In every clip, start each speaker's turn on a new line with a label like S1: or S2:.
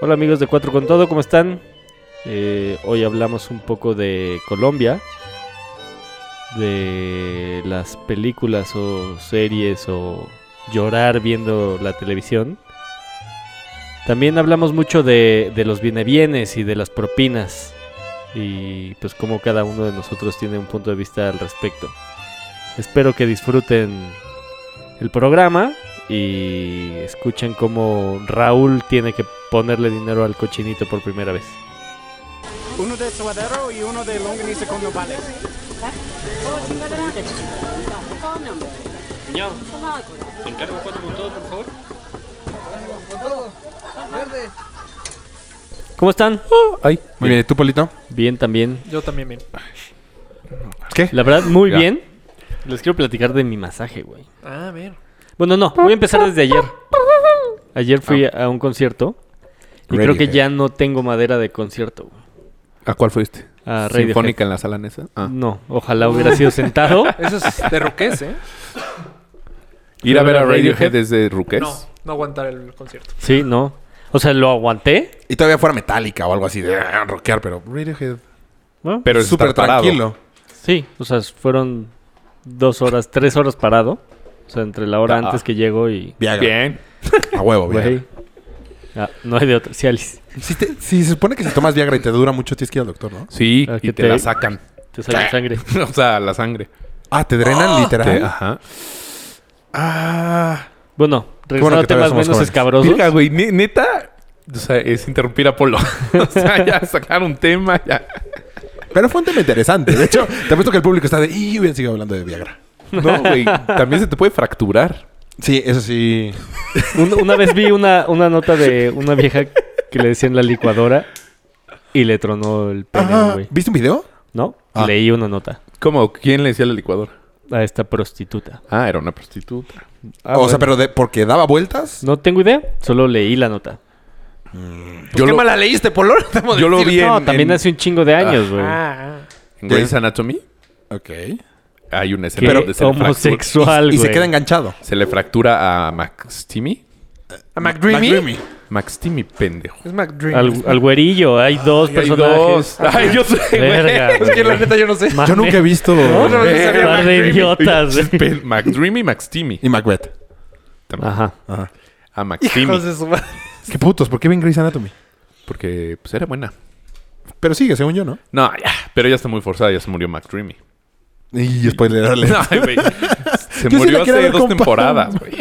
S1: Hola amigos de Cuatro con Todo, ¿cómo están? Eh, hoy hablamos un poco de Colombia, de las películas o series o llorar viendo la televisión. También hablamos mucho de, de los bienes y de las propinas y pues cómo cada uno de nosotros tiene un punto de vista al respecto. Espero que disfruten el programa y escuchen cómo Raúl tiene que ponerle dinero al cochinito por primera vez.
S2: Uno de suadero y uno de longaniza con nopales.
S3: Cuñado, encargo cuatro con todo, por favor.
S1: ¿Cómo están?
S4: Ay, muy bien. ¿Tú, Polito?
S1: Bien también.
S5: Yo también, bien.
S4: ¿Qué?
S1: La verdad, muy
S4: Ya.
S1: bien. Les quiero platicar de mi masaje, güey.
S5: Ah, a ver.
S1: Bueno, no, voy a empezar desde ayer. Ayer fui
S6: Ah.
S1: a un concierto y
S4: Ready,
S1: creo que
S4: eh.
S1: ya no tengo madera de concierto. güey.
S4: ¿A cuál fuiste?
S1: A Radiohead.
S4: Sinfónica en la sala Nesa. Ah.
S1: No, ojalá hubiera sido sentado.
S5: Eso es de roqués, ¿eh?
S4: Ir a ver a Radiohead
S1: Radiohead.
S4: desde Ruques.
S5: No, no aguantar el concierto.
S1: Sí, no. O sea, lo aguanté.
S4: Y todavía fuera metálica o algo así de ah, rockear, pero Radiohead.
S1: ¿no?
S4: Pero es
S6: Súper
S4: súper tranquilo.
S1: Sí, o sea, fueron dos horas, tres horas parado. O sea, entre la hora
S4: Ah.
S1: antes que llego y...
S6: Viagra.
S4: Bien.
S6: A huevo,
S1: Güey.
S6: Viagra.
S1: Ah, no hay de otra. Sí, Alice.
S6: Si, te- si se supone que si tomas Viagra y te dura mucho, tienes que ir al doctor, ¿no?
S4: Sí,
S1: Ah,
S4: y
S1: que
S4: te,
S1: te-
S4: la sacan.
S1: Te sale sangre.
S4: o sea, la sangre.
S6: Ah, te drenan
S4: Te-
S6: literal.
S4: Ajá.
S6: Ah.
S1: Bueno, regresando
S6: bueno
S1: a
S6: que todavía
S1: temas
S6: somos
S1: menos
S6: jóvenes.
S1: escabrosos.
S4: Mira, güey, ne- neta. O sea, es interrumpir a Polo. o sea, ya sacar un tema, ya.
S6: Pero fue un tema interesante. De hecho, te apuesto que el público está de. ¡Y hubieran seguido hablando de Viagra!
S4: No, güey. También se te puede fracturar.
S6: Sí, eso sí.
S1: Un- una vez vi una, una nota de una vieja que le decían la licuadora y le tronó el pene,
S6: Ajá.
S1: güey.
S6: ¿Viste un video?
S1: ¿No?
S6: Ah.
S1: Leí una nota
S4: ¿Cómo? ¿Quién le decía la licuadora?
S1: a esta prostituta.
S4: Ah, era una prostituta.
S1: Ah,
S6: o
S1: bueno.
S6: sea, pero de, porque daba vueltas.
S1: No tengo idea. Solo leí la nota.
S4: Yo lo,
S6: la leíste, Polo?
S4: yo lo vi en,
S1: no, también
S4: en-
S1: hace un chingo de años, güey.
S5: Ah, ah.
S4: en Grey's Anatomy.
S6: Ok.
S4: Hay una escena
S1: Qué
S4: donde se le, fractura,
S1: homosexual,
S6: y
S1: güey.
S6: se queda enganchado.
S4: se le fractura a Max Timmy.
S5: ¿A McDreamy?
S4: Max Timmy, pendejo.
S5: Es McDreamy.
S1: Al, al güerillo. Hay dos
S4: Hay
S1: personajes.
S4: dos. Ay, yo sé, güey.
S1: Verga,
S4: Es que
S1: güey.
S4: la neta yo no sé.
S1: Mames.
S6: Yo nunca he visto.
S4: no,
S1: Verga,
S4: sabía
S1: par de
S4: McDreamy.
S1: idiotas, güey.
S4: Pe- McDreamy, Max Timmy.
S6: Y Macbeth.
S4: También.
S1: Ajá.
S6: Ajá.
S4: A Max Timmy.
S5: Hijos de su madre.
S6: Qué putos, ¿por qué ven Grey's Anatomy?
S4: Porque pues era buena.
S6: Pero sigue, según yo, ¿no?
S4: No, ya. Pero ya está muy forzada. Ya se murió McDreamy.
S6: Y spoilerarle.
S4: Ay, güey. Se
S6: Yo sí
S4: murió
S6: la quería
S4: hace
S6: ver
S4: dos
S6: con Pam.
S4: temporadas, güey.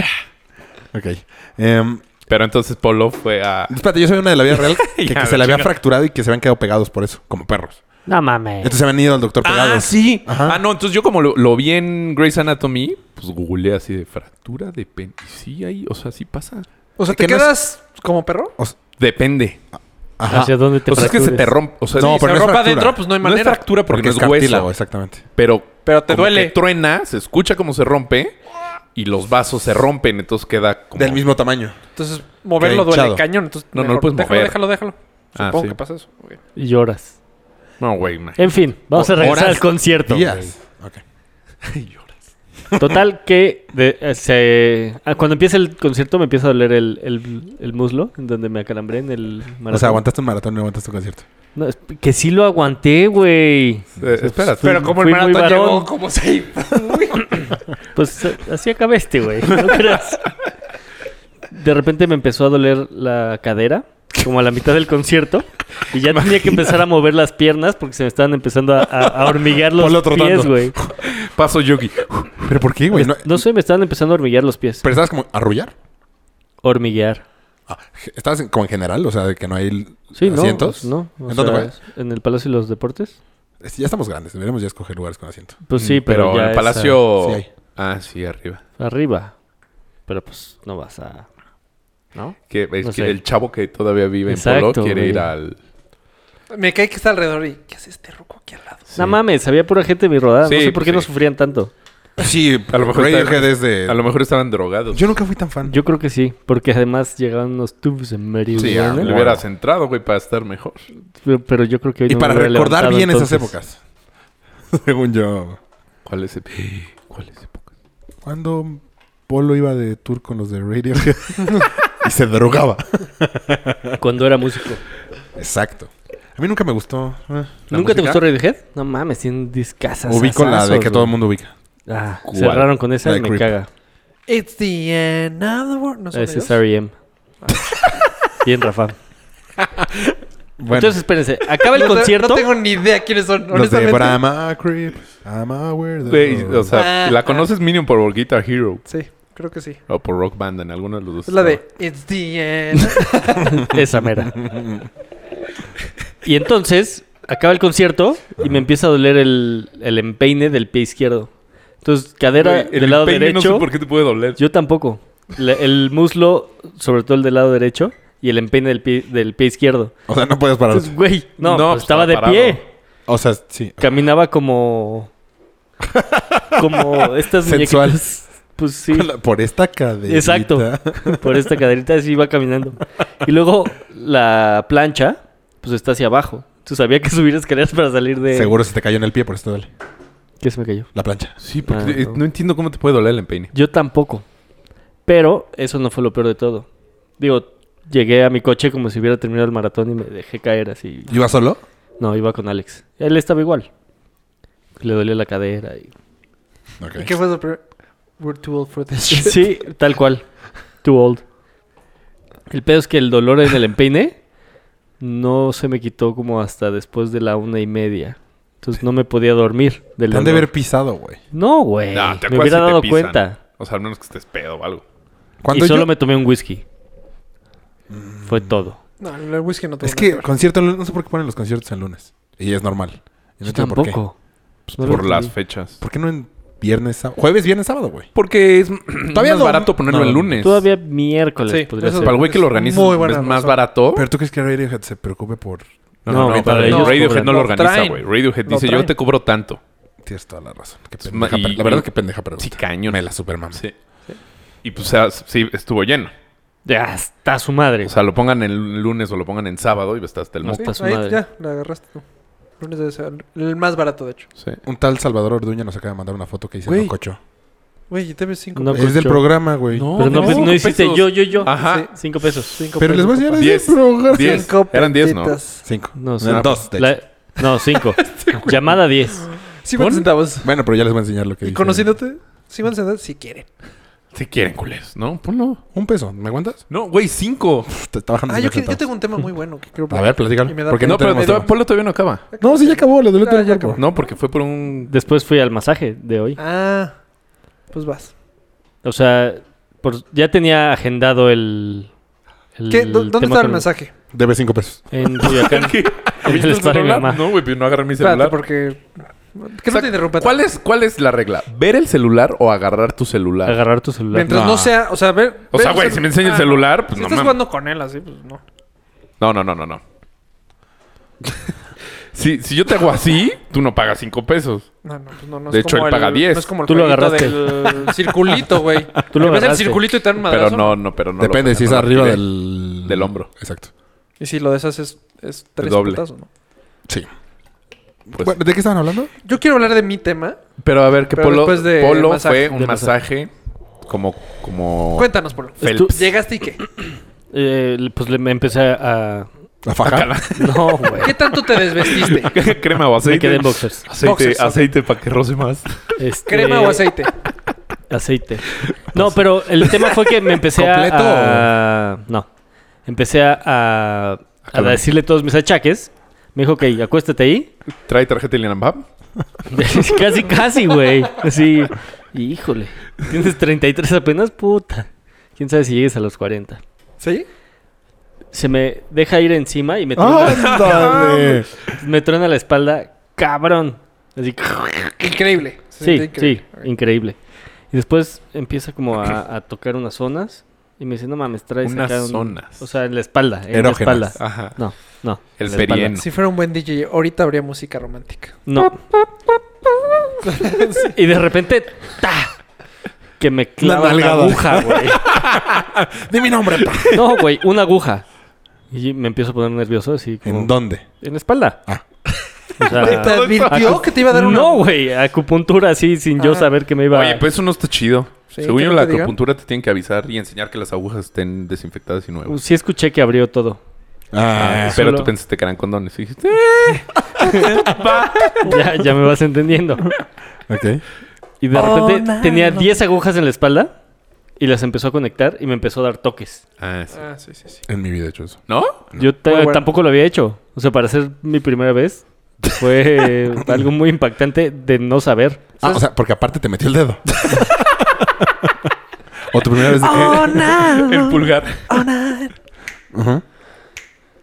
S6: Ok. Em,
S4: Pero entonces Polo fue a...
S6: espérate, yo soy una de la vida real que,
S4: Ya,
S6: que se le había
S4: chinga.
S6: fracturado y que se habían quedado pegados por eso, como perros.
S1: No mames.
S6: Entonces se habían ido al doctor pegados.
S4: Ah, sí.
S6: Ajá.
S4: Ah, no, entonces yo como lo, lo vi en Grey's Anatomy, pues googleé así de fractura de pen... Y sí, ahí, o sea, sí pasa.
S5: O sea, ¿te
S6: Que no
S5: quedas como perro?
S4: Depende.
S6: Ajá.
S1: ¿Hacia dónde te
S4: o sea, es que se
S1: fractures?
S4: te rompe. O sea,
S6: No,
S4: sí,
S6: pero no es
S4: se rompe
S5: ropa
S6: fractura.
S5: adentro, pues no hay
S4: No es
S5: manera.
S4: fractura porque,
S6: Porque es
S4: no es
S6: cartílago,
S4: hueso.
S6: exactamente.
S4: Pero,
S5: Pero te
S4: como
S5: duele.
S4: que truena, se escucha como se rompe y los vasos se rompen, entonces queda como.
S6: Del mismo tamaño.
S5: Entonces, moverlo duele
S6: Hinchado.
S5: cañón. Entonces,
S4: No, no lo
S5: mejor
S4: puedes
S5: déjalo,
S4: mover.
S5: Déjalo, déjalo.
S4: Ah,
S5: Supongo
S4: sí.
S5: que pasa eso. Ok.
S1: Y lloras.
S4: No, güey, man.
S1: En fin, vamos a regresar al concierto.
S6: Días. Ok.
S1: Total que de- eh, se- ah, cuando empieza el concierto me empieza a doler el, el- el muslo, en donde me acalambré en el maratón.
S6: O sea, aguantaste un maratón y no aguantaste un concierto.
S1: No, es- que sí lo aguanté, güey.
S4: Eh, espera,
S5: Pero como el
S1: fui muy
S5: maratón
S1: varón.
S5: llegó como seis.
S1: Pues eh, así acabé este, güey. No creas. De repente me empezó a doler la cadera, como a la mitad del concierto. Y ya tenía que empezar a mover las piernas porque se me estaban empezando a, a- a hormiguear los
S6: Ponlo trotando.
S1: pies, güey.
S4: paso Yogi.
S6: ¿Pero por qué, güey? No,
S1: No sé, me estaban empezando a hormiguear los pies.
S6: ¿Pero estabas como arrullar?
S1: Hormiguear.
S6: Ah, ¿Estabas en- como en general? O sea, de que no hay l-
S1: Sí, ¿no? pues,
S6: asientos.
S1: No. o
S6: ¿En dónde
S1: sea,
S6: fue?
S1: ¿En el Palacio de los Deportes?
S6: Es- Ya estamos grandes. Deberíamos ya escoger lugares con asiento.
S1: Pues sí, pero,
S4: Mm, Pero,
S1: ya
S4: el
S1: es,
S4: palacio.
S6: sí hay.
S4: ah, sí, arriba.
S1: ah, arriba. Pero pues no vas a... ¿No?
S4: Que, es
S1: No
S4: que
S1: sé.
S4: el chavo que todavía vive en
S1: Exacto,
S4: Polo quiere
S1: güey.
S4: ir al.
S5: Me cae que está alrededor y... ¿Qué hace este roco aquí al lado?
S4: Sí.
S1: No mames, había pura gente de mi rodada.
S4: Sí,
S1: no sé por
S4: pues
S1: qué no
S4: sí.
S1: sufrían tanto.
S6: Sí,
S4: A lo mejor
S6: Radiohead
S4: está-
S6: es de-
S4: A lo mejor estaban drogados.
S6: Yo nunca fui tan fan.
S1: Yo creo que sí, porque además llegaban unos tubos en
S6: ah,
S1: marihuana.
S4: Le
S6: bueno.
S4: hubieras entrado, güey, para estar mejor.
S1: pero, pero yo creo que hoy
S6: y
S1: no me
S6: para
S1: hubiera
S6: recordar
S1: levantado,
S6: bien esas
S1: entonces.
S6: épocas. Según yo.
S4: ¿Cuál es el... ¿Cuál es el...
S6: Cuando Polo iba de tour con los de Radio y se drogaba.
S1: Cuando era músico.
S6: Exacto. A mí nunca me gustó. eh, la
S1: ¿Nunca te
S6: música.
S1: gustó Radiohead? No mames, tienen discasas.
S6: Ubico la de que todo el mundo ubica.
S1: Ah,
S4: ¿Cuál?
S1: cerraron con esa
S6: La
S1: y
S6: de
S1: me
S6: Creep.
S1: caga.
S5: It's the end of the world. ¿No son
S1: Ese es
S5: ellos?
S1: R.E.M. Bien, Rafa.
S6: Bueno,
S1: Entonces, espérense. Acaba el
S5: No te-
S1: concierto.
S5: No tengo ni idea quiénes son.
S6: los de
S5: honestamente.
S6: Brahma ah, Creep, I'm aware that-
S4: Güey, o sea,
S5: Ah,
S4: la
S5: ah.
S4: conoces mínimo por Guitar Hero
S5: Sí, creo que sí.
S4: o por Rock Band en alguno de los dos.
S5: Es Pues la de It's the end.
S1: Esa mera. Y entonces, acaba el concierto y me empieza a doler el, el empeine del pie izquierdo. Entonces, cadera
S4: Güey, el
S1: del lado
S4: empeine
S1: derecho.
S4: No sé por qué te puede doler.
S1: Yo tampoco. La- el muslo, sobre todo el del lado derecho, y el empeine del pie, del pie izquierdo.
S6: O sea, no puedes parar.
S1: Entonces, güey, no,
S4: No,
S1: pues
S4: pues,
S1: estaba de
S4: estaba
S1: pie.
S4: parado.
S6: O sea, sí.
S1: Caminaba como. Como estas
S6: Sensual.
S1: muñequitas. Pues sí,
S6: Con la- Por esta cadena.
S1: Exacto. por esta caderita así iba caminando. Y luego la plancha, pues está hacia abajo. Entonces había que subir escaleras para salir de.
S6: Seguro se te cayó en el pie, por esto duele.
S1: ¿Qué se me cayó?
S6: La plancha.
S4: Sí, porque
S1: Ah,
S4: eh,
S1: no.
S4: no entiendo cómo te puede doler el em-. empeine.
S1: Yo tampoco. Pero eso no fue lo peor de todo. Digo, llegué a mi coche como si hubiera terminado el maratón y me dejé caer así.
S6: ¿Iba solo?
S1: No, iba con Alex. Él estaba igual. Le dolía la cadera y...
S6: Ok.
S5: ¿Y qué fue lo primero? We're too old for this shit.
S1: Sí, tal cual. Too old. El pedo es que el dolor en el empeine no se me quitó como hasta después de la una y media. Entonces no me podía dormir del
S6: Te han de
S1: dolor.
S6: haber pisado, güey.
S1: No, güey.
S4: No, te acuerdas
S1: me hubiera
S4: si te
S1: dado
S4: pisan.
S1: cuenta.
S4: O sea, al menos que estés pedo o algo.
S1: Y
S6: Cuando
S1: solo
S6: yo-
S1: me tomé un whisky. Fue todo.
S5: No, el whisky no tuvo
S6: Es
S5: nada
S6: que
S5: ver.
S6: concierto, no sé por qué ponen los conciertos en lunes. Y es normal. Y no
S1: Yo
S6: entiendo por qué.
S1: tampoco.
S6: Pues,
S1: No lo
S4: por
S1: entendí.
S4: las fechas.
S6: ¿Por qué no en viernes, sábado? Jueves, viernes, sábado, güey.
S4: Porque es
S6: Todavía
S4: más
S6: no-
S4: barato ponerlo
S6: no,
S4: el lunes.
S1: Todavía miércoles
S5: Sí,
S1: podría
S5: eso
S1: ser.
S4: Para el güey que lo
S5: Es
S4: organiza
S5: muy
S4: es
S5: buena
S4: más
S5: razón.
S4: barato.
S6: Pero tú crees que Radiohead se preocupe por.
S4: No, no,
S1: No, para
S4: no, para
S1: ellos
S4: Radiohead
S1: cobran.
S4: no lo
S5: Lo
S4: organiza,
S5: traen.
S4: güey. Radiohead
S5: Lo
S4: dice, yo
S5: traen.
S4: te cobro tanto.
S6: Tienes toda la razón. Qué
S4: Sí,
S6: pendeja
S4: y-
S6: pre- La verdad, que pendeja pregunta.
S4: Sí, cañón.
S6: Me la supermama.
S4: Sí. Y pues, o sea, sí, estuvo lleno.
S1: Ya está su madre.
S4: O sea, lo pongan el lunes o lo pongan en sábado y está hasta el
S1: No
S4: moco.
S1: está su
S5: Ahí
S1: madre.
S5: ya, la agarraste tú. Lunes debe ser el más barato, de hecho.
S4: Sí.
S6: Un tal Salvador Orduña nos acaba de mandar una foto que dice
S5: Güey.
S6: no cocho.
S5: Güey, debe 5
S1: No,
S6: es del
S1: cocho.
S6: programa, güey.
S1: Pero no,
S4: no,
S1: pues, no
S4: cinco
S1: hiciste
S4: pesos. Ah,
S1: yo, yo, yo.
S4: Ajá.
S1: Cinco pesos. Cinco
S6: Pero
S1: pesos.
S6: les voy a enseñar
S4: Diez.
S6: ese programa.
S4: Diez. Eran diez, ¿no?
S6: Cinco.
S1: No,
S6: No,
S1: sí.
S6: eran dos, de
S1: pues, La-
S6: hecho.
S1: No, cinco. Llamada 10.
S5: ¿50 centavos?
S6: Bueno, pero ya les voy a enseñar lo que
S5: Y
S6: dice.
S5: conociéndote, sí van a sentar si quieren.
S4: Si quieren, culés. No, ponlo.
S6: Un peso. ¿Me aguantas?
S4: No, güey, cinco.
S6: Te está bajando.
S5: Ah, yo,
S6: cinco
S5: que- yo
S6: centavos.
S5: tengo un tema muy bueno que quiero
S6: A ver, platícalo.
S5: Y me da
S6: Porque
S5: pena.
S4: No,
S6: no,
S4: pero
S6: tenemos
S4: todavía-
S6: tiempo.
S4: ponlo todavía no acaba.
S6: No, sí, ya acabó. Le duele
S5: Ah,
S6: todo el
S5: ya
S6: cuerpo.
S4: No, porque fue por un...
S1: Después fui al masaje de hoy.
S5: Ah, pues vas.
S1: O sea, por- ya tenía agendado el. el
S5: ¿Qué? ¿Dó- ¿Dónde
S1: tema
S5: está el
S1: con-
S5: mensaje?
S6: Debe cinco pesos.
S1: En Culiacán.
S4: ¿Qué?
S1: En el
S4: ¿Viste el
S1: estado de mi
S4: celular?
S1: mamá.
S4: No, güey, pero no agarré mi
S5: Espérate,
S4: celular.
S5: porque... Que no
S4: Exacto.
S5: te interrumpa.
S4: ¿Cuál es, ¿Cuál es la regla? ¿Ver el celular o agarrar tu celular?
S1: Agarrar tu celular.
S5: Mientras no.
S6: No.
S5: sea... O sea, ver...
S4: O
S5: ver
S4: sea,
S5: el
S4: güey,
S5: celu-
S4: si me enseña el
S5: Ah,
S4: celular, pues
S5: Si
S4: no
S5: estás
S4: mames.
S5: jugando con él así, pues no.
S4: No, no, no, no, no. si, si yo te hago así, tú no pagas cinco pesos.
S5: No, no, pues no, no
S4: De
S5: es
S4: hecho,
S5: como
S4: él paga
S5: el-
S4: 10.
S5: No es como el
S1: Tú lo
S5: jueguito
S1: agarraste.
S5: del circulito, güey.
S1: Tú lo
S5: Que ves el
S1: agarraste.
S5: circulito y te dan un
S4: pero
S5: madrazo.
S4: no, no, pero no. lo
S6: Depende,
S4: pagas,
S6: si es
S4: no lo
S6: arriba
S4: pide.
S6: del...
S4: Del hombro.
S6: Exacto.
S5: Y si lo deshaces, es tres
S4: doble.
S5: putazos, ¿no?
S6: Sí.
S4: Pues-
S6: Bueno, ¿De qué estaban hablando?
S5: Yo quiero hablar de mi tema.
S4: Pero a ver, que
S5: Pero
S4: Polo,
S5: después de
S4: Polo
S5: masaje.
S4: fue un
S1: De
S4: masaje, como... como
S5: Cuéntanos, Polo.
S4: Phelps.
S1: Estu-
S5: ¿Llegaste y qué?
S1: Eh, pues le, me empecé a.
S6: La faja.
S1: No, güey.
S5: ¿Qué tanto te desvestiste?
S4: Crema o aceite.
S1: Me quedé en boxers.
S4: Aceite,
S5: Boxers,
S4: aceite para que roce más.
S1: Este,
S5: ¿Crema o aceite?
S1: Aceite. No, pero el tema fue que me empecé a-
S6: ¿Completo
S1: a... No. Empecé a, a,
S5: Ah,
S1: a
S4: cabrón.
S1: decirle todos mis achaques. Me dijo, ok, acuéstate ahí.
S4: ¿Trae tarjeta Lilian Bab?
S1: casi, casi, güey. Así, híjole. Tienes 33 apenas, puta. ¿Quién sabe si llegues a los 40?
S5: ¿Sí?
S1: Se me deja ir encima y me
S5: Ah.
S1: truena,
S6: ¡Ándale!
S1: me truena la espalda, cabrón. Así,
S5: Increíble. Se
S1: Sí,
S5: siente increíble.
S1: sí, increíble. Y después empieza como a, a tocar unas zonas y me dice, no mames, traes
S4: Unas
S1: acá un-
S4: zonas.
S1: O sea, en la espalda, en
S6: Erógenas.
S1: la espalda.
S4: Ajá.
S1: No, no.
S4: Ah, El
S1: en la espalda.
S4: perién.
S5: Si fuera un buen DJ, ahorita habría música romántica.
S1: No. y de repente, ¡ta! Que me clava una
S6: nalgada.
S1: aguja, güey.
S6: Di mi nombre. pa.
S1: No, güey, una aguja. Y me empiezo a poner nervioso así como...
S6: ¿En dónde?
S1: En la espalda.
S6: Ah.
S1: O sea,
S5: ¿Te advirtió
S1: acu-
S5: que te iba a dar una...
S1: No, güey, acupuntura así sin yo
S5: Ah.
S1: saber que me iba a...
S4: Oye, pues eso no está chido.
S5: Sí,
S4: Según
S5: ¿qué
S4: yo,
S5: no
S4: la
S5: te digan?
S4: acupuntura te tienen que avisar y enseñar que las agujas estén desinfectadas y nuevas.
S1: Uh, Sí escuché que abrió todo.
S6: Ah,
S4: Pero
S1: Pues, solo-
S4: tú pensaste que eran condones. Y dijiste, "Ah,
S1: Ya, ya me vas entendiendo.
S6: ok.
S1: Y de
S5: Oh,
S1: repente
S5: no,
S1: tenía
S5: no.
S1: 10 agujas en la espalda y las empezó a conectar y me empezó a dar toques.
S4: ah, sí.
S5: Ah, sí, sí, sí.
S6: En mi vida he hecho eso.
S4: ¿No?
S1: Yo ta-
S5: Muy bueno.
S1: tampoco lo había hecho. O sea, para ser mi primera vez fue algo muy impactante de no saber.
S6: Ah, o sea, porque aparte te metió el dedo. o tu primera vez de que...
S5: Oh, no.
S4: El pulgar.
S6: Ajá.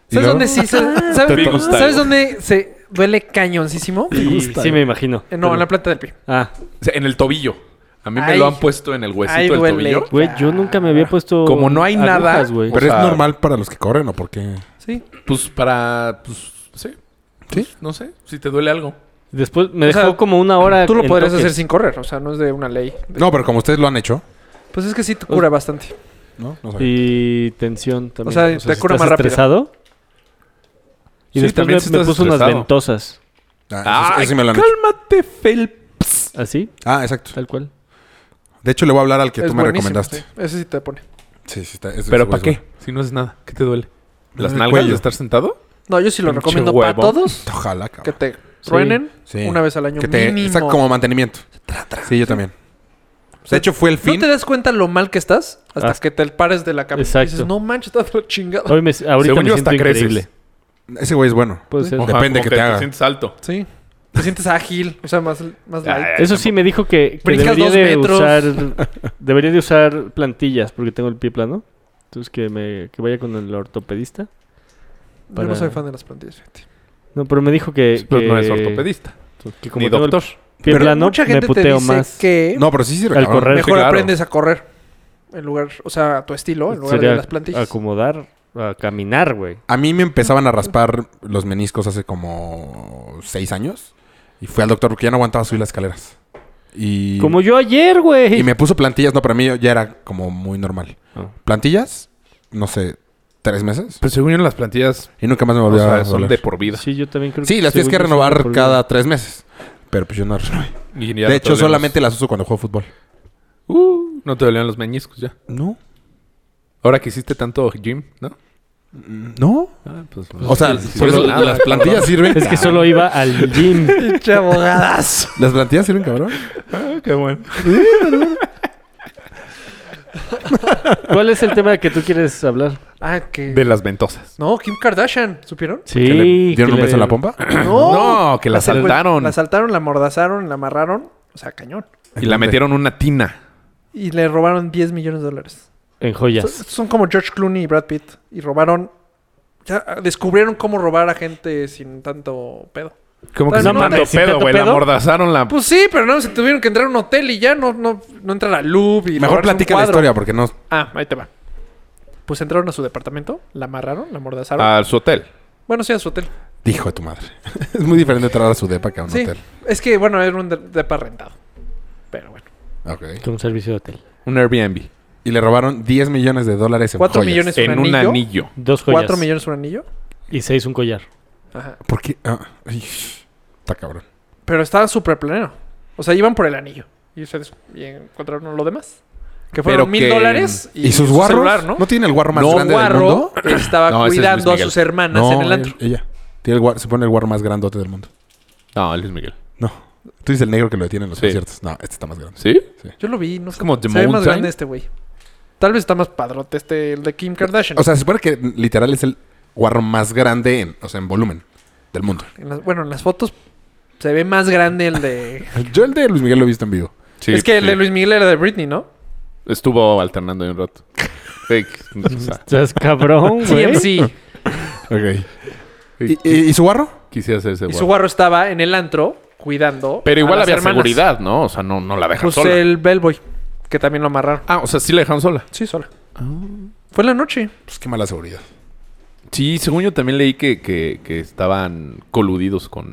S6: ¿Y
S5: ¿Sabes
S6: luego?
S5: dónde sí? se- ¿Sabes,
S4: Te gusta,
S5: ¿sabes
S4: güey.
S5: dónde se duele cañoncísimo?
S1: Y
S6: gusta,
S1: sí,
S6: eh?
S1: me imagino.
S5: Eh, No, en la planta del pie.
S1: Ah,
S4: O sea, en el tobillo. A mí me
S5: Ay.
S4: lo han puesto en el huesito
S5: Ay,
S4: del
S5: duele.
S4: tobillo.
S1: güey, yo nunca me había puesto.
S4: Como no hay nada,
S1: agujas, güey.
S6: Pero
S4: O sea-
S6: es normal para los que corren o por qué.
S5: Sí.
S4: Pues para. Pues, sí.
S6: Sí.
S4: No sé. Si te duele algo.
S1: Pues, Después me
S5: O
S1: dejó
S5: sea,
S1: como una hora.
S5: Tú lo
S1: en
S5: podrías
S1: toques.
S5: hacer sin correr, o sea, no es de una ley.
S6: No, pero como ustedes lo han hecho,
S5: Pues es que sí te cura bastante.
S6: ¿no? No sabía.
S1: Y tensión también.
S5: O sea, te
S1: si
S5: cura
S1: estás
S5: más rápido.
S1: estresado. Y
S4: Sí,
S1: después me,
S4: también si
S1: me
S4: estás
S1: puso unas
S4: estresado.
S1: ventosas.
S6: Ah, eso, eso sí me lo han hecho.
S4: cálmate, Felps.
S1: Así,
S6: Ah, exacto.
S1: tal cual.
S6: De hecho, le voy a hablar al que
S5: es
S6: tú me
S5: buenísimo,
S6: recomendaste.
S5: sí. Ese sí te pone.
S6: Sí, sí, está. es-
S4: ¿Pero
S6: es-
S4: para
S6: es-
S4: qué? Si no es nada. ¿Qué te duele? ¿Las
S6: El
S4: nalgas
S6: cuello.
S4: de estar sentado?
S5: No, yo sí lo
S4: Pinche
S5: recomiendo para
S4: huevo.
S5: todos
S6: Ojalá,
S5: que
S6: cabrón.
S5: te truenen
S6: Sí.
S5: una vez al año
S6: Que te
S5: mínimo.
S6: saca como mantenimiento. Sí, yo también. De hecho, fue el
S5: No
S6: fin.
S5: te das cuenta lo mal que estás hasta
S1: Ah.
S5: que te pares de la cama.
S1: Exacto.
S5: Y dices, no manches, estás de la chingada.
S1: Hoy me, ahorita
S4: Según
S1: me
S4: yo,
S1: siento
S4: hasta creces.
S1: increíble.
S6: Ese güey es bueno.
S1: Puede ser.
S6: Ojalá. Depende
S4: como
S6: que te haga.
S4: Te sientes alto.
S5: Sí. Te sientes ágil, o sea, más, más
S4: Ay,
S5: light.
S6: Eh,
S4: ay,
S1: Eso sí, me dijo que, que
S5: Brincas
S1: debería
S5: dos
S1: de
S5: metros.
S1: usar debería de usar plantillas porque tengo el pie plano. Entonces que me que vaya con el ortopedista.
S5: Yo
S1: para-
S5: no soy fan de las plantillas, fíjate.
S1: No, pero me dijo que,
S6: Pues,
S4: Pero Pues no
S1: que-
S4: es ortopedista.
S1: que como
S4: Ni
S1: tengo
S4: doctor.
S1: el pie
S6: Pero
S1: plano
S5: Mucha gente
S1: me puteo
S5: te dice
S1: más.
S5: que
S6: No, pero sí sirve.
S1: Al
S6: cabrón.
S1: correr.
S5: mejor
S4: claro.
S5: aprendes a correr en lugar, o sea, a tu estilo, en lugar de las plantillas.
S1: acomodar a caminar, güey.
S6: A mí me empezaban a raspar los meniscos hace como seis años. Y fui al doctor porque ya no aguantaba subir las escaleras. Y,
S1: Como yo ayer,
S6: y
S1: güey.
S6: me puso plantillas. No, para mí ya era como muy normal.
S1: Ah.
S6: Plantillas, no sé, tres meses.
S4: Pero Pues según yo, las plantillas
S6: Y nunca más me
S4: o
S6: volvió
S4: sea,
S6: a
S4: son
S6: doler.
S4: de por vida.
S1: Sí, yo también creo
S6: Sí, las tienes
S1: según
S6: que
S1: yo, sí,
S6: renovar
S1: por-
S6: cada tres meses. Pero pues yo no renové.
S4: Y ya no
S6: De
S4: te
S6: hecho,
S4: dolían
S6: solamente las uso cuando juego fútbol.
S4: los- Uh, no te dolían los meñiscos ya.
S6: No.
S4: Ahora que hiciste tanto gym, ¿no?
S6: No.
S4: Ah, pues,
S6: O sea,
S4: sí,
S6: por
S4: sí,
S6: eso
S4: nada,
S6: las plantillas sirven.
S1: Es que
S6: Ah.
S1: solo iba al gym.
S5: Pinche abogadas.
S6: Las plantillas sirven, cabrón.
S4: Ah, qué bueno.
S1: ¿Cuál es el tema que tú quieres hablar?
S5: Ah, que.
S4: De las ventosas.
S5: No, Kim Kardashian, ¿supieron?
S1: Sí.
S6: ¿Que le
S1: que
S6: ¿Dieron un
S1: le-
S6: beso en la pompa?
S5: No.
S4: No, que la
S5: secuen-
S4: saltaron.
S5: La saltaron, la mordazaron, la amarraron. O sea, cañón.
S4: Y la metieron una tina.
S5: Y le robaron 10 millones de dólares.
S1: En
S5: Son,
S1: joyas.
S5: son como George Clooney y Brad Pitt. Y robaron. Ya ah, descubrieron cómo robar a gente sin tanto pedo.
S4: Como
S5: que Pues
S4: que se
S5: se no,
S4: no,
S5: mandó
S1: mames, ¿sí pedo,
S4: pedo,
S1: tanto güey,
S4: güey.
S1: la
S4: La
S1: pedo?
S4: amordazaron la...
S5: Pues sí, pero no, se tuvieron que entrar a un hotel y ya no, no, no entrar al loop. Y
S6: Mejor
S5: robarse un
S6: platica la
S5: cuadro.
S6: historia porque no.
S5: Ah, ahí te va. Pues entraron a su departamento, la amarraron, la mordazaron.
S4: a su hotel.
S5: Bueno, sí, a su hotel.
S6: Dijo de tu madre. es muy diferente entrar a su depa que a un
S5: sí.
S6: hotel.
S5: Es que, bueno, era un de- depa rentado. Pero bueno.
S6: Ok.
S1: Con un servicio de hotel.
S4: Un Airbnb.
S6: Y le robaron 10 millones de dólares en
S5: Cuatro
S6: joyas.
S5: millones. ¿Es un
S4: En un
S5: anillo?
S4: anillo.
S1: Dos joyas.
S5: ¿Cuatro millones un anillo?
S1: Y seis un collar.
S5: Ajá.
S6: ¿Por qué? Ah, ay, está cabrón.
S5: Pero estaba súper pleno. O sea, iban por el anillo. Y ustedes y encontraron lo demás. Que
S4: Pero
S5: fueron mil
S4: que-
S5: dólares.
S6: ¿Y, sus guarros?
S5: celular,
S6: ¿no?
S5: ¿no?
S6: tiene el guarro más
S5: No,
S6: grande del mundo?
S5: Guarro estaba
S4: No, ese es
S5: cuidando a
S4: Luis
S5: sus hermanas en el antro.
S6: él- ella. Tiene el guar- se pone el guarro más grandote del mundo.
S4: No, Luis Miguel.
S6: No. Tú dices el negro que lo detiene en los
S4: Sí.
S6: conciertos. No, este está más grande.
S4: ¿Sí?
S5: Yo lo vi, no
S4: Es
S5: sé.
S4: como The
S5: se ve más
S4: Mountain.
S5: grande este güey. Tal vez está más padrote este, el de Kim Kardashian.
S6: O sea, se supone que literal es el guarro más grande en, o sea, en volumen del mundo.
S5: En las- bueno, en las fotos se ve más grande el de.
S6: Yo el de Luis Miguel lo he visto en vivo.
S4: Sí,
S5: es que el
S4: sí.
S5: de Luis Miguel era de Britney, ¿no?
S4: Estuvo alternando ahí un rato. Fake. O sea,
S1: Estás cabrón, güey.
S5: CMC.
S6: Ok. ¿Y, y- y su guarro?
S4: quisiera hacer ese
S5: Y su
S4: guarro.
S5: guarro estaba en el antro cuidando.
S4: Pero
S5: a
S4: igual
S5: las
S4: había
S5: hermanas.
S4: seguridad, ¿no? O sea, no, no la dejan
S5: Pues
S4: sola.
S5: el Bellboy, que también lo amarraron.
S4: Ah, o sea, sí la dejaron sola.
S5: Sí, sola. Fue en la noche.
S6: Pues qué mala seguridad.
S4: Sí, según yo también leí que, que, que estaban coludidos con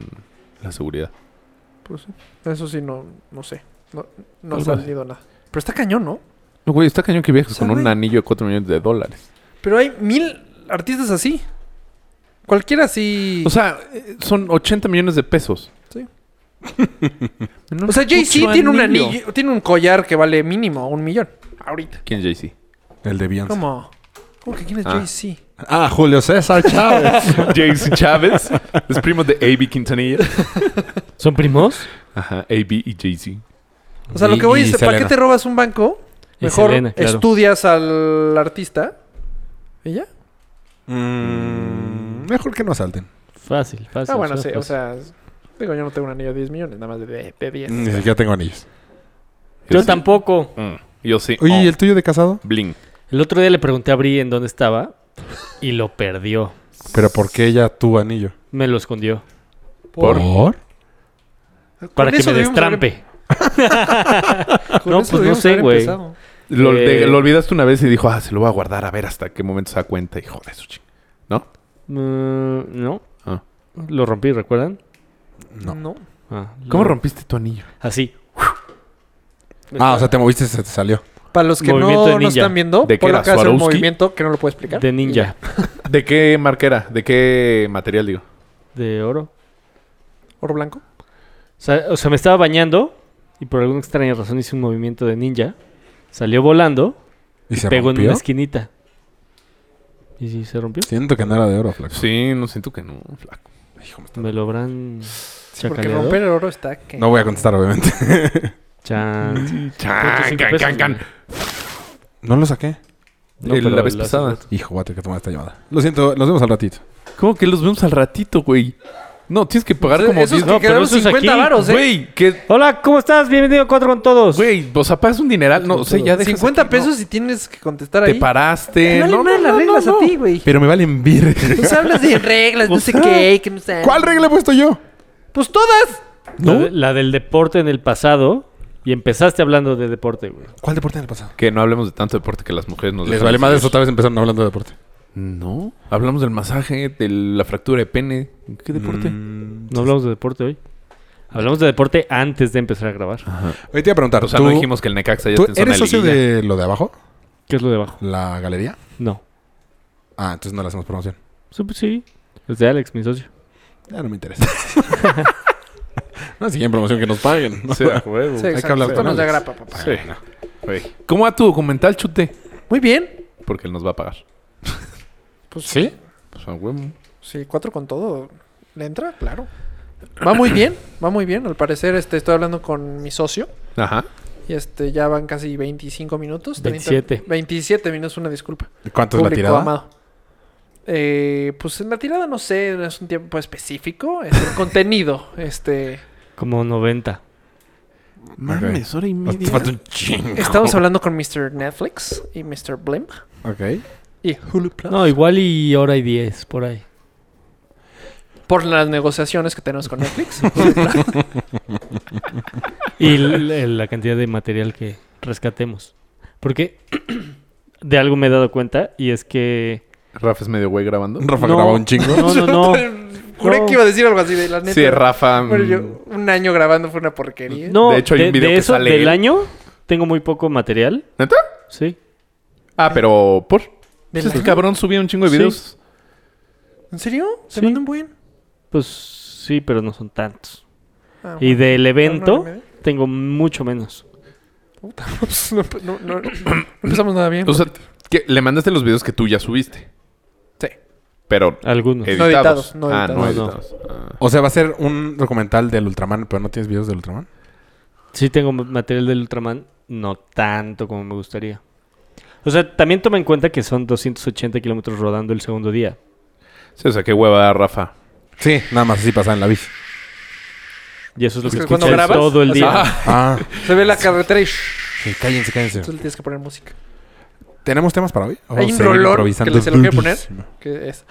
S4: la seguridad.
S5: Pues sí. Eso sí, no, no sé. No, no
S4: Algo
S5: ha
S4: así.
S5: salido nada. Pero está cañón, ¿no?
S4: No, güey, está cañón que viajes con
S5: O sea,
S4: un
S5: güey.
S4: anillo de 4 millones de dólares.
S5: Pero hay mil artistas así. Cualquiera así.
S4: O sea, eh, son 80 millones de pesos.
S5: Sí. O sea, Jay-Z tiene un anillo, tiene un collar que vale mínimo un millón. Ahorita.
S4: ¿Quién es Jay-Z?
S6: El de Beyoncé.
S5: ¿Cómo? ¿Cómo que quién es
S4: Ah.
S5: Jay-Z?
S6: Ah, Julio César Chávez.
S4: Jay-Z Chávez. Es primo de A.B. Quintanilla.
S1: ¿Son primos?
S4: Ajá, A.B. y Jay-Z.
S5: O sea, lo
S6: Y-
S5: que voy
S6: y
S5: es, ¿para qué
S6: Selena.
S5: te robas un banco?
S1: Y
S5: Mejor
S1: Selena, claro.
S5: estudias al artista. ¿Y ya?
S6: Mm, mejor que no asalten.
S1: Fácil, fácil.
S5: Ah, bueno, sí.
S1: suena
S5: O
S1: fácil.
S5: sea, digo, yo no tengo un anillo de 10 millones, nada más de, de 10.
S1: Mm,
S6: Ni siquiera tengo anillos.
S1: Yo
S4: sí.
S1: tampoco.
S4: Mm, Yo sí.
S6: Oye, ¿y
S4: Oh,
S6: el tuyo de casado?
S4: Bling.
S1: El otro día le pregunté a Bri en dónde estaba y lo perdió.
S6: Pero ¿por qué ya tu anillo?
S1: Me lo escondió.
S4: ¿Por?
S1: Para que
S5: eso
S1: me
S5: debimos haber-
S1: destrampe.
S5: con
S1: No, pues
S5: eso
S1: no
S5: debimos
S1: sé,
S5: haber
S1: güey.
S5: empezado.
S4: Lo,
S1: Eh,
S4: de- lo olvidaste una vez y dijo, ah, se lo voy a guardar a ver hasta qué momento se da cuenta. Hijo de su ching. ¿No?
S1: Mm, no.
S4: Ah.
S1: Lo rompí, ¿recuerdan?
S6: No.
S1: Ah,
S4: ¿Cómo
S1: lo-
S4: rompiste tu anillo?
S1: Así.
S6: Ah, o sea, te moviste y se te salió.
S5: Para los que no
S1: Movimiento de
S5: no
S1: ninja.
S5: están viendo,
S4: ¿De qué
S5: Polo
S4: era,
S5: acaba de hacer un
S4: Swarovski?
S5: movimiento que no lo puedo explicar.
S1: De ninja.
S4: ¿De qué marquera? ¿De qué material, digo?
S1: De oro.
S5: Oro blanco.
S1: O sea, o sea, me estaba bañando y por alguna extraña razón hice un movimiento de ninja. Salió volando
S6: ¿Y se
S1: pegó en
S6: rompió?
S1: una esquinita. ¿Y si se rompió?
S6: Siento que no era de oro, flaco.
S4: Sí, no siento que no, flaco.
S1: Me lo habrán
S5: Sí, porque
S1: chacaleado.
S5: romper el oro está que...
S6: No voy a contestar, obviamente.
S1: Chan.
S6: Ah,
S4: Chan,
S1: cinco
S4: can,
S1: pesos,
S4: can, can.
S1: güey.
S6: No lo saqué.
S1: No,
S4: El-
S1: pero
S4: la vez
S1: lo hace
S4: pasada.
S1: rato.
S6: Hijo, voy a tener que tomar esta llamada. Lo siento, nos vemos al ratito.
S4: ¿Cómo que los vemos al ratito, güey? No, tienes que pagar como
S5: Esos
S4: 10
S5: que
S1: no, pero
S5: quedaron
S1: eso es
S5: 50
S1: aquí,
S5: varos, ¿eh?
S4: Güey, que.
S1: Hola, ¿cómo estás? Bienvenido a Cuatro con Todos.
S4: Güey, o sea, pagas un dineral. No, o sea, ya dejas
S5: 50
S4: aquí,
S5: pesos y tienes que contestar
S4: no,
S5: ahí.
S4: te paraste.
S5: No, no, no, las reglas a ti, güey.
S6: Pero me valen vir.
S5: Pues hablas de reglas, no sé qué, que no sé.
S6: ¿Cuál regla he puesto yo?
S5: Pues todas.
S1: La, de- la del deporte en el pasado. Y empezaste hablando de deporte, güey.
S6: ¿Cuál deporte en el pasado?
S4: Que no hablemos de tanto deporte que las mujeres nos
S6: Les
S4: dejan
S6: vale
S4: de
S6: madre
S4: seguir.
S6: eso, otra vez empezaron hablando de deporte.
S4: No, hablamos del masaje, de la fractura de pene. ¿Qué deporte?
S6: Mm.
S1: No hablamos de deporte hoy. Hablamos de deporte antes de empezar a grabar.
S6: Hoy te iba a preguntar,
S4: O sea,
S6: ¿tú,
S4: no dijimos que el Necaxa ya
S6: tú
S4: está en zona
S6: eres socio
S4: liguilla.
S6: de lo de abajo?
S1: ¿Qué es lo de abajo?
S6: ¿La galería?
S1: No.
S6: Ah, entonces no le hacemos promoción.
S1: Sí, pues sí. Es de Alex, mi socio.
S6: Ya no me interesa. no, si quieren promoción que nos paguen. ¿no?
S4: Sí, a huevo.
S5: Sí, exacto.
S6: hablar
S5: Esto
S6: con
S5: nos da
S6: Alex.
S5: grapa, papá.
S4: Sí. Güey, ¿Cómo va tu documental, chute?
S5: Muy bien.
S4: Porque él nos va a pagar.
S5: Pues
S6: ¿Sí?
S4: Pues a huevo.
S5: Sí, cuatro con todo. ¿Le entra? Claro. Va muy bien, va muy bien. Al parecer este, estoy hablando con mi socio.
S4: Ajá.
S5: Y este, ya van casi 25 minutos.
S1: 27.
S5: 27 minutos, una disculpa.
S6: ¿Cuánto es la
S5: Público
S6: tirada?
S5: amado. Eh, pues en la tirada no sé, no es un tiempo específico, es el contenido. Este,
S1: Como 90.
S4: Mames, hora y
S6: Nos
S4: media.
S6: falta un chingo.
S5: estamos hablando con Mr. Netflix y Mr. Blim
S6: Ok.
S5: y Hulu Plus.
S1: No, igual y hora y 10, por ahí.
S5: por las negociaciones que tenemos con Netflix.
S1: Y l- la cantidad de material que rescatemos. Porque de algo me he dado cuenta y es que...
S4: Rafa es medio güey grabando.
S6: Rafa
S1: No.
S6: graba un chingo.
S1: No, no, no.
S5: Juré
S1: No.
S5: que iba a decir algo así de la neta.
S4: Sí, Rafa. mm,
S5: Bueno, yo un año grabando fue una porquería.
S1: No,
S4: De hecho, hay un video que
S1: eso,
S4: sale
S1: del
S4: él.
S1: año, tengo muy poco material.
S4: ¿Neta?
S1: Sí.
S4: Ah, pero por.
S5: ¿Del
S4: Pues este
S5: año?
S4: cabrón subía un chingo de
S1: Sí.
S4: videos.
S5: ¿En serio? ¿Se
S1: Sí.
S5: mandó un buen?
S1: Pues sí, pero no son tantos.
S5: Ah,
S1: Y del
S5: ¿Una
S1: evento
S5: hora y media?
S1: tengo mucho menos.
S5: Puta, pues, no, no, no, no empezamos nada bien.
S4: O sea, que le mandaste los videos que tú ya subiste.
S5: Sí.
S4: Pero
S1: Algunos.
S4: editados.
S5: editados, no
S4: Ah, no
S1: editados.
S4: editados. Ah.
S6: O sea, va a ser un documental del Ultraman, pero no tienes videos del Ultraman.
S1: Sí tengo ma- material del Ultraman, no tanto como me gustaría. O sea, también toma en cuenta que son 280 kilómetros rodando el segundo día.
S4: Sí, o sea, qué hueva, Rafa.
S6: Sí, nada más así pasa en la bici.
S1: Y eso es lo
S5: Es
S1: que
S5: que cuando
S1: escuchas
S5: grabas,
S1: todo el
S5: o
S1: día.
S4: sea,
S6: Ah,
S5: Se ve la carretera y shh,
S6: sí, cállense, cállense.
S5: entonces le tienes que poner música.
S6: ¿Tenemos temas para hoy? ¿O
S5: Hay un
S6: seguimos
S5: rolón
S6: improvisando
S5: que se lo quiere poner.
S6: durísimo?
S5: Que es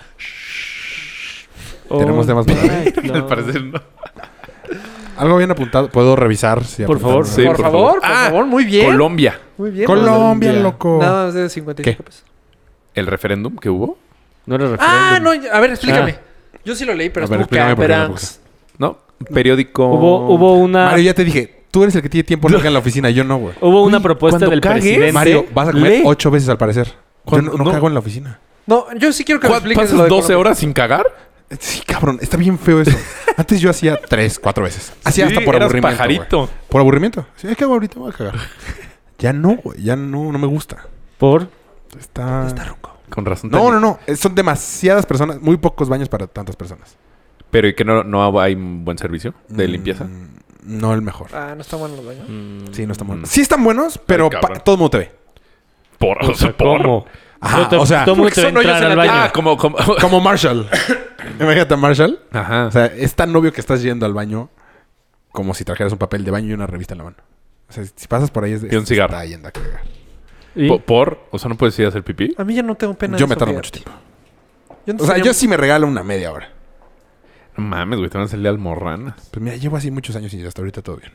S1: Oh.
S6: Tenemos temas para-
S1: night
S4: Al
S1: long.
S4: parecer no.
S6: Algo bien apuntado. ¿Puedo revisar? Si
S1: Por
S6: apuntaron?
S1: favor.
S4: Sí,
S5: por,
S4: por
S5: favor,
S4: favor.
S5: por
S4: Ah,
S5: favor, muy bien.
S4: Colombia.
S5: muy bien.
S6: Colombia, loco.
S5: Nada más de 55
S6: ¿Qué?
S5: pesos.
S4: El referéndum que hubo.
S1: No era
S5: Ah,
S1: referéndum.
S5: no, a ver, explícame. Yo sí lo leí, pero
S6: Ah. A ver,
S5: estuvo
S6: explícame por qué no,
S5: cabrón.
S4: ¿No? Periódico.
S1: Hubo, hubo una,
S6: Mario, ya te dije. Tú eres el que tiene tiempo libre en la oficina, yo no, güey.
S1: hubo una
S4: Uy,
S1: propuesta
S4: cuando
S1: del
S4: cagues,
S1: presidente.
S6: Mario, vas a comer
S4: lee.
S6: ocho veces al parecer. Yo
S4: Cuando-
S6: no, no
S4: no.
S6: cago en la oficina.
S5: No, yo sí quiero que me
S4: ¿Cuá-
S5: expliques
S4: ¿Pasas
S5: lo de
S4: 12
S5: Colombia.
S4: horas sin cagar?
S6: Sí, cabrón, está bien feo eso. Antes yo hacía tres, cuatro veces. Hacía hasta por
S4: eras
S6: aburrimiento. güey.
S4: pajarito.
S6: Por aburrimiento. Sí, es que ahorita me voy a cagar. ya no, güey. Ya no, no me gusta.
S1: Por.
S6: Está.
S4: Con razón.
S6: No,
S4: tenía-
S6: no, no. Eh, Son demasiadas personas, muy pocos baños para tantas personas.
S4: Pero ¿y que no, no hay un buen servicio de limpieza?
S6: Mm, no el mejor.
S5: Ah, no están buenos los baños.
S6: Sí, no están buenos.
S4: Mm.
S6: Sí están buenos, pero pa-
S4: cabrón.
S6: todo el mundo te ve.
S4: Por,
S1: O sea,
S4: por.
S1: ¿cómo?
S6: Ajá,
S1: No te-
S6: o sea,
S1: todo mundo te va a
S4: Son hoyos
S1: entrar
S4: en
S1: al
S4: la-
S1: baño.
S4: Ah, como, como.
S6: como Marshall. Imagínate a Marshall.
S4: Ajá.
S6: O sea, es tan obvio que estás yendo al baño como si trajeras un papel de baño y una revista en la mano. O sea, si pasas por ahí es de...
S4: Y un cigarro.
S6: Está yendo a cagar.
S1: ¿Y?
S4: Po- por, o sea, no puedes ir a hacer pipí.
S5: A mí ya no tengo pena. de
S6: Mm. Yo me
S5: eso,
S6: tardo
S5: fíjate.
S6: mucho tiempo.
S5: Yo
S6: O
S5: antes
S6: sea,
S5: tenía-
S6: yo sí me regalo una media hora.
S4: No mames, güey, te van a salir almorranas.
S6: Pues mira, llevo así muchos años y hasta ahorita todo bien.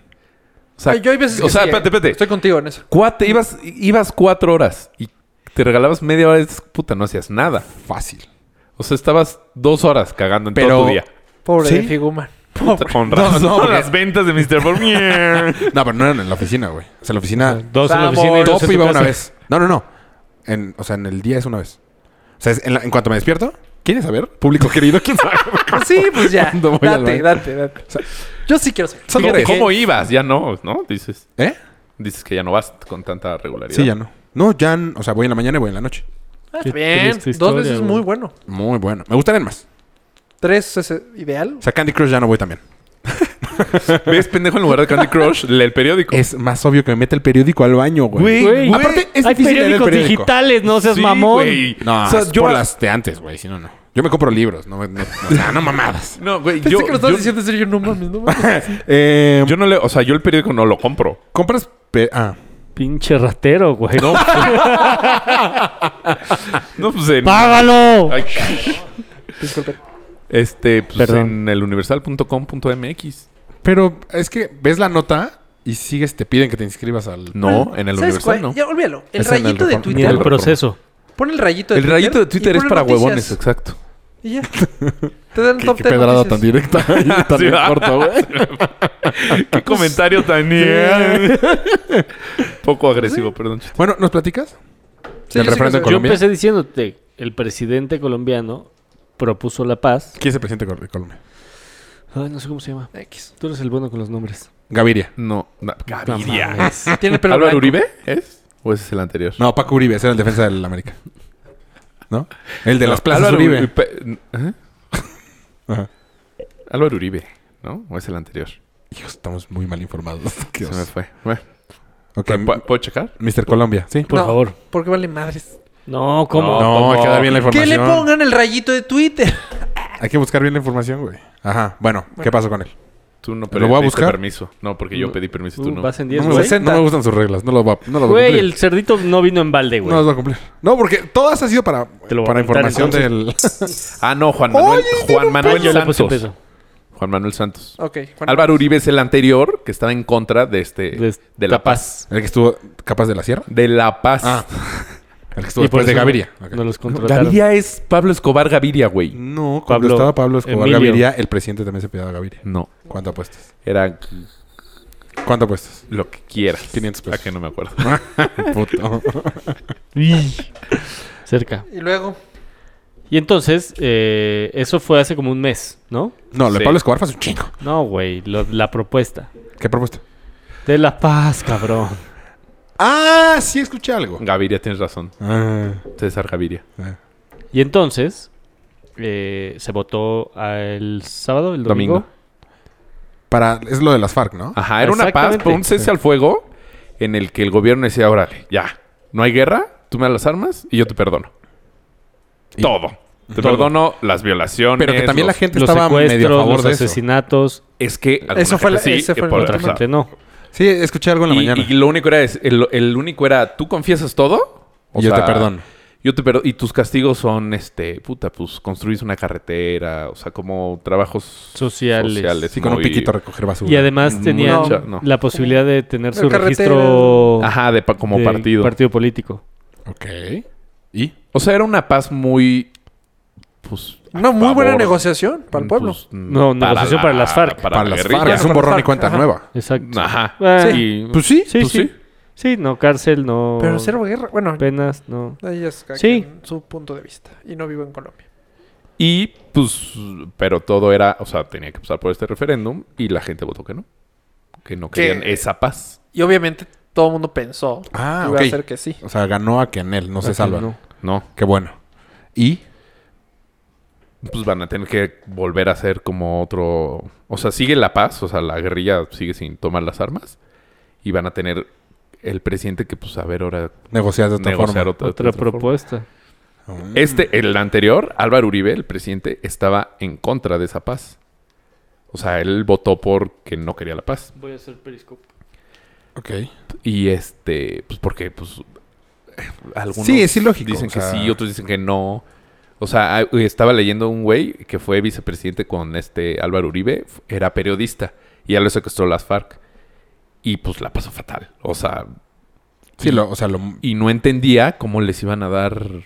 S4: O sea,
S5: Ay, yo hay veces.
S4: o
S5: que
S4: sea,
S5: sí, eh.
S4: espérate, espérate.
S5: Estoy contigo en eso.
S4: Cuate, ibas, ibas cuatro horas y te regalabas media hora. Es, puta, no hacías nada.
S6: Fácil.
S4: O sea, estabas dos horas cagando en
S6: Pero-
S4: todo tu día.
S5: Pobre
S6: ¿Sí?
S5: de Figuman.
S4: Con razón.
S6: no, porque-
S4: las ventas de Mr. Formier.
S6: No, pero no eran en la oficina, güey. O sea, la oficina...
S1: Dos en la
S5: Vamos.
S1: oficina y dos en
S6: Top
S1: tu
S6: iba
S1: casa.
S6: una vez. No, no, no. En, o sea, en el día es una vez. O sea, es en, la- en cuanto me despierto, ¿quieres saber? Público querido, ¿quién sabe?
S5: Pues sí, pues ya.
S6: Cuando voy al
S5: Date,
S6: baño.
S5: date, date. Yo sí quiero ser.
S6: Son
S4: ¿Cómo,
S6: tres.
S4: cómo ibas? Ya no, ¿no? Dices,
S6: ¿Eh?
S4: dices que ya no vas con tanta regularidad.
S6: Sí, ya no. No, ya, n- o sea, voy en la mañana y voy en la noche.
S5: Ah,
S1: Qué
S5: está bien.
S1: triste
S5: Dos
S1: historia,
S5: veces
S1: güey.
S5: muy bueno.
S6: Muy bueno. Me gustarían más.
S5: Tres es eh, ideal.
S6: O sea, Candy Crush ya no voy también.
S4: ¿Ves, pendejo, en lugar de Candy Crush, lee el periódico?
S6: Es más obvio que me mete el periódico al baño, güey.
S1: Güey,
S6: Aparte, es
S1: hay
S6: difícil leer el
S1: periódicos
S6: periódico.
S1: digitales, no seas
S4: Sí,
S1: mamón.
S4: güey.
S6: No,
S4: O sea,
S6: Ah, es
S4: yo-
S6: por las de antes, güey. Si no, no. Yo me compro libros. No, no, o sea, no mamadas.
S4: No, güey,
S5: Pensé
S4: yo,
S5: que lo estabas
S4: yo-
S5: diciendo en serio. No mames, no mames.
S6: Eh,
S4: yo no leo, o sea, yo el periódico no lo compro.
S6: compras... pe- ah.
S1: Pinche ratero, güey.
S4: No, pues en...
S1: ¡Págalo!
S4: Ay,
S5: Disculpe.
S4: este, pues
S1: Perdón.
S4: en eluniversal.com.mx.
S6: Pero es que ves la nota y sigues, te piden que te inscribas al...
S4: No, en el
S5: ¿Sabes
S4: universal
S5: cuál?
S4: no.
S5: Ya, olvídalo. El
S6: Es en el
S5: rayito de
S6: Reforma.
S1: Ni el
S5: Twitter.
S1: proceso.
S5: Pon el rayito de
S4: El rayito de Twitter
S5: y
S4: es
S5: pone
S4: para
S5: noticias.
S4: huevones, exacto.
S5: Y ya. Te dan top
S6: Qué
S5: 10
S6: pedrada
S5: noticias.
S6: tan directa. y tan
S4: Sí, ¿verdad?
S6: corta, güey.
S4: Qué comentario tan poco agresivo, perdón.
S6: Bueno, ¿nos platicas?
S5: Sí,
S6: Del
S5: yo sí
S6: referendo
S5: que
S6: en
S5: sé.
S1: Yo
S6: Colombia.
S1: empecé diciéndote, el presidente colombiano propuso la paz.
S6: ¿Quién es el presidente de Col- de Colombia?
S1: Ay, no sé cómo se llama.
S5: X.
S1: Tú eres el bueno con los nombres.
S6: Gaviria.
S4: No, Ah, no, Gaviria.
S1: No mames.
S5: Tiene pelo
S4: ¿Álvaro
S5: blanco.
S4: Uribe es? ¿O ese es el anterior?
S6: No, Paco Uribe, ese era el defensa del América. ¿No? El de las plazas
S4: Álvaro
S6: Uribe.
S4: Uribe. ¿Eh?
S6: Ajá.
S4: Álvaro Uribe, ¿no? ¿O es el anterior?
S6: Hijos, estamos muy mal informados. Dios.
S4: Se me fue. Bueno,
S6: Ok,
S4: ¿pu- ¿Puedo, checar?
S6: Mr. Colombia, sí.
S1: Por
S5: No,
S1: favor.
S5: Porque vale madres.
S1: No, ¿cómo?
S6: No, hay que dar bien la
S5: Que
S6: información.
S5: le pongan el rayito de Twitter.
S6: Hay que buscar bien la información, güey. Ajá. Bueno, ¿qué pasó con él?
S4: Tú no
S6: ¿Lo voy a
S4: pediste
S6: buscar?
S4: permiso. No, porque yo
S1: No.
S4: pedí permiso y
S1: Tú
S4: tú
S1: Mm,
S4: no.
S1: uh, vas en
S6: No
S1: 10,
S6: me,
S1: güey.
S6: gustan- no me gustan sus reglas. No las voy a, no las voy a
S1: Güey,
S6: cumplir.
S1: el cerdito no vino en balde, güey.
S6: No las voy a cumplir. No, porque todas han sido para,
S1: Te lo voy a
S6: para
S1: contar,
S6: información del...
S4: Ah, no, Juan Manuel, Juan Manuel
S1: yo le puse un
S4: Santos.
S1: peso.
S4: Juan Manuel Santos.
S5: ok. Oh, Juan.
S4: Álvaro Uribe es el anterior que estaba en contra de este
S1: De-
S4: de, la
S1: La
S4: paz.
S6: el que estuvo capaz de la sierra.
S4: De la paz.
S6: Ah. El que estuvo
S1: Y por
S6: después de
S1: eso
S6: Gaviria.
S1: No
S6: Ok.
S1: no los contrataron.
S4: Gaviria es Pablo Escobar Gaviria, güey.
S6: No, cuando
S1: Pablo-
S6: estaba Pablo Escobar
S1: Emilio.
S6: Gaviria, el presidente también se pidaba a Gaviria.
S4: No,
S6: ¿Cuánto apuestas?
S4: era
S6: ¿Cuánto apuestas?
S4: lo que quieras.
S6: 500 pesos.
S4: ¿A que no me acuerdo?
S6: Puto.
S1: Cerca.
S5: Y luego.
S1: Y entonces, eh, eso fue hace como un mes, ¿no?
S6: No, lo de
S4: Sí.
S6: Pablo Escobar fue hace un chingo.
S1: No, güey. lo- La propuesta.
S6: ¿Qué propuesta?
S1: De la paz, cabrón.
S6: Ah, sí, escuché algo.
S4: Gaviria, tienes razón.
S6: Ah,
S4: César Gaviria.
S6: ah.
S1: Y entonces eh, se votó el sábado, el domingo.
S4: Domingo.
S6: Para, es lo de las FARC, ¿no?
S4: Ajá, era una paz
S1: Exactamente.
S4: por un cese al fuego en el que el gobierno decía, órale, ya, no hay guerra, tú me das las armas y yo te perdono.
S6: Y-
S4: Todo. Te
S1: Todo.
S4: perdono las violaciones.
S6: Pero que también la
S4: los-
S6: gente
S1: Los
S6: estaba medio a
S1: secuestros,
S6: favor
S1: los
S6: de eso.
S1: asesinatos.
S4: Es que... alguna
S5: Eso fue la-
S4: gente
S5: ese
S4: que
S5: fue el
S4: por
S1: Otra
S4: otra-
S1: gente no.
S6: Sí, escuché algo en la
S4: Y,
S6: mañana.
S4: y lo único era, es- el, el único era, ¿tú confiesas todo? O
S6: yo
S4: sea,
S6: te perdono.
S4: Yo te perdono. Y tus castigos son, este, puta, pues construís una carretera, o sea, como trabajos
S1: Sociales.
S6: Sí, con un
S4: muy-
S6: piquito a recoger basura.
S1: Y además
S4: No,
S1: tenían
S4: no.
S1: la posibilidad de tener
S5: Pero
S1: su
S5: carretera.
S1: registro
S4: Ajá, de, pa- como
S1: de
S4: partido.
S1: partido político.
S6: Ok. ¿Y?
S4: O sea, era una paz muy, pues... a
S5: Una muy buena
S4: favor.
S5: negociación para el pueblo.
S4: Pues,
S1: No, negociación para las FARC.
S6: Para, las
S4: guerrilla.
S6: FARC es un
S5: Para
S6: borrón
S5: las
S6: y cuenta
S5: FARC,
S6: nueva.
S1: Exacto.
S4: Ajá.
S1: Ah,
S4: Y-
S6: Pues sí.
S1: Sí,
S4: Pues
S1: sí.
S4: sí.
S1: Sí, no cárcel, no
S5: Pero cero guerra. Bueno,
S1: penas, no.
S5: ahí es cada
S1: Sí.
S5: quien su punto de vista. Y no vivo en Colombia.
S4: Y Pues, pero todo era, o sea, tenía que pasar por este referéndum y la gente votó que no. Que no
S5: Que-
S4: querían esa paz.
S5: Y obviamente todo el mundo pensó
S6: Ah,
S5: que iba
S6: ok.
S5: a ser que sí.
S6: O sea, ganó a que en él no se salva.
S4: No. no.
S6: Qué bueno. Y
S4: Pues van a tener que volver a hacer como otro. O sea, sigue la paz, o sea, la guerrilla sigue sin tomar las armas. Y van a tener el presidente que, pues, a ver, ahora
S6: negociar de otra
S4: negociar
S6: forma. Ah,
S4: otra,
S1: Otra
S4: otra forma.
S1: propuesta.
S4: Este, el anterior, Álvaro Uribe, el presidente, estaba en contra de esa paz. O sea, él votó porque no quería la paz.
S1: Voy a hacer periscope.
S6: Ok.
S4: Y este, pues porque, pues, algunos
S6: Sí, es ilógico,
S4: dicen
S6: o
S4: que
S6: sea.
S4: sí, otros dicen que no. O sea, ah, estaba leyendo un güey que fue vicepresidente con este Álvaro Uribe, f- era periodista, y ya lo secuestró las FARC. Y pues la pasó fatal. O sea,
S6: Sí, lo, o sea, lo...
S4: y no entendía cómo les iban a dar pues,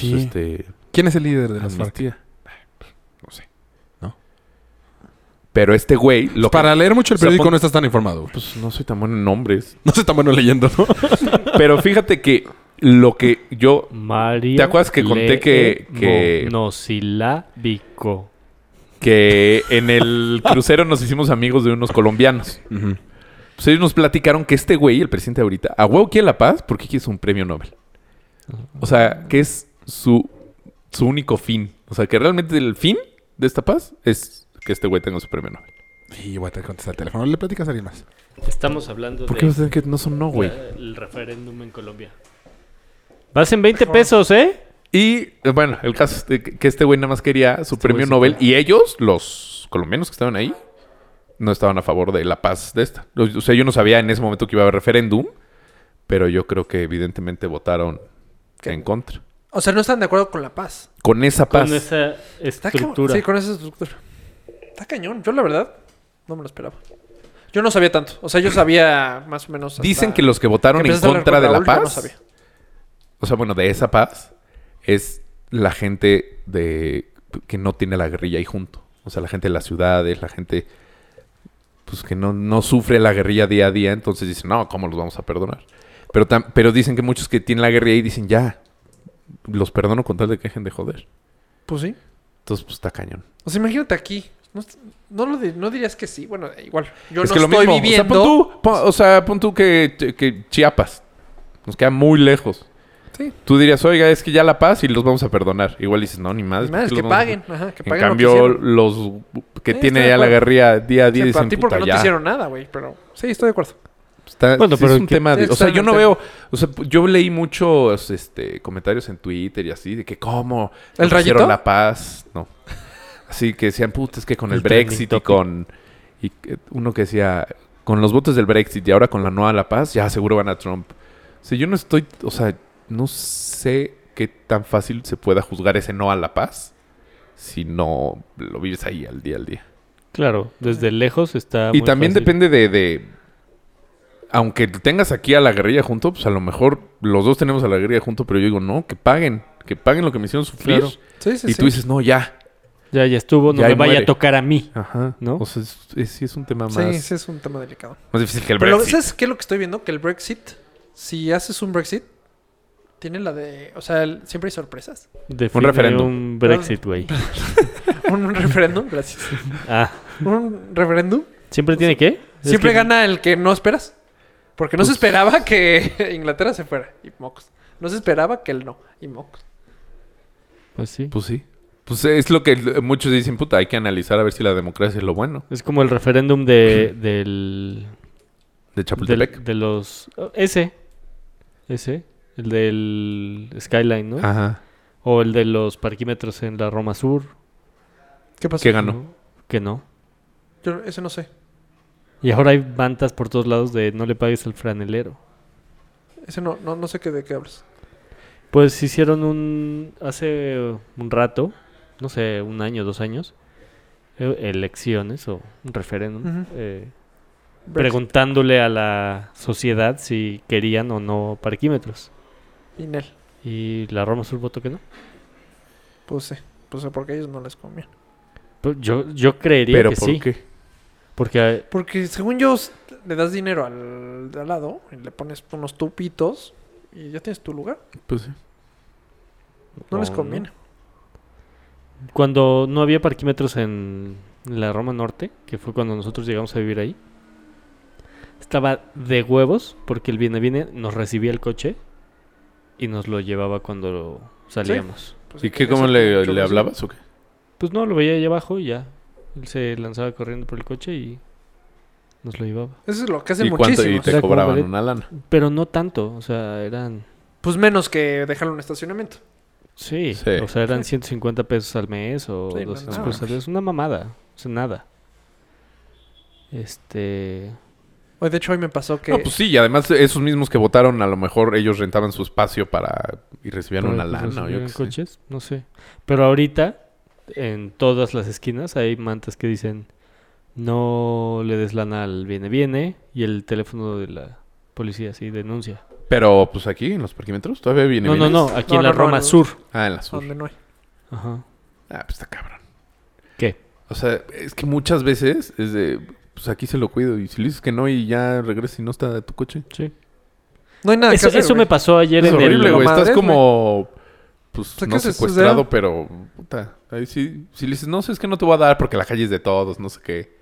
S6: Sí.
S4: este,
S6: ¿Quién es el líder de las FARC?
S4: amnistía.
S6: No sé.
S4: Pero este güey lo que-
S6: Para leer mucho el
S4: O sea,
S6: periódico
S4: pon-
S6: no estás tan informado. güey.
S4: pues no soy tan bueno en nombres.
S6: No soy tan bueno leyendo, ¿no?
S4: Pero fíjate que lo que yo
S1: María.
S4: ¿Te acuerdas que conté que- que-
S1: Monosilábico.
S4: que en el crucero nos hicimos amigos de unos colombianos.
S6: Ujú.
S4: Pues ellos nos platicaron que este güey, el presidente ahorita, a huevo quiere la paz porque quiere un premio Nobel. O sea, que es su, su único fin. O sea, que realmente el fin de esta paz es que este güey tenga su premio Nobel.
S6: Y voy a tener que contestar el teléfono. Le platicas a alguien más.
S1: Estamos hablando
S4: ¿Por
S1: de
S4: qué vas a decir que no son no, güey?
S1: el referéndum en Colombia. Vas en 20 pesos, ¿eh?
S4: Y eh, bueno, el caso es de que que este güey nada más quería su premio
S1: güey sí
S4: Nobel
S1: puede.
S4: y ellos, los colombianos que estaban ahí, no estaban a favor de la paz de esta. O sea, yo no sabía en ese momento que iba a haber referéndum, pero yo creo que evidentemente votaron en contra.
S5: O sea, no están de acuerdo con la paz.
S4: Con esa paz.
S1: Con esa
S5: Está cabrón.
S1: estructura.
S5: Sí, con esa estructura. Está cañón. Yo, la verdad, no me lo esperaba. Yo no sabía tanto. O sea, yo sabía más o menos. hasta
S4: Dicen que los que votaron en
S5: empezaste a hablar
S4: contra
S5: con
S4: de la
S5: Raúl, yo no
S4: paz,
S5: sabía.
S4: o sea, bueno, de esa paz, es la gente de que no tiene la guerrilla ahí junto. O sea, la gente de las ciudades, la gente pues que no, no sufre la guerrilla día a día, entonces dicen, no, ¿cómo los vamos a perdonar? Pero, tam- pero dicen que muchos que tienen la guerrilla ahí dicen, ya, los perdono con tal de que dejen de joder.
S5: Pues sí.
S4: Entonces, pues está cañón.
S5: O sea, imagínate aquí. No, no lo di- no dirías que sí. Bueno, eh, igual. Yo
S4: es
S5: no
S4: que lo
S5: estoy
S4: mismo. O sea,
S5: viviendo.
S4: pon tú, pon- o sea, pon tú que, que Chiapas. Nos queda muy lejos.
S5: Sí.
S4: Tú dirías, oiga, es que ya la paz y los vamos a perdonar. Igual dices, no, ni pues,
S5: Ni
S4: más.
S5: madres, que paguen. Ajá, que
S4: En
S5: paguen. lo que
S4: cambio,
S5: hicieron.
S4: los que
S5: Sí, estoy
S4: tiene
S5: de
S4: ya la
S5: acuerdo.
S4: guerrilla día a día
S5: Sí, para
S4: dicen,
S5: ti porque
S4: puta,
S5: no
S4: ya.
S5: te hicieron nada, güey. Pero sí, estoy de acuerdo.
S4: Está-
S1: Bueno,
S4: sí
S1: pero
S4: es un
S1: que-
S4: tema de-
S5: Sí,
S4: O sea, yo no
S5: totalmente.
S4: veo... O sea, yo leí muchos este, comentarios en Twitter y así de que cómo...
S5: ¿El
S4: no pusieron
S5: rayito?
S4: la paz. No. Así que decían, puta, es que con el,
S1: El trending
S4: Brexit y
S1: topic.
S4: con... Y que- uno que decía, con los votos del Brexit y ahora con la no a la paz, ya seguro van a Trump. O sea, yo no estoy... O sea, no sé qué tan fácil se pueda juzgar ese no a la paz si no lo vives ahí al día al día.
S1: Claro, desde lejos está.
S4: Y
S1: muy
S4: también
S1: fácil.
S4: depende de, de- Aunque tengas aquí a la guerrilla junto, pues a lo mejor los dos tenemos a la guerrilla junto, pero yo digo, no, que paguen. Que paguen lo que me hicieron sufrir.
S1: Claro.
S5: Sí, sí,
S4: y
S5: sí.
S4: tú dices, no, ya.
S1: Ya, ya estuvo, no
S4: Ya
S1: me
S4: ahí
S1: vaya
S4: muere.
S1: a tocar a mí.
S4: Ajá.
S1: ¿No?
S4: O sea, es, es- sí es un tema más,
S5: Sí, sí, es un tema delicado.
S4: más difícil que el
S5: Pero lo-
S4: Brexit.
S5: ¿sabes qué es lo que estoy viendo? Que el Brexit, si haces un Brexit, tiene la de. O sea, el- siempre hay sorpresas.
S1: Define
S4: referéndum.
S1: Un Brexit, güey.
S5: Un referéndum, gracias.
S1: Ah,
S5: Un referéndum.
S1: ¿siempre tiene
S4: Pues
S1: que? Es
S5: Siempre
S1: que-
S5: gana el que no esperas. Porque no se esperaba que Inglaterra se fuera. Y mocos. No se esperaba que el no. Y mocos.
S1: Pues sí.
S4: Pues sí. Pues es lo que l- muchos dicen, puta, hay que analizar a ver si la democracia es lo bueno.
S1: Es como el referéndum de, del,
S4: De
S1: del-
S4: Chapultepec.
S1: de los... oh, Ese. Ese. El del Skyline, ¿no?
S4: Ajá.
S1: O el de los parquímetros en la Roma Sur.
S5: ¿Qué pasó?
S4: ¿Qué ganó?
S1: Que no.
S5: Yo eso no sé.
S1: Y ahora hay bandas por todos lados de no le pagues al franelero.
S5: Ese no, no, no sé qué de qué hablas.
S1: Pues hicieron un... Hace eh, un rato, no sé, un año, dos años, eh, elecciones o un referéndum.
S5: Ujú.
S1: eh, preguntándole a la sociedad si querían o no parquímetros.
S5: Inel.
S1: Y la Roma Sur votó que no.
S5: Pues sí. Pues sí, porque a ellos no les conviene.
S1: Pues Yo, yo creería
S4: Pero
S1: que
S4: ¿por
S1: sí.
S4: qué?
S1: Porque eh,
S5: Porque según yo, s- le das dinero al de al lado y le pones unos tupitos y ya tienes tu lugar.
S4: Pues sí.
S5: No les
S1: No,
S5: conviene.
S1: Cuando no había parquímetros en la Roma Norte, que fue cuando nosotros llegamos a vivir ahí, estaba de huevos porque el viene viene nos recibía el coche y nos lo llevaba cuando salíamos.
S4: ¿Y qué, cómo le, le hablabas o qué?
S1: Pues no, lo veía ahí abajo y ya. Él se lanzaba corriendo por el coche y nos lo llevaba.
S5: Eso es lo que hacen
S4: ¿Y cuánto? Y
S5: muchísimos.
S1: O
S4: te
S1: sea, como
S4: cobraban
S1: boleto.
S4: una lana.
S1: Pero no tanto, o sea, eran...
S5: Pues menos que dejarlo en estacionamiento.
S1: Sí,
S4: Sí.
S1: o sea, eran 150 pesos al mes o
S5: Sí, no,
S1: 200
S5: no,
S1: pesos al mes. Una mamada, o sea, nada. Este...
S5: Hoy, de hecho, hoy me pasó que.
S4: No, pues sí, y además esos mismos que votaron, a lo mejor ellos rentaban su espacio para... y recibían
S1: por
S4: una
S1: ahí, pues,
S4: lana o yo
S1: recibían
S4: qué sé.
S1: coches, no sé. Pero ahorita, en todas las esquinas, hay mantas que dicen no le des lana al viene viene y el teléfono de la policía, sí, denuncia.
S4: Pero pues aquí, en los parquímetros, todavía viene
S1: No, no,
S4: bien.
S1: no, aquí
S5: No,
S1: en la
S5: no, no,
S1: Roma
S5: no.
S1: Sur.
S4: Ah, en la sur.
S5: Donde no hay.
S1: Ajá.
S4: Ah, pues está cabrón.
S1: ¿Qué?
S4: O sea, es que muchas veces es de... Pues aquí se lo cuido. Y si le dices que no y ya regresa y no está tu coche.
S1: Sí.
S5: No hay nada
S1: eso
S5: que hacer.
S1: eso me
S5: Ah, güey.
S1: pasó ayer
S4: Es
S1: en
S4: horrible,
S1: el...
S4: güey.
S5: Lo
S4: Estás
S5: madres,
S4: como... Pues
S5: O sea, ¿qué
S4: no
S5: haces? O sea-
S4: secuestrado, pero... Puta. Ahí sí... Si le dices, no sé, es que no te voy a dar porque la calle es de todos, no sé qué.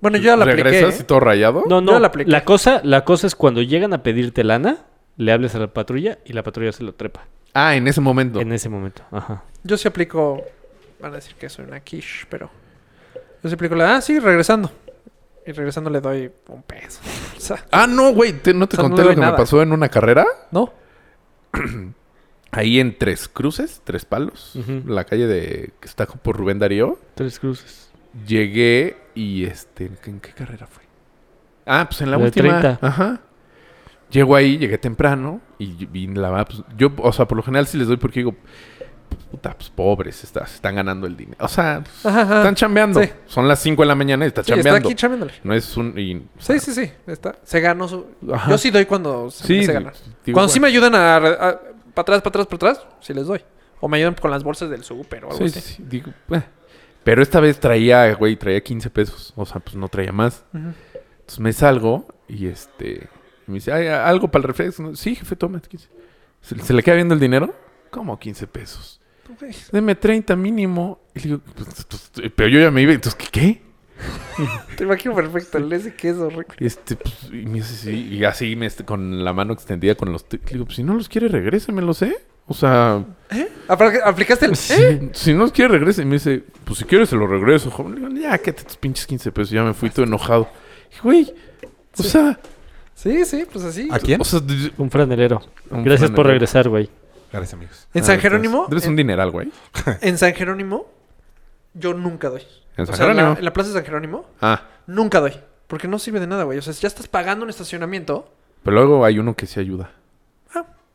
S5: Bueno, yo ya la apliqué.
S4: ¿Regresas
S5: ¿eh?
S4: y todo rayado?
S1: No, no,
S5: la
S1: la,
S5: apliqué.
S1: cosa, la cosa es cuando llegan a pedirte lana, le hables a la patrulla y la patrulla se lo trepa.
S4: Ah, en ese momento.
S1: En ese momento, ajá.
S5: Yo sí aplico. Van a decir que soy una quiche, pero. Yo sí aplico la. Ah, sí, regresando. Y regresando le doy un peso. O sea,
S4: Ah, no, güey. te- no te
S5: O sea, no
S4: conté
S5: doy
S4: lo que
S5: nada.
S4: me pasó en una carrera.
S5: no.
S4: Ahí en Tres Cruces, Tres Palos.
S1: Ujú.
S4: La calle de... Que está por Rubén Darío.
S1: Tres cruces.
S4: Llegué y este, ¿en qué carrera fue? Ah, pues en la,
S1: La de
S4: última.
S1: 30.
S4: Ajá. Llego ahí, llegué temprano y vi la va- pues, yo, o sea, por lo general sí les doy porque digo, puta, pues pobres, está- se están ganando el dinero. O sea, pues,
S5: Ajá, ajá.
S4: están chambeando.
S5: Ah, Sí.
S4: Son las 5 de la mañana y está
S5: Sí, está
S4: chambeando.
S5: aquí chambeándole.
S4: no es un y- o sea,
S5: Sí, sí, sí. Está. Se ganó su.
S4: Ajá.
S5: Yo sí doy cuando se,
S4: Sí,
S5: se gana.
S4: digo,
S5: cuando sí me
S4: bueno.
S5: ayudan a, para atrás, para atrás, para atrás, sí les doy. O me ayudan con las bolsas del súper o algo
S4: Sí,
S5: así.
S4: sí, digo, eh. Pero esta vez traía, güey, traía 15 pesos. O sea, pues no traía más.
S5: Ujú.
S4: Entonces me salgo y este. y me dice, "Ay, algo para el refresco. No, Sí, jefe, toma. 15". ¿Se, se le queda viendo el dinero? ¿Cómo 15 pesos?
S5: Güey.
S4: Deme 30 mínimo. Y le digo, "Pues, pues, pues, pero yo ya me iba. Entonces, ¿qué?
S5: Te imagino perfecto. El ese queso rico.
S4: qué? Este, pues, y me dice, "Sí". Y así me, este, con la mano extendida con los. tri- Le digo, pues si no los quiere, regrésemelos, ¿eh? O sea,
S5: Apl- ¿Aplicaste el.? ¿Eh?
S4: si no los quiere, regrese. Y me dice, pues si quieres, se los regreso, joven. Le digo, ya, quédate tus pinches 15 pesos. Ya me fui todo enojado. Y, güey, o sea.
S5: Sí, sí, pues así.
S6: ¿A quién?
S4: o sea,
S1: Un franelero.
S4: Un
S1: Gracias por
S4: franelero.
S1: regresar, güey.
S6: Gracias, amigos.
S5: En San Jerónimo. Eh,
S4: Debes
S5: en-
S4: un dineral, güey.
S5: En San Jerónimo, yo nunca doy.
S4: En San
S5: o sea, en la-
S4: Jerónimo.
S5: en la plaza de San Jerónimo,
S4: Ah,
S5: nunca doy. Porque no sirve de nada, güey. O sea, si ya estás pagando un estacionamiento,
S4: pero luego hay uno que sí ayuda.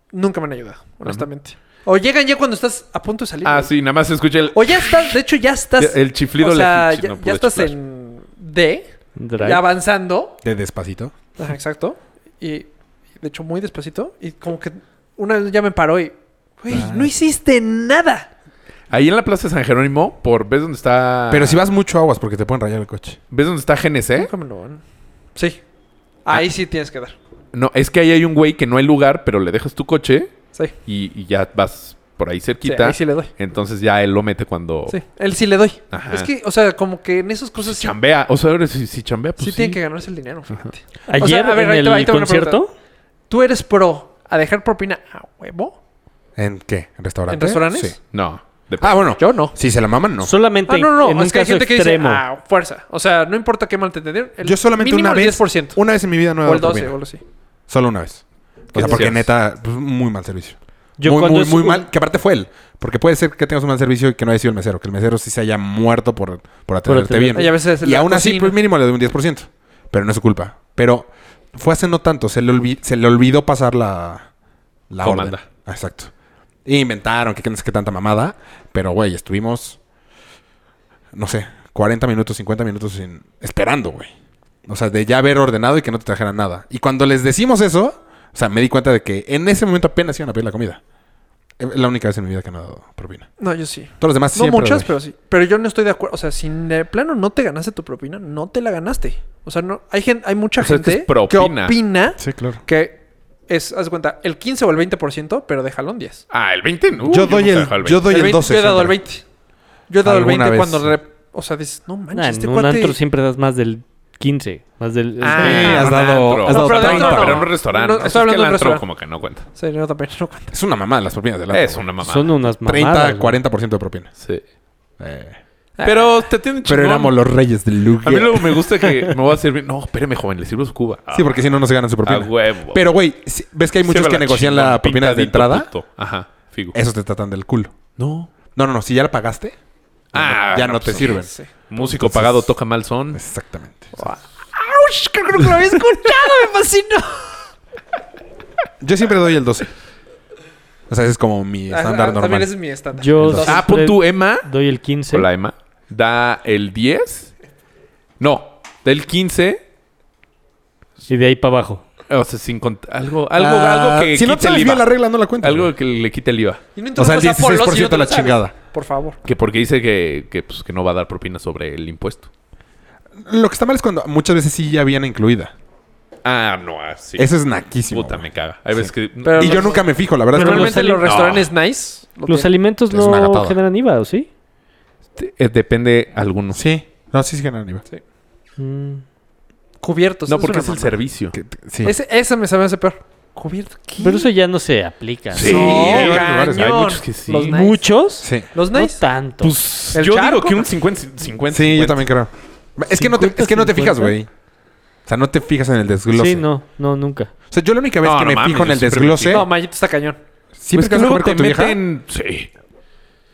S5: nunca me han ayudado, honestamente. O llegan ya cuando estás a punto de salir.
S4: Ah,
S5: güey.
S4: sí, nada más escuché el,
S5: O ya estás, de hecho, ya estás.
S4: el chiflido.
S5: o sea,
S4: lejichi-
S5: ya,
S4: no
S5: ya
S4: pude
S5: estás
S4: chiflar.
S5: en D,
S1: Drive.
S5: ya avanzando.
S6: De despacito.
S5: Ajá, exacto. Y y de hecho, muy despacito. Y como que una vez ya me paró y. Güey, no hiciste nada.
S4: Ahí en la Plaza de San Jerónimo, por ves dónde está.
S6: Pero si vas mucho aguas porque te pueden rayar el coche.
S4: ¿Ves dónde está GNC?
S5: Nunca me lo han- Sí. Ahí sí tienes que dar.
S4: No, es que ahí hay un güey que no hay lugar, pero le dejas tu coche
S5: Sí.
S4: y, y ya vas por ahí
S5: Sí,
S4: cerquita.
S5: ahí sí le doy.
S4: Entonces ya él lo mete cuando
S5: Sí, él sí le doy.
S4: Oh. Ajá.
S5: Es que, o sea, como que en esas cosas sí,
S4: chambea. O sea, ahora si, si chambea, pues.
S5: sí
S4: Sí,
S5: tiene que ganarse el dinero, fíjate.
S1: Ayer
S5: O sea, a ver,
S1: en
S5: ahí te va- ahí
S1: el
S5: te va una
S1: concierto,
S5: ¿Tú eres pro a dejar propina a huevo
S6: ¿En qué? ¿En restaurantes?
S5: en restaurantes?
S6: Sí.
S4: No. de-
S6: Ah, bueno.
S5: Yo no.
S6: Si se la maman, no.
S1: solamente
S5: Ah, no, no,
S1: en
S5: no.
S1: un
S5: Es que hay
S1: caso
S5: gente que dice,
S1: extremo.
S5: ah, fuerza. O sea, no importa qué mal te dieron. el
S6: Yo solamente
S5: mínimo
S6: una
S5: el
S6: vez.
S5: 10%.
S6: Una vez en mi vida no he
S5: o el
S6: dado
S5: 12, o
S6: propina.
S5: algo así.
S6: Solo una vez. O sea,
S4: Gracias.
S6: porque neta, pues, muy mal servicio.
S1: Yo
S6: muy,
S1: cuando
S6: muy,
S1: es
S6: muy
S1: un-
S6: mal. Que aparte fue él. Porque puede ser que tengas un mal servicio y que no haya sido el mesero. Que el mesero sí se haya muerto por, por atenderte
S1: atender-
S6: bien.
S5: Y a veces
S6: Y
S5: la
S6: aún así,
S5: cocina.
S6: pues mínimo le doy un 10%. Pero no es su culpa. Pero fue hace no tanto. Se le, olvi- se le olvidó pasar la, la
S4: Comanda.
S6: orden. Ah, Exacto. Y inventaron que no sé qué tanta mamada. Pero, güey, estuvimos, no sé, 40 minutos, 50 minutos sin- esperando, güey. O sea, de ya haber ordenado y que no te trajeran nada. Y cuando les decimos eso, o sea, me di cuenta de que en ese momento apenas iban a pedir la comida. Es la única vez en mi vida que no he dado propina.
S5: No, yo sí.
S6: Todos los demás
S5: No
S6: siempre
S5: muchas,
S6: doy.
S5: pero sí. Pero yo no estoy de acuerdo. O sea, si de plano no te ganaste tu propina, no te la ganaste. O sea, no, hay, gen- hay mucha
S4: O sea, este es
S5: gente
S4: que es propina.
S5: opina
S6: Sí, claro.
S5: que es, haz de cuenta, el 15 o el 20%, pero de jalón 10.
S4: Ah, el 20 no.
S6: yo doy
S4: nunca
S6: el,
S4: dejo al
S6: yo
S4: 20.
S6: doy el
S5: 20,
S6: 12.
S5: Yo he dado el
S6: siempre.
S5: 20. Yo he dado el
S6: Alguna
S5: 20
S6: vez.
S5: cuando... re- O sea, dices, no manches,
S1: Nah, en
S5: este
S1: un
S5: cuate...
S1: antro siempre das más del 15, más del... este,
S5: Ah,
S1: es que-
S6: Sí, has
S4: un
S6: dado-
S4: antro.
S6: has
S5: No, dado pero de
S4: 30,
S5: antro no.
S4: pero en un restaurante.
S5: No,
S4: o
S5: estoy
S4: sea, es que
S5: hablando
S4: el
S5: de un
S4: antro
S5: restaurante.
S4: como que no cuenta.
S5: Sí, no, también no cuenta.
S6: Es una mamada las propinas del antro,
S4: Es
S6: güey.
S4: una mamada.
S1: Son unas mamadas.
S6: 30,
S1: güey.
S6: 40% de propinas.
S4: Sí.
S6: Eh,
S5: Ah.
S4: Pero te tienen chingón.
S6: Pero éramos los reyes del
S4: A mí
S6: lugar.
S4: luego me gusta que me voy a servir. No, espéreme, joven, le sirvo su cuba.
S6: Sí, porque si no, no se ganan su
S4: Ah. A
S6: propina.
S4: huevo.
S6: Pero, güey, si- ¿ves que hay muchos que
S4: Sírvela
S6: negocian
S4: chingón,
S6: la propina de
S4: pintadito,
S6: entrada?
S4: puto. Ajá, figo.
S6: Esos te tratan del culo.
S4: No.
S6: No, no, no. Si ya la pagaste,
S4: Ah,
S6: ya no, te
S4: pues,
S6: sirven.
S5: Sí.
S4: Músico pagado toca mal son.
S6: pues,
S4: Ah,
S6: Exactamente.
S5: ¡Auch! Creo que nunca lo había escuchado, me fascinó.
S6: Yo siempre doy el 12. O sea, ese es como mi estándar
S5: Ah, También
S6: normal.
S5: ese es mi estándar.
S1: Yo
S5: Entonces,
S4: Ah, pon
S6: pues,
S4: tú, Emma.
S1: Doy el 15.
S4: Hola, Emma. Da el 10. No, del 15.
S1: Y de ahí para abajo.
S4: O sea, sin contar. Algo, algo, algo que
S6: Ah, si no
S4: quite
S6: sabes
S4: el IVA.
S6: bien la regla, no la cuentas.
S4: Algo que le quite el IVA.
S5: y no
S6: O sea, el
S5: introduces a Polo si no
S6: 16%
S5: te lo
S6: a la
S5: sabes.
S6: chingada.
S5: Por favor.
S4: Que porque dice que, que, pues, que no va a dar propina sobre el impuesto.
S6: Lo que está mal es cuando muchas veces sí ya viene incluida.
S4: Ah, no, así.
S6: Eso es naquísimo.
S4: Puta,
S6: güey.
S4: me caga. Hay veces que.
S5: Pero-
S6: Y yo nunca me fijo, la verdad. es que
S5: Normalmente
S1: los
S5: los
S1: ali-
S5: restaurantes nice... lo
S1: Los
S5: tienen.
S1: alimentos
S6: Es una
S1: no
S6: gatada.
S1: generan IVA, ¿o sí?
S4: Eh, depende algunos.
S6: Sí. No, sí, sí generan IVA.
S1: Mm.
S5: Cubiertos.
S4: No,
S5: es
S4: porque
S5: una
S4: es el
S5: mamada.
S4: servicio.
S6: Que- que- Sí.
S5: Ese, ese me sabe hace peor. ¿Cubierto qué?
S1: Pero eso ya no se aplica.
S4: Sí,
S5: No,
S4: hay varios
S5: cañón.
S4: lugares. Hay muchos que sí.
S5: Los nice.
S1: ¿Muchos?
S6: Sí.
S5: Los
S1: No
S5: nice.
S1: tanto.
S4: Pues
S5: ¿El
S4: yo
S5: charco?
S4: digo que un 50 50
S6: Sí, yo también creo. Es que no te,
S1: 50,
S6: es que no te fijas,
S1: 50.
S6: güey. O sea, no te fijas en el desglose.
S1: sí, no, no, nunca.
S6: O sea, yo la única vez
S4: No,
S6: que
S4: no
S6: me
S4: mames,
S6: fijo en
S4: yo
S6: el
S4: siempre me
S6: desglose.
S5: No, Mayito está cañón.
S4: Pues
S6: Siempre
S4: que
S6: que vas a comer
S4: luego te
S6: con tu vieja.
S4: meten... Sí.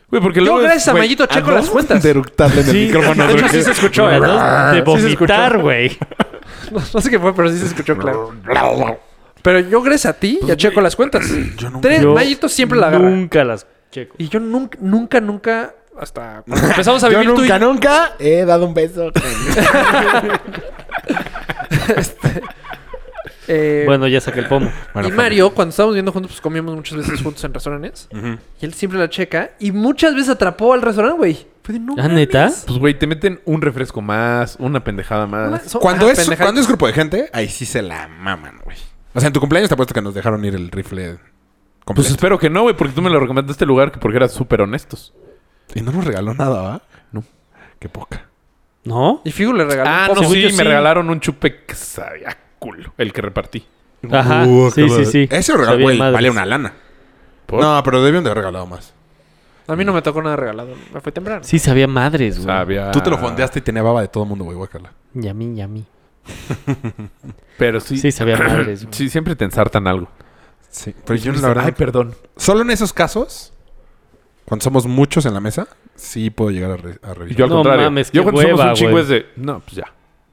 S4: Güey, porque
S5: Yo
S4: luego...
S5: gracias a
S4: güey,
S5: Mayito checo
S4: dos
S5: las cuentas.
S4: de eructarle en el
S1: Sí.
S4: micrófono.
S5: De hecho,
S4: güey.
S5: sí se
S6: Ah,
S5: escuchó, ¿eh?
S1: Las dos de vomitar, güey.
S5: No, no sé qué fue, pero sí se escuchó claro. Pero yo gracias a ti ya checo las cuentas. Yo nunca. Tres,
S1: Yo
S5: Mayito siempre la agarra.
S1: Nunca las checo.
S5: Y yo nunca, nunca, nunca... Hasta cuando empezamos a
S6: Yo
S5: vivir tú y-
S6: nunca, nunca he dado un beso.
S5: eh,
S1: Bueno, ya saqué el pomo.
S6: Bueno,
S5: y Mario, cuando estábamos viendo juntos, pues comíamos muchas veces juntos en restaurantes. Y él siempre la checa. Y muchas veces atrapó al restaurante, güey. Fue de, no
S1: ¿Ah, neta?
S5: mames.
S4: Pues, güey, te meten un refresco más, una pendejada
S5: Una-
S4: más.
S5: son-
S6: Cuando
S5: ajá,
S6: es,
S5: pendejadas.
S6: cuando es grupo de gente, ahí sí se la maman, güey. O sea, en tu cumpleaños te apuesto que nos dejaron ir el rifle
S4: Pues
S6: completo.
S4: espero que no, güey, porque tú me lo recomendaste el lugar que porque eras súper honestos.
S6: y no nos regaló nada, ¿va?
S4: No.
S6: Qué poca.
S1: ¿No?
S5: Y Figu le regaló.
S4: Ah,
S5: un
S4: no,
S5: poco.
S1: según
S4: sí,
S1: yo
S4: me
S1: sí.
S4: regalaron un chupe que sabía a culo. El que repartí.
S1: Ajá.
S6: Uh,
S1: sí, sí,
S6: cabrón.
S1: sí.
S6: Ese regalo,
S1: Sabía
S6: güey,
S1: madres.
S6: vale una lana.
S4: ¿Por?
S6: No, pero debieron de haber regalado más.
S5: A mí no me tocó nada regalado. Me fue temprano.
S1: Sí, sabía madres, güey.
S4: Sabía...
S6: Tú te lo fondeaste y tenía baba de todo el mundo, güey, guácala.
S1: Yami, yami.
S4: Pero sí...
S1: Sí, sabía madres, güey.
S4: Sí, siempre te ensartan algo.
S6: Sí. Pero Pues yo,
S4: Dices,
S6: la verdad,
S4: Ay, perdón.
S6: solo en esos casos, cuando somos muchos en la mesa, sí puedo llegar a, re- a revisar.
S4: Yo al
S1: No
S4: contrario.
S1: mames, qué
S4: yo cuando somos
S1: hueva,
S4: un chingo
S1: güey.
S4: es de... No, pues ya.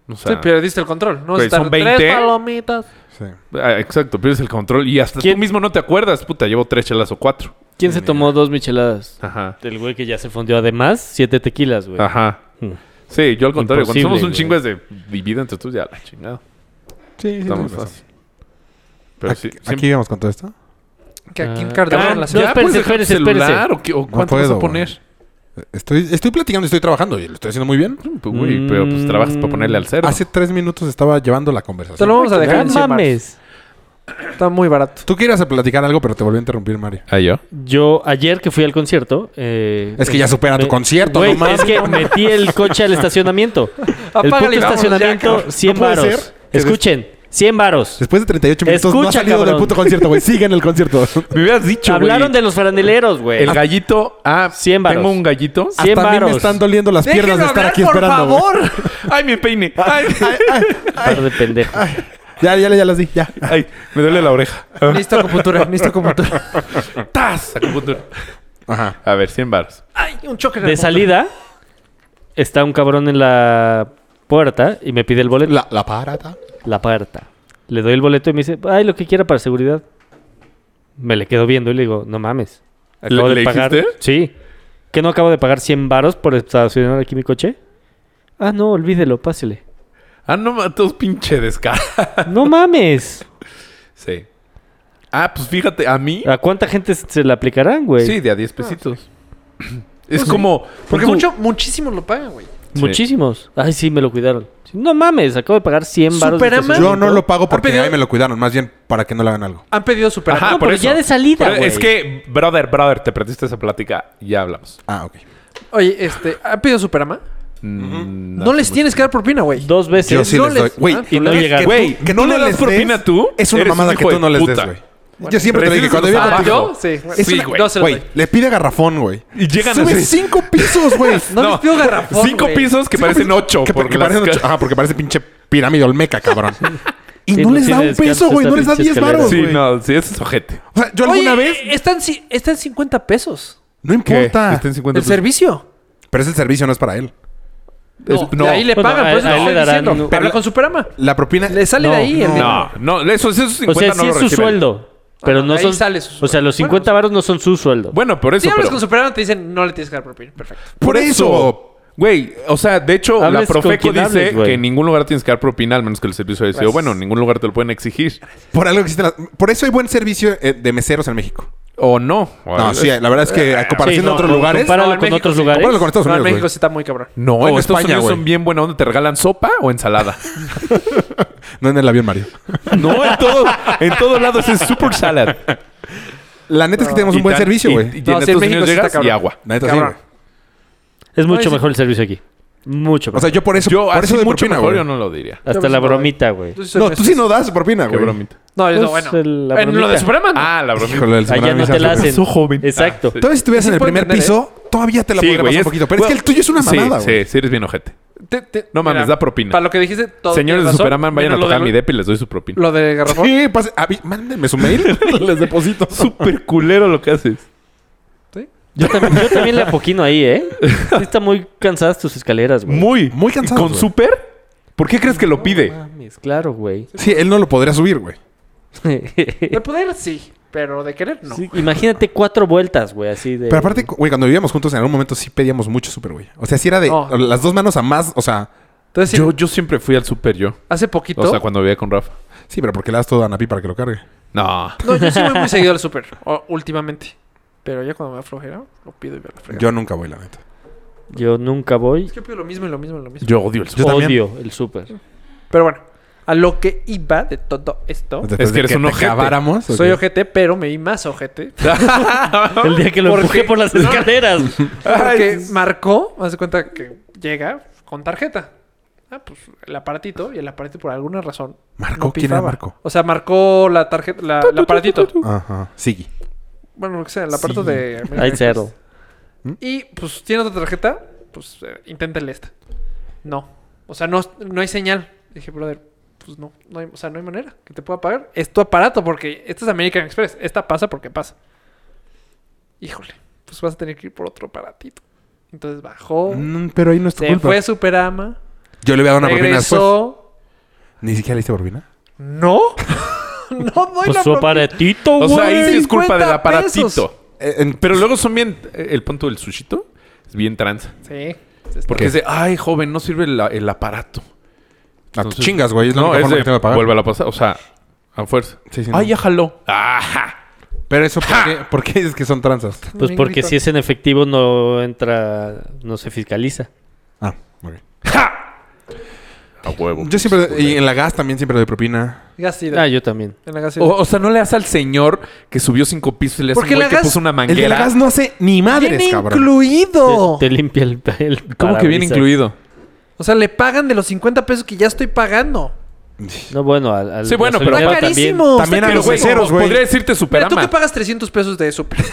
S4: O sea,
S5: Sí, perdiste el control. No
S4: güey,
S5: estar
S4: son
S5: tres
S4: 20.
S5: palomitas.
S6: Sí.
S4: ah, exacto, pierdes el control y hasta
S1: ¿Quién-
S4: tú mismo no te acuerdas. Puta, llevo tres chelas o cuatro.
S1: ¿Quién se tomó dos micheladas?
S4: Ajá.
S1: El güey que ya se fundió además, siete tequilas, güey.
S4: Ajá.
S1: Mm.
S4: Sí, yo al contrario. Cuando
S1: Imposible,
S4: somos un
S1: güey.
S4: chingo es de dividido entre tú, ya la chingada.
S6: Sí, sí,
S4: Está muy
S6: tienes razón.
S4: fácil. Pero
S6: aquí,
S4: sí,
S6: aquí
S4: siempre-
S6: íbamos con todo esto.
S5: Que aquí en
S1: Ah,
S5: Cardona
S1: cabrón,
S5: la
S1: no,
S5: ciudad.
S1: espérate,
S4: puedes dejar tu
S1: espérese, espérese.
S4: celular o, qué- o cuánto vas
S6: puedo,
S4: a poner?
S6: Estoy, estoy platicando y estoy trabajando y lo estoy haciendo muy bien.
S4: Güey, pero pues trabajas para ponerle al cero.
S6: Hace tres minutos estaba llevando la
S5: Te
S6: conversación.
S5: lo vamos a dejar
S1: No
S5: en 100 baros.
S1: mames.
S5: Está muy barato.
S6: Tú querías platicar algo, pero te volvió a interrumpir, Mario.
S4: ¿Ah, yo?
S1: Yo ayer que fui al concierto... eh,
S6: Es que ya supera tu
S1: me-
S6: concierto,
S1: Güey,
S6: no mames.
S1: es que metí el coche al estacionamiento. el
S5: Apágale,
S1: puto
S5: vámonos ya,
S1: estacionamiento,
S5: cabrón.
S1: 100
S6: No puede
S1: varos.
S6: ser que des-
S1: Escuchen, 100 varos.
S6: Después de 38 minutos no ha
S1: Escucha,
S6: salido
S1: cabrón.
S6: del puto concierto, güey. Sigue en el concierto.
S4: Me hubieras dicho,
S1: Hablaron de los farandileros, güey.
S4: El gallito. Ah,
S1: Cien varos.
S4: tengo un gallito.
S1: Ah, 100
S6: Hasta a mí me
S1: varos.
S6: están doliendo las piernas de estar aquí esperando. güey.
S4: ¡Ay, mi peine! ¡Ay!
S1: Par de pendejos.
S6: Ah, Ya, ya, ya las di, ya.
S4: ay, me duele la oreja.
S5: Necesito acupuntura, necesito acupuntura.
S4: ¡Tas! Acupuntura.
S6: Ajá.
S4: A ver, 100 baros.
S5: Ay, un choque en el
S1: De
S5: motor.
S1: salida, está un cabrón en la puerta y me pide el boleto.
S6: La, la parada.
S1: La puerta. Le doy el boleto y me dice, ay, lo que quiera para seguridad. Me le quedo viendo y le digo, no mames. Acabo
S4: ¿Le-
S1: de
S4: le
S1: pagar.
S4: dijiste?
S1: Sí. ¿Que no acabo de pagar 100 varos por estacionar aquí mi coche? Ah, no, olvídelo, pásele.
S4: Ah, no, ma- todos pinche descaro.
S1: No mames.
S4: Sí. Ah, pues fíjate, a mí.
S1: ¿A cuánta gente se la aplicarán, güey?
S4: Sí, de a 10 pesitos. Es como.
S5: Porque
S4: tú-
S5: mucho, muchísimos lo pagan, güey.
S4: Sí.
S1: Muchísimos. Ay, sí, me lo cuidaron. Sí, No mames, acabo de pagar 100 varos. de
S5: Superama.
S1: estacionamiento.
S6: Yo no lo pago porque
S5: pedido-
S6: ahí me lo cuidaron. Más bien para que no le hagan algo.
S5: Han pedido super.
S4: Ajá,
S1: No,
S4: por
S1: pero
S4: eso.
S1: ya de salida,
S4: Pero Es
S1: güey.
S4: que, brother, brother, te perdiste esa plática. Ya hablamos.
S6: Ah, ok.
S5: Oye, este, ¿han pedido Superama?
S4: Mm,
S5: No,
S4: hace
S5: les
S4: mucho
S5: tienes que dar propina, güey.
S1: Dos veces.
S6: Yo sí
S5: No
S6: les
S5: les-
S6: doy. Güey,
S5: Ah,
S1: y no
S6: que-
S1: llegaron.
S6: que
S4: Güey,
S6: tú- que no
S4: ¿no
S6: les
S4: les propina
S6: des
S4: tú?
S6: Es una
S4: Eres un
S6: mamada que
S4: hijo
S6: tú
S4: de
S6: no les des,
S4: puta.
S6: güey. Yo siempre te lo dije.
S4: Recibes
S6: Cuando
S4: unos
S6: iba
S5: Ah,
S6: contigo-
S5: ¿yo? Sí.
S4: Sí, güey.
S5: No se los
S6: Güey,
S5: doy.
S6: le pide garrafón, güey.
S4: Y llegan
S6: Sube
S4: así.
S6: cinco pisos, güey.
S5: No, les pido garrafón,
S4: Cinco
S5: güey.
S4: pisos que parecen ocho.
S6: Que,
S4: por
S6: porque
S4: las
S6: parece,
S4: ca-
S6: ajá, porque parece pinche pirámide olmeca, cabrón. Y
S1: Sí,
S6: no
S1: no
S6: les da
S1: tiene
S6: un peso,
S1: descanso
S6: güey.
S1: esta
S6: No les da
S1: pinche
S6: 10
S1: escalera.
S6: varos,
S4: Sí,
S6: Ah, güey.
S4: no, sí, es ojete.
S6: O sea, yo alguna
S5: Oye,
S6: vez...
S5: Están, ci- están 50 pesos.
S6: No importa.
S4: Está en 50
S5: El
S4: pesos.
S5: servicio.
S6: Pero ese servicio no es para él.
S5: No,
S4: no.
S5: de ahí le
S1: Bueno,
S5: pagan,
S1: a-
S5: por eso
S1: a
S5: te
S1: él
S5: estoy
S1: le darán
S5: diciendo.
S1: un-
S5: Habla con Superama.
S6: La propina...
S5: Le sale de ahí el dinero.
S4: No, no, eso, esos 50
S1: O sea,
S4: no
S1: sí
S4: lo
S1: es su
S4: reciben.
S1: sueldo. Pero
S5: Ah,
S1: no
S5: ahí
S1: son.
S5: sale su
S1: O sea,
S5: sueldo.
S1: los 50 varos no son su sueldo.
S4: Bueno, por eso.
S5: Si hablas
S4: pero-
S5: con Superama, te dicen no le tienes que dar propina. Perfecto.
S4: Por eso. Güey, o sea, de hecho,
S1: Hables
S4: la
S1: con
S4: Profeco
S1: quien
S4: dice
S1: hables, güey.
S4: que en ningún lugar tienes que dar propina, al menos que el servicio haya sido bueno. En ningún lugar te lo pueden exigir.
S6: Por algo existen las- Por eso hay buen servicio eh, de meseros en México.
S4: O Eh, no.
S6: No, sí, la verdad es que a comparación
S1: Sí, no,
S6: de otros
S1: co-
S6: lugares...
S1: compáralo
S5: No, en
S1: con
S5: México
S1: otros
S5: sí.
S1: lugares.
S6: Compáralo con Estados
S5: No, en
S6: Unidos,
S5: México
S6: güey.
S5: sí está muy cabrón.
S4: No,
S6: O
S4: en
S6: España,
S4: Estados Unidos
S6: güey.
S4: son bien buena onda. Te regalan sopa o ensalada.
S6: No en el avión, Mario.
S4: no, en todo, en todo lado es super salad.
S6: La neta es que tenemos
S4: Y
S6: un buen
S4: tan-
S6: servicio,
S4: y-
S6: güey.
S4: Y, en
S5: No, sí, en
S4: Estados
S5: México
S4: Unidos
S5: sí está
S4: llegas y
S5: cabrón.
S4: agua.
S6: La neta sí,
S5: Cabrón.
S6: güey.
S1: Es mucho
S5: Ay, sí.
S1: mejor el servicio aquí. Mucho
S6: O
S1: mejor.
S6: sea, yo por eso...
S4: Yo,
S6: por
S4: así
S6: eso de
S4: mucho
S6: propina,
S4: mejor,
S6: güey.
S4: yo no lo diría.
S1: Hasta
S5: pues,
S1: la
S5: no.
S1: bromita, güey.
S5: Tú sí
S6: No,
S5: soy
S6: tú sí
S5: honesto.
S6: no das propina,
S4: Qué
S6: güey.
S4: bromita.
S5: No, yo no,
S1: Pues,
S5: bueno.
S1: el- la
S5: En lo de
S1: bromita.
S5: Superama. no.
S4: Ah, la bromita.
S6: Híjole, el
S1: Allá
S6: Superama
S1: no
S6: me
S1: te
S6: hizo
S1: la
S6: hacer-
S1: hacen.
S4: Soy joven.
S1: Exacto.
S4: Ah, sí. ¿eh?
S6: Todavía si estuvieras
S5: Sí
S6: en el
S5: puedo
S6: primer
S5: entender,
S6: piso, todavía te la podría pasar
S4: es-
S6: un poquito. Pero es que
S4: bueno,
S6: el tuyo es una
S4: sí,
S6: mamada, güey.
S4: Sí, sí, eres bien ojete.
S5: Te- te-
S4: No mames,
S5: mira,
S4: da propina.
S5: Para lo que dijiste, todo
S4: Señores
S5: tienes
S4: de
S5: razón,
S4: Superman, vayan a
S5: menos lo
S4: tocar
S5: de-
S4: mi depa y les doy su propina.
S5: Lo de Garrafón.
S6: Sí, pase- avi- mándenme su mail. Les deposito.
S4: Súper culero lo que haces.
S1: Yo también, yo también le apoquino ahí, ¿eh? Sí está muy cansadas tus escaleras, güey.
S4: Muy.
S6: Muy cansado,
S4: ¿Con
S6: güey.
S4: súper? ¿Por qué crees que lo pide?
S1: Mames, claro, güey.
S6: Sí, él no lo podría subir, güey.
S5: De poder, sí. Pero de querer, no.
S1: Sí, imagínate cuatro vueltas, güey, así de.
S6: Pero aparte, güey, cuando vivíamos juntos, en algún momento sí pedíamos mucho súper, güey. O sea, sí era de
S5: No.
S6: las dos manos a más. O sea,
S5: Entonces,
S4: Yo, yo siempre fui al súper yo.
S5: hace poquito.
S4: O sea, cuando vivía con Rafa.
S6: sí, pero porque le das todo a Napi para que lo cargue.
S4: No.
S5: No, yo sí voy muy seguido al súper, o- últimamente. Pero ya cuando me da flojera, lo pido y veo la fregada.
S6: Yo nunca voy, la neta.
S1: Yo nunca voy.
S5: Es que pido lo mismo y lo mismo y lo mismo.
S4: Yo odio el
S6: Yo
S4: súper.
S6: también.
S1: Odio el súper.
S5: Pero bueno, a lo que iba de todo esto.
S6: Después
S4: que
S6: de
S4: eres un
S6: te
S4: ojete.
S6: acabáramos, ¿o
S5: Soy
S6: qué?
S5: ojete, pero me vi más ojete.
S1: El día que lo
S5: ¿Por
S1: empujé
S5: qué?
S1: por las escaleras.
S5: Porque marcó, haz de cuenta que llega con tarjeta. Ah, pues el aparatito, y el aparatito por alguna razón.
S6: ¿Marcó?
S5: no
S6: ¿Quién era
S5: pifaba.
S6: Marco?
S5: O sea, marcó la tarjeta, la, el aparatito.
S6: Ajá. Sigui.
S5: Bueno, lo que sea, el aparato
S6: Sí.
S5: de. American
S1: Ay,
S5: Express.
S1: cero.
S5: Y pues tiene otra tarjeta, pues eh, inténtale esta. No. O sea, no, no hay señal. Dije, brother, pues no, no hay, o sea, no hay manera que te pueda pagar. Es tu aparato porque esta es American Express. Esta pasa porque pasa. Híjole, pues vas a tener que ir por otro aparatito. Entonces bajó,
S6: Mm, pero ahí no es tu
S5: se
S6: culpa.
S5: fue a Superama,
S6: Yo le voy a dar una propina pues. después.
S5: regresó.
S6: Ni siquiera le hice propina.
S5: ¿No? no doy
S1: Pues
S5: la
S1: su
S5: propina.
S1: aparatito,
S4: O
S1: güey.
S4: sea, ahí sí es culpa
S5: 50
S4: del aparatito.
S5: pesos.
S4: Eh, en- pero luego son bien. eh, El punto del sushito es bien tranza.
S5: Sí.
S4: Porque es de, ay, joven, no sirve el, el aparato.
S6: A tus
S4: Entonces-
S6: Ah, chingas, güey. Es la
S4: no,
S6: única
S4: es
S6: forma
S4: de,
S6: que tengo de pagar.
S4: vuelve a la pasada. O sea, a fuerza.
S6: Sí, sí,
S4: ay,
S6: no.
S4: ya jaló. Ajá.
S6: Pero eso, ¿por qué, ¿por qué dices que son tranzas?
S1: Pues porque si es en efectivo no entra, no se fiscaliza.
S6: Ah, ok.
S4: A huevo.
S6: Yo siempre... Y en la gas también siempre doy propina.
S1: Ah, yo también.
S5: En la gasolina.
S4: O,
S6: Oh,
S4: o sea, no le das al señor que subió cinco pisos y le hace un
S5: Porque
S4: güey
S5: la
S4: que
S5: gas-
S4: puso una
S6: El de la
S4: manguera.
S6: gas no hace ni madres,
S5: Viene
S6: cabrón.
S5: incluido.
S1: Te, te limpia el, el
S4: ¿Cómo que viene
S1: parabrisas.
S4: incluido?
S5: O sea, le pagan de los 50 pesos que ya estoy pagando.
S1: No, bueno, al, al
S4: Sí, bueno, pero-
S1: gasolinero
S5: Está
S1: también.
S5: carísimo.
S6: también
S5: está
S6: a
S5: carísimo.
S6: los
S4: güey,
S6: meseros, güey.
S4: Podría decirte
S5: Mira, tú que
S4: superama.
S5: pagas 300 pesos de súper.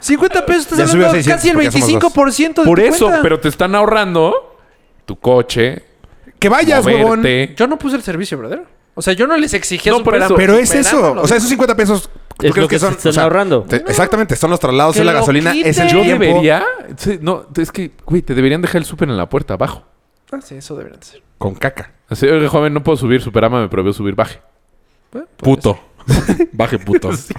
S5: 50 pesos estás
S6: Ya subió a
S5: hablando
S6: 600
S5: casi el
S6: porque somos
S5: 25%
S6: dos.
S5: de
S4: Por
S5: tu
S4: eso,
S5: cuenta.
S4: pero te están ahorrando tu coche,
S6: Que vayas, huevón.
S4: moverte.
S5: Yo no puse el servicio, brother. O sea, yo no les exigía
S4: No, por
S5: Superama.
S4: eso.
S6: Pero es eso.
S5: Superama,
S6: O sea, esos 50 pesos... ¿tú
S1: Es lo que se están ahorrando.
S6: te- exactamente. Son los traslados,
S5: Que
S6: es la
S5: lo
S6: gasolina, es el
S5: quiten.
S4: Yo
S6: tiempo.
S4: debería. sí, no, es que, güey, te deberían dejar el súper en la puerta abajo.
S5: Ah, sí, eso deberían ser.
S6: Con caca.
S4: Así, oye, joven, no puedo subir, Superama me prohibió subir, baje.
S5: Bueno, podría
S6: Puto. Baje puto. sí,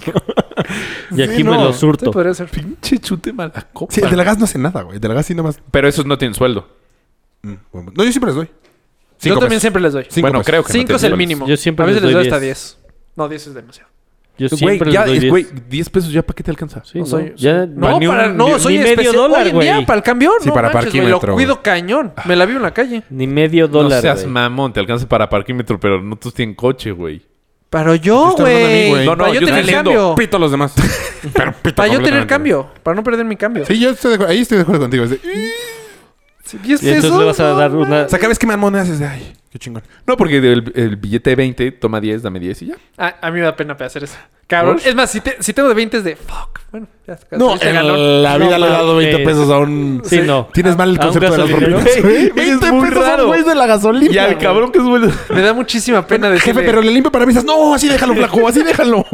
S1: Y aquí me
S4: no.
S1: lo
S5: ser. Sí, pues,
S1: surto.
S5: podría ser.
S4: Pinche chute mala copa.
S6: el de la gas no hace nada, güey. El de la gas sí nomás...
S4: Pero esos no tienen sueldo.
S6: Mm, bueno. No, yo siempre les doy.
S5: Yo
S6: Cinco
S5: también
S6: pesos.
S5: siempre les doy.
S6: Cinco
S4: bueno,
S6: pesos.
S4: creo que no
S5: 5
S4: tienen
S5: es el
S4: sueldo.
S5: mínimo.
S1: Yo siempre
S5: A veces
S1: les
S5: les
S1: doy
S5: doy hasta
S1: 10.
S5: 10. No, 10 es demasiado.
S1: Yo
S4: Güey,
S1: siempre
S4: ya,
S1: les doy
S4: es-
S1: 10.
S4: güey, 10 pesos ya para qué te alcanza.
S1: Sí,
S5: No
S1: ¿no?
S5: soy-
S1: Ya-
S5: No,
S1: ni un-
S5: para, no,
S1: ni-
S5: soy
S1: ni
S5: especial.
S1: medio dólar,
S5: Hoy en
S1: güey.
S5: día, para el camión.
S6: Sí,
S5: no
S6: para
S5: manches, güey,
S6: parquímetro,
S5: Lo
S6: güey.
S5: cuido cañón. Me la vi en la calle.
S1: Ni medio
S4: No
S1: dólar.
S4: seas
S1: güey.
S4: mamón, te alcanza para parquímetro, pero no todos tienen coche, güey.
S5: Pero yo,
S6: Yo estoy hablando de mí,
S5: güey.
S6: güey.
S4: No, no,
S5: para yo,
S4: yo
S5: tener
S4: estoy diciendo,
S5: cambio.
S6: Pito a los demás. Pero pito
S5: Para yo tener
S6: completamente.
S5: cambio. Para no perder mi cambio.
S6: Sí, yo estoy de acuerdo. Ahí estoy de acuerdo contigo. Es de, "Mm".
S5: Si es
S1: Y entonces
S5: eso,
S1: le vas a
S5: no,
S1: dar
S5: no.
S1: una...
S6: O sea, cada vez que me dan monedas es de, ay, qué chingón.
S4: No, porque el, el billete de 20, toma 10, dame 10 y ya.
S5: Ah, a mí me da pena pe, hacer eso. Cabrón.
S4: Ush.
S5: Es más, si, te- si tengo de 20 es de fuck. Bueno, ya está.
S6: No,
S5: Soy
S6: en
S5: regalón.
S6: la vida le he dado 20
S1: eh,
S6: pesos a un...
S1: Sí, no.
S6: Tienes mal el
S1: ¿A un
S6: concepto de las
S1: gasolinero?
S6: propinas. güey.
S4: Es muy raro.
S6: de la gasolina.
S4: Y al
S6: güey.
S4: cabrón que es bueno.
S5: Me da muchísima pena decirle.
S6: Jefe, pero le limpio parabrisas. No, así déjalo, flaco, así déjalo.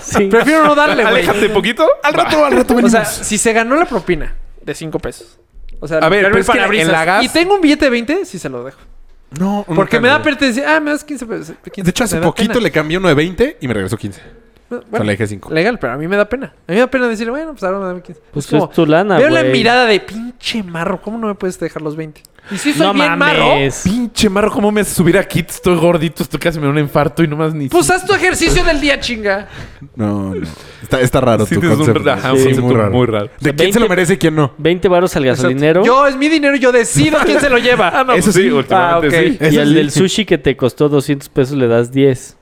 S1: Sí.
S5: Prefiero no darle, güey.
S4: Aléjate poquito.
S6: Al rato, al rato
S5: O
S6: venimos.
S5: sea, si se ganó la propina de 5 pesos. O sea,
S4: A ver,
S5: limpiarme
S4: pero es que en
S5: parabrisas
S4: la gas-
S5: Y tengo un billete de 20, sí se lo dejo.
S6: no, nunca,
S5: Porque me da
S6: güey.
S5: pena decir, ah, me das 15 pesos. 15,
S6: De hecho, hace
S5: me da
S6: poquito
S5: pena.
S6: le cambié uno de 20 y me regresó 15.
S5: Bueno,
S6: o sea, le dejé 5.
S5: Legal, pero a mí me da pena. A mí me da pena decirle, bueno, pues ahora me da 15.
S1: Pues es tu lana,
S5: Veo la
S1: güey.
S5: mirada de pinche marro. ¿Cómo no me puedes dejar los 20? Y si soy
S1: No
S5: bien marro.
S1: mames.
S4: Pinche marro, ¿cómo me haces subir aquí? Estoy gordito, estoy casi me da un infarto y nomás ni.
S5: Pues haz tu ejercicio del día, chinga.
S6: No, no. Está, está raro
S4: Sí,
S6: tu
S4: tienes un
S6: concepto.
S4: ra- ajá, un concepto muy raro.
S6: ¿De quién se
S1: 20
S6: lo merece y quién no?
S1: 20 varos al gasolinero.
S5: Yo, es mi dinero y yo decido quién se lo lleva. Ah, no,
S4: Eso
S5: pues-
S4: sí, últimamente
S5: Ah, ok.
S4: sí.
S1: Y
S6: Eso
S1: al
S6: sí.
S1: del sushi que te costó 200 pesos le das 10.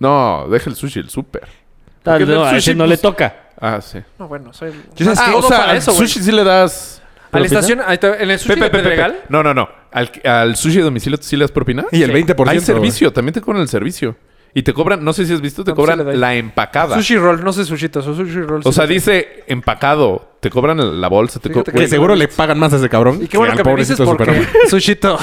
S4: No, deja el sushi, el súper.
S1: Ah,
S4: Porque el
S1: no, a
S4: sushi,
S1: ese no
S4: pues-
S1: le toca.
S4: Ah, sí.
S5: No, bueno, soy.
S6: Yo sabes
S5: Ah,
S6: que-
S5: todo
S4: o sea,
S5: para
S4: al
S5: eso, güey.
S4: sushi sí le das.
S5: A la
S1: ¿Propina?
S5: estación, ahí está, en el sushi de Pedregal.
S4: No, no, no. Al, al sushi de domicilio sí le das propina.
S6: Y el 20%.
S4: Hay servicio, también te cobran el servicio. Y te cobran, no sé si has visto, te
S5: No, pues, se le
S4: cobran
S5: doy.
S4: la empacada.
S5: Sushi roll, no sé sushitos, o sushi roll.
S4: Pues O
S5: sí.
S4: sea, dice empacado. Te cobran la bolsa, te
S5: Fíjate
S4: cobran.
S5: que-
S6: Que seguro le pagan más a ese cabrón.
S5: y qué bueno
S6: al
S5: que me dices
S6: pobrecito
S5: porque
S6: superhombre.
S5: sushito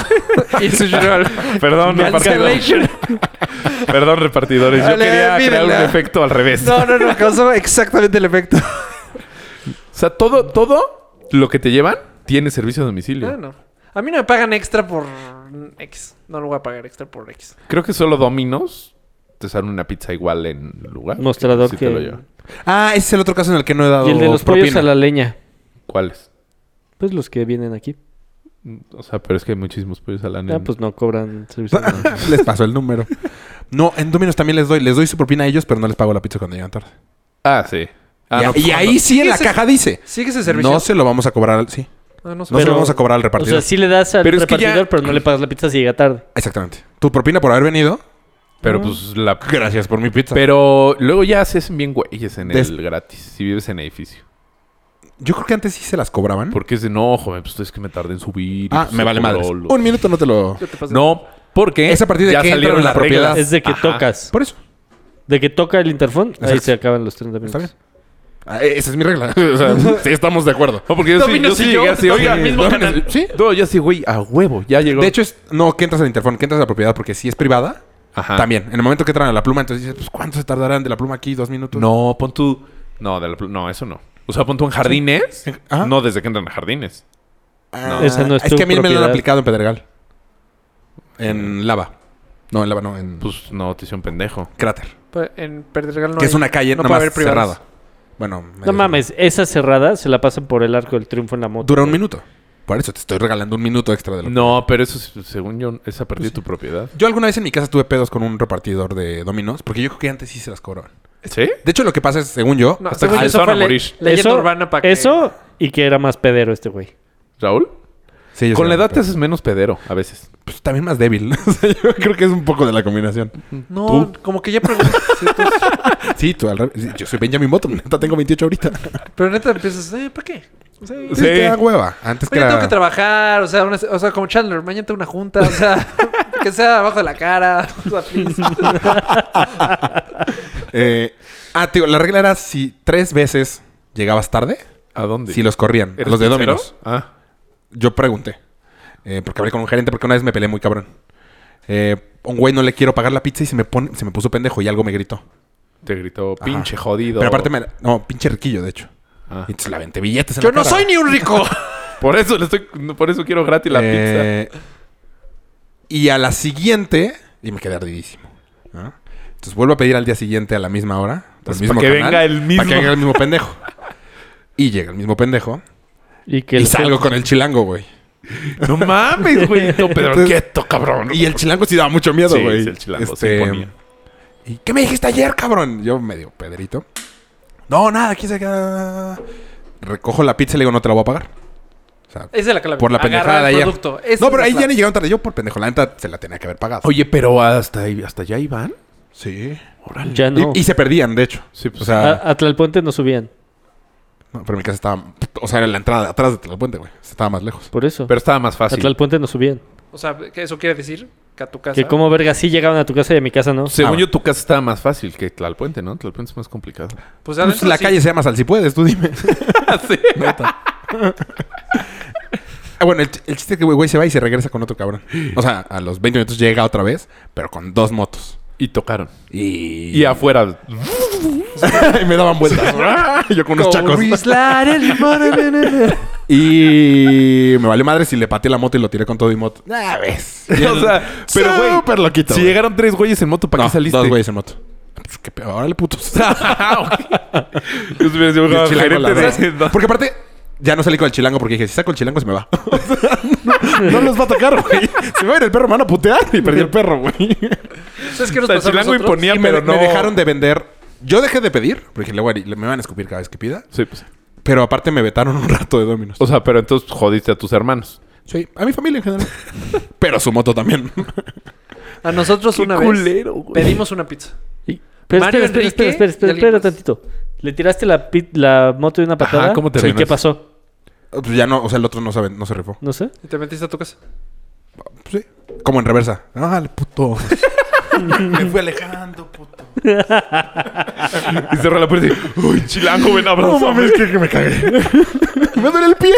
S5: y sushi roll.
S4: Perdón, repartidores.
S5: Cancellation.
S4: Pídenla. Perdón, repartidores. Yo
S5: Dale,
S4: quería crear un
S5: pídenla.
S4: efecto al revés.
S5: No, no, no, causó exactamente el efecto.
S4: O sea, todo, todo lo que te llevan tiene servicio a domicilio.
S5: Ah, No, no. A mí no me pagan extra por X. No lo voy a pagar extra por X.
S4: Creo que solo Domino's te salen una pizza igual en lugar.
S1: Mostrador
S4: Sí
S1: que-
S4: te lo llevan.
S6: Ah, ese es el otro caso en el que no he dado
S1: Y el de los pollos
S6: propina.
S1: a la leña.
S4: ¿Cuáles?
S1: Pues los que vienen aquí.
S4: O sea, pero es que hay muchísimos pollos a la
S1: Ah,
S4: nena.
S1: pues no cobran servicio. No.
S6: les paso el número. No, en Domino's también les doy. Les doy su propina a ellos, pero no les pago la pizza cuando llegan tarde.
S4: Ah, sí. Ah,
S6: y
S4: no,
S6: y
S4: pues,
S6: ahí sí en la
S5: Ese-
S6: caja dice.
S5: ¿Sigue ese servicio?
S6: No se lo vamos a cobrar al... Sí.
S5: Ah, no sé.
S6: No se
S1: Pero-
S6: lo vamos a cobrar al
S1: O
S6: repartidor.
S1: sea, sí le das al
S4: Pero es que
S1: repartidor,
S4: ya-
S1: pero no le pagas la pizza si llega tarde.
S6: Exactamente. Tu propina por haber venido.
S4: Pero pues la...
S6: Gracias por mi pizza.
S4: Pero luego ya se hacen bien güeyes en
S6: Des-
S4: el gratis. Si vives en edificio.
S6: Yo creo que antes sí se las cobraban.
S4: Porque es de, no, joven, pues es que me tardé en subir. y,
S6: Ah,
S4: pues,
S6: me vale madre.
S4: cobró lo-
S6: Un minuto no te lo...
S5: ¿Qué te pasa?
S4: No, porque...
S6: Es a partir de que entran a la
S4: las
S6: propiedad.
S4: reglas.
S1: Es de que
S4: Ah, Ajá.
S1: tocas.
S6: Por eso.
S1: De que toca el interfón, ahí
S6: Exacto.
S1: se acaban los 30 minutos.
S6: Está bien. Pues, Ah, e- esa es mi regla. o sea, sí, estamos de acuerdo.
S4: No, porque yo sí, yo
S5: Domino's
S4: sí
S5: y yo,
S4: llegué así,
S5: todos
S4: oiga,
S5: en el
S4: mismo
S6: Domino's-
S4: canal.
S6: ¿Sí?
S4: No, yo sí, güey, a huevo, ya llegó.
S6: De hecho, es... No, que entras al interfón, que entras a la propiedad porque si es privada.
S4: Ajá.
S6: También. En el momento que entran a la pluma, entonces dices, pues, ¿cuánto se tardarán de la pluma aquí? ¿Dos minutos?
S4: No, pon tú... No, de la pl- no, eso no. O sea, pon tú en jardines.
S6: Sí. Ajá.
S4: No, desde que entran a jardines.
S6: Ah,
S1: No. Esa no es tu
S6: que a mí me lo
S1: propiedad.
S6: han aplicado en Pedregal. En Lava. No, en Lava no, en
S4: Pues no, te hice un pendejo.
S6: Cráter.
S5: Pa- En Pedregal no
S6: que es
S5: hay-
S6: una calle
S5: no
S6: nada
S5: puede
S6: más
S5: haber privados.
S6: cerrada. Bueno, me
S1: No
S6: dejo.
S1: mames, esa cerrada se la pasan por el arco del triunfo en la moto.
S6: Dura un minuto. Por eso te estoy regalando un minuto extra de lo
S4: No, pero eso, es- según yo, es a partir de tu propiedad.
S6: Yo alguna vez en mi casa tuve pedos con un repartidor de dominos, porque yo creo que antes sí se las cobraban.
S4: ¿Sí?
S6: De hecho, lo que pasa es, según yo,
S5: No,
S4: Hasta
S5: según
S4: que
S5: yo,
S4: empezaron
S5: eso fue
S4: a
S5: le-
S4: morir.
S5: leyenda
S1: eso,
S5: urbana para que...
S1: eso y que era más pedero este güey.
S4: ¿Raúl?
S6: Sí, yo
S4: Con
S6: sí
S4: la
S6: era
S4: edad te
S6: pedo.
S4: haces menos pedero a veces.
S6: Pues, también más débil. O sea, yo creo que es un poco de la combinación.
S5: No,
S6: ¿Tú?
S5: como que ya pregunté. Sí, tú-
S6: Sí, tú al revés. Sí, Yo soy Benjamin Button. Neta, tengo 28 ahorita.
S5: Pero neta empiezas, eh, ¿para qué? O sea,
S6: Sí, te da hueva. Antes que
S5: Mañana tengo que
S6: era...
S5: trabajar, o sea, una- o sea, como Chandler, mañana tengo una junta, o sea, que sea abajo de la cara, o sea, please.
S6: Eh, ah, tío, la regla era si tres veces llegabas tarde,
S4: ¿A dónde?
S6: si los corrían.
S4: ¿Eres
S6: Los de
S4: pizzero?
S6: Dominos.
S4: Ah.
S6: Yo pregunté. eh, porque hablé con un gerente, porque una vez me peleé muy cabrón. Eh, un güey no le quiero pagar la pizza y se me pone, se me puso pendejo y algo me gritó.
S4: Te gritó,
S6: Ajá.
S4: pinche jodido.
S6: Pero aparte me. No, pinche riquillo, de hecho.
S4: Ah.
S6: Y entonces le aventé billetes. En
S5: Yo no soy ni un rico.
S4: Por eso le estoy... Por eso quiero gratis la pizza.
S6: pizza. Eh, Y a la siguiente. Y me quedé ardidísimo. ¿no? Entonces vuelvo a pedir al día siguiente a la misma hora. por
S4: Entonces, para Pues, que venga el
S6: Para que
S4: mismo.
S6: venga el mismo pendejo. y llega el mismo pendejo.
S1: Y que
S6: Y
S1: el-
S6: salgo con el chilango, güey.
S4: No mames, güey. No, pero
S6: Entonces-
S4: quieto, cabrón.
S6: Y el chilango sí daba mucho miedo,
S4: Sí,
S6: güey.
S4: sí, el chilango
S6: Este,
S4: se imponía.
S6: ¿Y qué me dijiste ayer, cabrón? Yo medio pedrito. No, nada, aquí se queda. Recojo la pizza y le digo, no te la voy a pagar. O sea,
S5: Esa es la clave.
S6: por la pendejada
S5: Agarrar
S6: de
S5: el
S6: ayer.
S5: producto. Esa
S6: no,
S5: es
S6: pero
S5: la
S6: ahí ya
S5: clave.
S4: ah,
S6: ni llegaron tarde. Yo por pendejo, la neta se la tenía que haber pagado.
S4: Oye, pero hasta, ahí- hasta allá iban.
S6: Sí.
S1: Ya no.
S6: Y, y se perdían, de hecho.
S4: Sí, pues,
S6: o sea,
S1: A, a Tlalpuente no subían,
S6: no, pero mi casa estaba. O sea, era la entrada atrás de Tlalpuente, güey. Estaba más lejos.
S1: por eso.
S4: Pero ah, estaba más
S1: a
S4: fácil.
S1: Tlalpuente no subían.
S5: O sea, que eso quiere decir que a tu casa.
S1: Que como verga sí llegaban a tu casa y a mi casa no.
S4: Según
S6: Ah,
S4: yo, tu casa estaba más fácil que Tlalpuente, ¿no? Tlalpuente es más complicado.
S5: Pues
S6: Pues
S5: adentro
S6: la
S5: sí.
S6: calle se llama Sal si puedes, tú dime. Neta. Ah, bueno, el, ch- el chiste es que güey, güey se va y se regresa con otro cabrón. O sea, a los 20 minutos llega otra vez, pero con dos motos.
S4: Y tocaron.
S6: Y,
S4: Y afuera.
S6: y me daban vueltas. Y yo con unos chacos. y me valió madre si le pateé la moto y lo tiré con todo y moto. Una vez.
S4: o sea, pero güey.
S6: Súper loquito.
S4: Si
S6: güey.
S4: llegaron tres güeyes en moto, ¿para
S6: No,
S4: qué saliste?
S6: Dos güeyes en moto. Pues, ¿Qué pedo? Órale, putos.
S4: Yo hubiera sido,
S6: Y el
S4: "Ah,
S6: chilango
S4: gerente
S6: la
S4: de
S6: verdad.
S4: Hacienda".
S6: Porque aparte, ya no salí con el chilango porque dije, si saco el chilango se me va. O sea, no, no los va a atacar, güey. Se me va a ir el perro, me van a putear y perdí el perro, güey.
S5: ¿Sabes qué nos
S4: O sea, el
S5: pasó a
S4: chilango
S5: nosotros?
S4: imponía,
S6: Y me,
S4: pero no.
S6: me dejaron de vender. Yo dejé de pedir, porque le voy a- le- me van a escupir cada vez que pida.
S4: Sí, pues.
S6: Pero aparte me vetaron un rato de dominos.
S4: O sea, pero entonces jodiste a tus hermanos.
S6: Sí, a mi familia en general. pero su moto también.
S5: A nosotros una vez pedimos una pizza.
S1: Y- Pero
S5: Mario
S1: espera, espera,
S5: Enrique
S1: espera, espera, espera,
S5: y alguien
S1: espera
S5: más.
S1: tantito. Le tiraste la, pit- la moto de una patada.
S4: ¿cómo
S1: ¿Y
S4: terminó
S1: qué
S4: eso?
S1: pasó?
S6: Pues ya no, o sea, el otro no, sabe, no se rifó.
S1: No sé.
S5: ¿Y te metiste a tu casa?
S6: Pues sí. Como en reversa. Ah, el puto. me fui alejando, puto.
S4: Y cerró la puerta y. Uy, chilango, ven,
S6: No
S4: abrázame.
S6: mames, que, que me cagué. me duele el pie.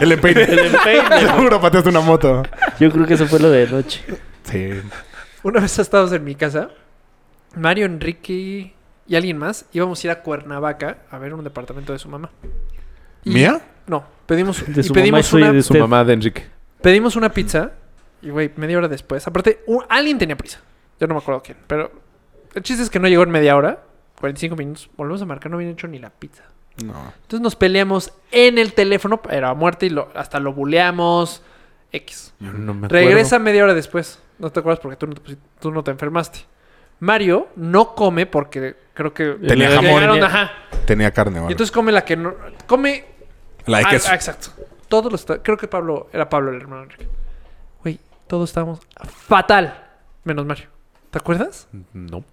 S6: el empeine. El empeine. Seguro pateaste una moto.
S1: Yo creo que eso fue lo de noche.
S6: Sí.
S5: Una vez estábamos en mi casa, Mario, Enrique y alguien más íbamos a ir a Cuernavaca a ver un departamento de su mamá.
S6: ¿Mía?
S5: No, pedimos,
S1: De
S5: y
S1: su mamá
S5: pedimos,
S1: soy
S5: una,
S1: de
S4: Su
S1: Usted.
S4: mamá de Enrique.
S5: pedimos una pizza y, güey, media hora después. Aparte, un- alguien tenía prisa. Yo no me acuerdo quién, pero el chiste es que no llegó en media hora, 45 minutos. Volvemos a marcar, no habían hecho ni la pizza.
S6: No.
S5: Entonces nos peleamos en el teléfono, pero a muerte y lo- hasta lo buleamos. X.
S4: Yo no me acuerdo.
S5: Regresa media hora después. No te acuerdas porque tú no te, pusi- tú no te enfermaste. Mario no come porque creo que
S6: Tenía
S5: le
S6: jamón.
S5: llegaron, ajá.
S6: Tenía carne,
S5: Y
S6: ¿vale?
S5: entonces come la que no come
S6: La de
S5: ah,
S6: queso.
S5: ah, exacto. Todos los ta- creo que Pablo era Pablo el hermano de Enrique. Güey, todos estábamos fatal menos Mario. ¿Te acuerdas?
S6: Mm.
S4: No.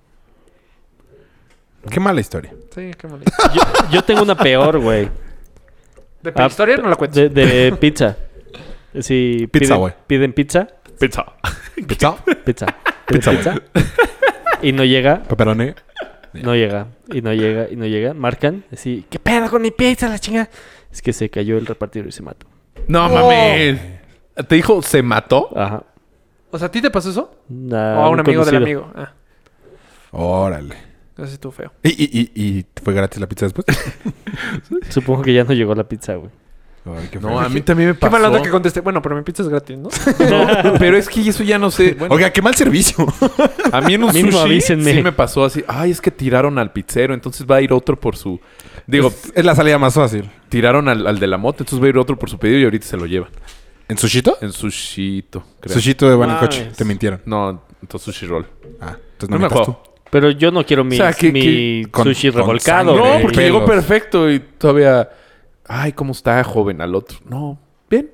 S6: Qué mala historia.
S5: Sí, qué mal.
S1: Yo, yo tengo una peor, güey.
S5: De
S1: Ah,
S5: historia no la cuento.
S1: De, de pizza. Sí,
S6: Pizza,
S1: piden-
S6: güey.
S1: Piden pizza.
S4: Pizza.
S6: ¿Pizza?
S1: Pizza. Piden
S6: Pizza,
S1: pizza. Y no llega,
S6: ¿Pepperoni?
S1: no llega, y no llega, y no llega. Marcan, así, ¿qué pedo con mi pizza, la chinga? Es que se cayó el repartidor y se mató.
S4: No mames. ¿Te dijo se mató?
S1: Ajá.
S5: O sea, ¿a ti te pasó eso?
S1: Na-
S5: o a Oh, un amigo del
S1: conocido.
S5: amigo. Ah,
S6: Órale.
S5: así tú feo.
S6: ¿Y, y, y, y fue gratis la pizza después?
S1: Supongo que ya no llegó la pizza, güey.
S6: Ay, qué
S4: No,
S6: feo.
S4: a mí también me
S5: Qué
S4: pasó.
S5: mala onda que contesté. Bueno, pero mi pizza es gratis, ¿no?
S4: No, pero es que eso ya no sé. Bueno,
S6: Oiga, qué mal servicio.
S4: a mí en un
S1: Mínimo
S4: sushi
S1: avísenme.
S4: sí me pasó así. Ay, es que tiraron al pizzero, entonces va a ir otro por su... Digo,
S6: es, es la salida más fácil.
S4: tiraron al, al de la moto, entonces va a ir otro por su pedido y ahorita se lo llevan.
S6: ¿En sushito?
S4: En sushito, creo.
S6: Sushito de Van en
S1: Mames.
S6: coche. Te mintieron.
S4: No, entonces sushi roll.
S6: Ah, entonces
S4: Pues
S6: no,
S4: No me
S6: mientas
S4: acuerdo.
S6: tú.
S1: Pero yo no quiero mi,
S4: O sea, que-
S1: mi
S6: con-
S1: sushi
S6: con
S1: revolcado,
S6: sangre.
S4: No,
S1: güey.
S4: porque
S6: pelos.
S4: llegó perfecto y todavía... Ay, cómo está joven al otro. No, bien.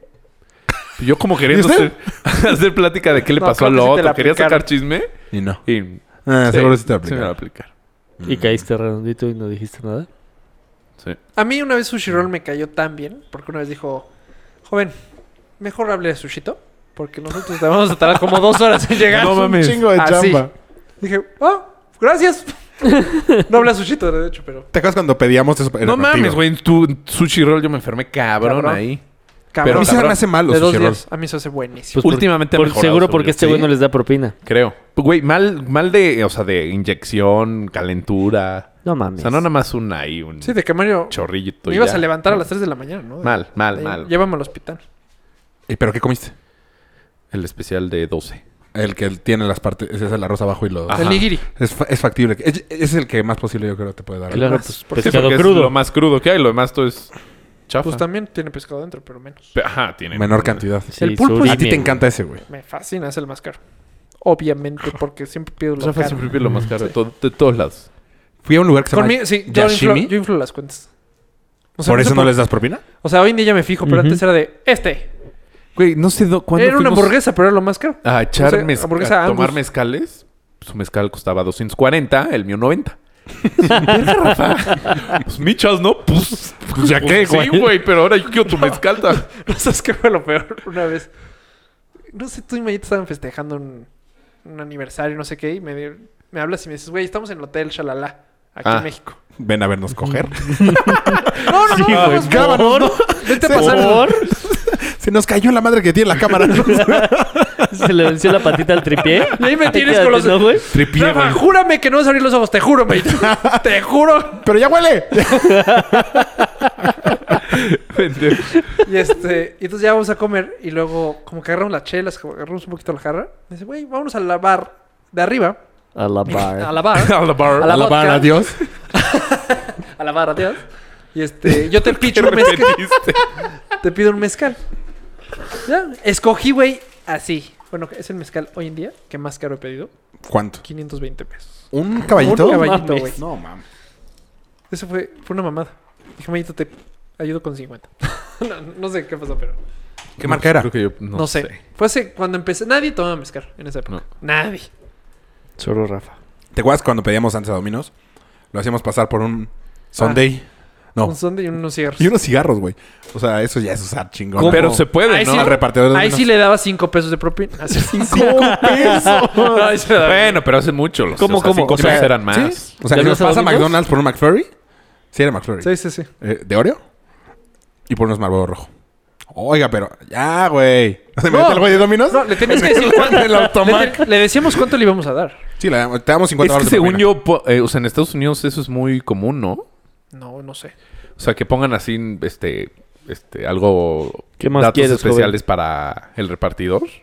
S4: Yo como queriendo
S6: ¿Y
S4: hacer,
S6: usted?
S4: hacer plática de qué le
S5: No,
S4: pasó
S5: creo
S4: al
S5: que sí te
S4: otro.
S5: la
S4: Quería sacar
S5: aplicaron.
S4: chisme
S6: Y no.
S4: y...
S6: Ah, seguro sí te va a
S4: Sí
S6: aplicar.
S4: me va a aplicar.
S1: Y caíste redondito y no dijiste nada.
S4: Sí.
S5: A mí una vez Sushi
S6: Mm.
S5: Roll me cayó tan bien, porque una vez dijo, joven, mejor hable de Sushito, porque nosotros te vamos a tardar como dos horas en llegar.
S6: No mames. Un chingo de
S5: Así.
S6: chamba.
S5: Dije, ah, gracias. no habla Sushito, de hecho, pero...
S6: ¿Te acuerdas cuando pedíamos eso? Era
S4: no
S6: contigo.
S4: mames, güey. En tu en sushi roll yo me enfermé cabrón,
S5: Cabrón.
S4: ahí.
S5: Cabrón,
S6: Pero a mí se me
S5: cabrón.
S6: hace malo
S5: de dos
S6: sushi roll.
S5: días, a mí se hace buenísimo.
S1: Pues por-
S4: Últimamente ha
S1: por-
S4: mejorado,
S1: Seguro
S4: según
S1: porque
S4: yo.
S1: este
S4: Sí.
S1: güey no les da propina.
S4: Creo. Pues, Güey, mal, mal de, o sea, de inyección, calentura.
S1: No
S4: O
S1: mames.
S4: sea, no nada más un ahí,
S6: Pues,
S4: un
S5: sí, de que Mario
S4: chorrillito.
S5: me
S4: y
S5: ibas
S4: ya.
S5: a levantar a las 3 de la mañana, ¿no?
S4: Mal, mal,
S5: De-
S4: mal.
S5: Llévame al hospital.
S6: ¿Y pero qué comiste?
S4: El especial de 12.
S6: El que tiene las partes... Ese es el arroz abajo y lo...
S4: Ajá.
S5: El nigiri. pues,
S6: Es, fa- es factible. Es, es el que más posible yo creo te puede dar.
S1: Claro,
S5: Más,
S1: pues,
S5: porque-
S1: pescado
S4: porque es
S1: crudo.
S4: lo más crudo que hay. Lo demás todo es chafa.
S5: Pues también tiene pescado dentro, pero menos.
S4: Pe- Ajá, tiene.
S6: Menor cantidad.
S1: Sí,
S5: el pulpo
S1: surimi,
S6: pues, A ti te
S1: güey.
S6: encanta ese, güey.
S5: Me fascina, es el más caro. Obviamente, porque siempre pido lo
S4: Chafa
S5: caro.
S4: siempre pide lo más caro de, todo- de todos lados.
S6: Fui a un lugar que se llama
S5: Conmigo, sí, yo inflo,
S6: Yashimi.
S5: yo inflo las cuentas. O sea,
S6: ¿Por eso
S5: supo-
S6: no les das propina?
S5: O sea, hoy en día ya me fijo, pero
S1: Ujú.
S5: antes era de este.
S4: Güey, no sé do- cuándo
S5: Era una
S4: fuimos
S5: hamburguesa, pero era lo más caro.
S4: A echar
S5: O sea,
S4: mezc-
S5: hamburguesa
S4: a tomar
S5: Angus.
S4: mezcales. Pues, su mezcal costaba 240, el mío 90. pues michas, ¿no? Pues, pues ya qué, güey. Sí, güey, pero ahora yo quiero tu mezcal. ta-
S5: No sabes qué fue lo peor una vez. No sé, tú y Mayita estaban festejando un, un aniversario, no sé qué, y me, di- me hablas y me dices, güey, estamos en el hotel Shalala, aquí
S4: Ah.
S5: en México.
S6: Ven a vernos coger.
S5: No, no,
S1: Sí,
S5: no,
S1: güey,
S5: vamos,
S1: por-
S5: vete a pasar.
S1: por-
S6: Se nos cayó la madre que tiene la cámara.
S1: Se le venció la patita al tripié.
S5: Y ahí me
S1: Te
S5: tienes
S1: quedaste,
S5: con los-
S1: ¿no, güey?
S4: Tripié,
S5: Rafa,
S4: güey.
S5: júrame que no vas a abrir los ojos, te juro, Mayita. te juro.
S6: pero ya huele.
S5: Y este, y entonces ya vamos a comer y luego como que agarramos las chelas, como agarramos un poquito la jarra. Me dice, güey, vámonos a la bar de arriba.
S1: A la
S5: A
S1: bar.
S5: la bar.
S4: A la bar.
S5: A la
S6: Alabar
S5: vodka.
S6: a Dios.
S5: a la barra, tías. Y este, yo te picho un mezcal. Te pido un mezcal. Ya, escogí, güey, así. Bueno, es el mezcal hoy en día que más caro he pedido.
S6: ¿Cuánto?
S5: 520 pesos.
S6: ¿Un caballito?
S5: Un caballito,
S1: mames.
S5: güey.
S6: No, mames.
S5: Eso fue, fue una mamada. Dije, Mayito, te ayudo con 50. no, no sé qué pasó, pero
S6: ¿Qué marca era?
S4: Creo que yo no,
S5: no, sé. Fue hace cuando empecé. Nadie tomaba mezcal en esa época. Nadie.
S1: Solo Rafa.
S6: ¿Te acuerdas cuando pedíamos antes a Dominos? Lo hacíamos pasar por un
S5: Ah.
S6: Sunday. No.
S5: Un sonde y unos cigarros.
S6: Pues, Y unos cigarros, güey. O sea, eso ya es usar chingón.
S4: Pero se puede,
S5: Ahí
S4: ¿no?
S5: sí-
S6: Al repartidor de
S5: Ahí
S6: unos-
S5: sí le daba 5 pesos de propina. Así,
S6: ¡Cinco pesos!
S5: No, ahí sí le daba.
S4: Bueno, pero hace mucho. Los,
S1: ¿Cómo,
S4: o sea,
S1: cómo?
S4: cinco
S1: O sea,
S4: pesos eran más.
S6: Sí. O sea,
S1: ¿Ya
S6: si
S1: no
S6: nos
S1: hace
S6: pasa
S1: Domino's?
S6: McDonald's por un McFlurry. Sí, era McFlurry.
S5: Sí, sí, sí.
S6: Eh, ¿De Oreo? Y por unos Marlboro Rojo. Oiga, pero... ¡Ya, güey! ¿Se me
S5: No.
S6: mete el güey de Dominos?
S5: No, le tenías que decir cuánto.
S6: El
S5: Le,
S6: automac.
S5: te- le decíamos cuánto le íbamos a dar.
S6: Sí, le damos- te damos 50
S4: Es que
S6: dólares de
S4: según
S6: propina.
S4: yo, po- eh, o sea, en Estados Unidos eso es muy común, ¿no? O
S5: No, no sé.
S4: sea, que pongan así, este, este, algo,
S1: ¿Qué más
S4: datos
S1: quieres,
S4: especiales para el repartidor. Y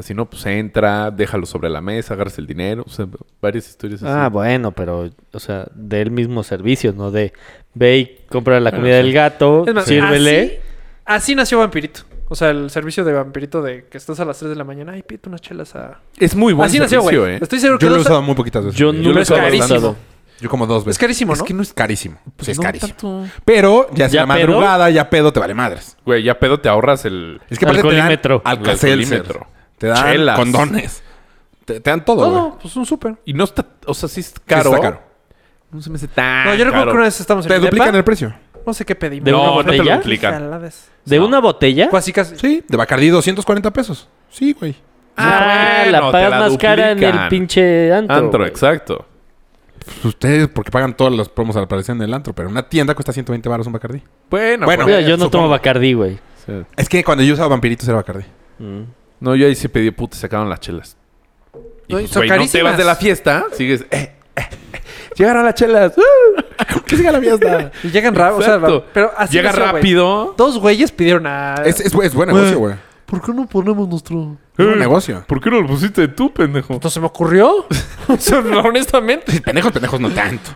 S4: así, no, pues entra, déjalo sobre la mesa, agarras el dinero. O sea, varias historias así.
S1: Ah, bueno, pero, o sea, del mismo servicio, ¿no? De ve y compra la comida
S4: sí.
S1: del gato,
S5: Es más, ¿Ah,
S1: sírvele.
S5: Así, así nació Vampirito. O sea, el servicio de Vampirito de que estás a las 3 de la mañana y pídete unas chelas a...
S4: Es muy buen
S5: Así nació,
S4: servicio,
S5: güey. Pues
S4: ¿eh?
S5: Estoy seguro que
S6: Yo lo he
S5: dos-
S6: usado muy poquitas veces.
S1: Yo
S5: Pero
S1: nunca
S5: es
S1: lo he
S5: carísimo.
S1: usado.
S6: Yo como dos veces.
S5: Es carísimo, ¿no? Pues
S6: Es que no es carísimo. sí, es
S4: no
S6: carísimo.
S4: tanto.
S6: Pero ya es
S1: ¿Ya
S6: la
S1: pedo?
S6: madrugada, ya pedo, te vale madres.
S4: Güey, ya pedo te ahorras el...
S6: Es que aparte te dan
S1: Alcoholímetro.
S6: Alcacelser.
S4: Alcoholímetro.
S6: Te dan
S4: Chelas.
S6: condones. Te, te dan todo, güey.
S5: Todo, pues un súper.
S4: Y no está... O sea, sí es
S6: Sí,
S4: caro.
S6: está caro.
S4: No se me hace tan
S5: No, yo recuerdo
S4: caro.
S5: que una vez estamos en
S6: Te duplican el precio.
S5: No sé qué pedimos.
S1: ¿De
S4: Ah, No,
S1: una
S4: no te lo
S1: botella?
S4: duplican.
S5: Jaladas.
S1: ¿De
S4: No.
S1: una botella?
S5: Casi, casi.
S6: Sí, de Bacardí 240 pesos. Sí, güey.
S1: Ah,
S4: bueno,
S1: la
S4: te
S1: pagas
S4: la
S1: más cara en el
S4: duplican.
S1: pinche antro.
S4: Antro,
S1: güey.
S4: exacto.
S6: Pues ustedes, porque pagan todas las promos al aparecer en el antro, pero en una tienda cuesta 120 baros un Bacardí.
S4: Bueno,
S6: Bueno.
S4: pues,
S1: Mira, yo no
S6: Supongo.
S1: tomo Bacardí, güey.
S4: o sea,
S6: Es que cuando yo usaba vampiritos era Bacardí.
S1: Mm.
S4: No, yo ahí sí pedí puta y sacaron las chelas. Y
S5: No, y
S4: pues,
S5: son
S4: güey, no te
S5: carísimas.
S4: vas de la fiesta, sigues. Eh, eh, eh, llegaron las chelas. ¡uh!
S6: Que siga la fiesta.
S5: Y llegan rápido. O sea,
S4: Exacto.
S5: ra- pero así
S4: Llega
S5: nació, güey.
S4: rápido.
S5: Dos güeyes pidieron a...
S6: es, es, es buen negocio, güey.
S7: ¿Por qué no ponemos nuestro
S6: Es buen
S4: Eh,
S6: negocio.
S4: ¿Por qué no lo pusiste tú, pendejo?
S5: No se me ocurrió. O sea, honestamente.
S6: Pendejos, pendejos no tanto.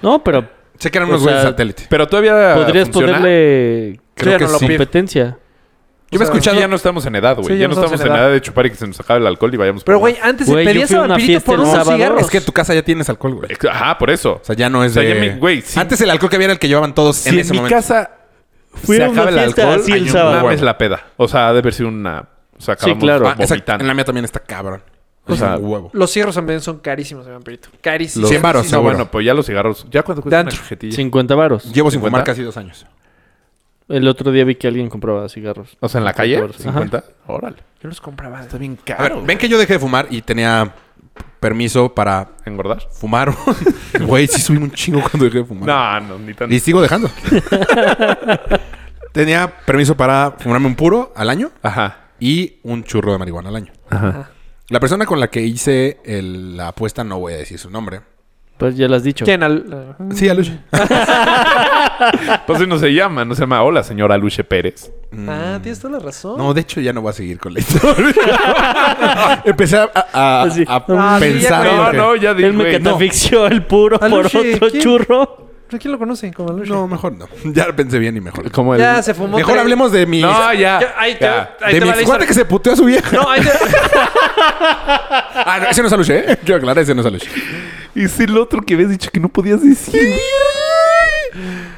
S1: No, pero
S6: Sé que eran
S1: O
S6: unos
S1: sea,
S6: güeyes de satélite.
S4: Pero todavía.
S1: podrías
S4: funciona.
S1: ponerle
S6: Creo
S5: ya
S6: que
S5: no lo
S6: sí.
S5: pido.
S1: competencia.
S6: Yo me he
S5: O sea,
S6: escuchado.
S4: Ya no estamos en edad, güey.
S5: Sí,
S4: ya, no estamos en edad. de chupar y que se nos acabe el alcohol y vayamos.
S5: Pero,
S4: por
S5: güey, antes
S1: Güey, yo
S5: pedías
S1: fui a
S5: a
S1: una
S5: Vampirito
S1: fiesta
S5: por
S1: el
S5: unos
S1: sábado.
S5: cigarros.
S6: Es que en tu casa ya tienes alcohol, güey.
S4: más. Ajá, por eso.
S6: O sea, ya no es
S4: O sea,
S6: de...
S4: ya mi- güey, sí.
S6: Antes el alcohol que había era el que llevaban todos
S4: Si
S6: en
S4: en,
S6: ese
S4: mi
S6: momento.
S4: casa
S1: Fui a una
S6: acaba el
S1: fiesta
S6: alcohol,
S1: así
S6: hay
S1: el
S6: un
S1: sábado.
S6: huevo.
S4: mames la peda. O sea, ha de haber sido una. O sea, acabamos
S1: claro.
S6: Ah, exacto.
S4: vomitando.
S6: En la mía también está cabrón.
S4: O sea,
S6: Es un huevo.
S5: Los cigarros también son carísimos de Vampirito. Carísimos.
S6: Los- 100 varos,
S5: Sí,
S4: No,
S6: seguro.
S4: bueno, pues ya los cigarros. ¿Ya cuánto cuesta una
S5: Dentro.
S4: cajetilla?
S1: 50 varos.
S6: Llevo sin fumar
S4: ¿Cincuenta?
S6: casi dos años.
S1: El otro día vi que alguien compraba cigarros.
S4: O sea, en la calle,
S1: Ajá.
S4: 50. Órale.
S5: Yo los compraba.
S4: bien
S6: A ver, ven que yo dejé de fumar y tenía permiso para
S4: ¿Engordar?
S6: fumar. Güey, sí subí un chingo cuando dejé de fumar.
S4: No, no, ni tanto.
S6: Y sigo dejando. tenía permiso para fumarme un puro al año
S4: Ajá.
S6: y un churro de marihuana al año.
S4: Ajá.
S6: La persona con la que hice el- la apuesta, no voy a decir su nombre.
S1: Pues ya lo has dicho.
S5: ¿Quién? Al-
S6: Sí, Aluche.
S4: Pues no se llama, no se llama Hola, señora Luche Pérez.
S5: Ah, tienes toda la razón.
S6: Mm. No, de hecho ya no voy a seguir con la historia. Empecé a, a- a-
S1: Así.
S6: a
S1: Ah,
S5: Pues sí,
S6: pensar.
S5: ya,
S6: en lo
S4: No,
S5: güey.
S6: que-
S4: no, ya dije.
S1: Él me
S4: güey, no.
S1: catafixió el puro por
S5: Alushi,
S1: otro
S5: ¿quién?
S1: churro.
S5: ¿Quién lo conoce? Como Alushi.
S6: no, mejor no. Ya pensé bien y mejor.
S4: Como el-
S5: Ya se fumó.
S6: Mejor
S5: tres-
S6: hablemos de mi.
S4: No, ya.
S5: Ya, ahí te-
S4: ya.
S5: ahí
S6: de
S5: te
S6: mi
S5: va la
S6: cuate
S5: historia.
S6: que se puteó a su vieja.
S5: No, ahí te...
S6: Ah, no, ese no es Aluche, ¿eh? Yo aclaro, ese no es Aluche.
S4: Es el otro que habías dicho que no podías decir.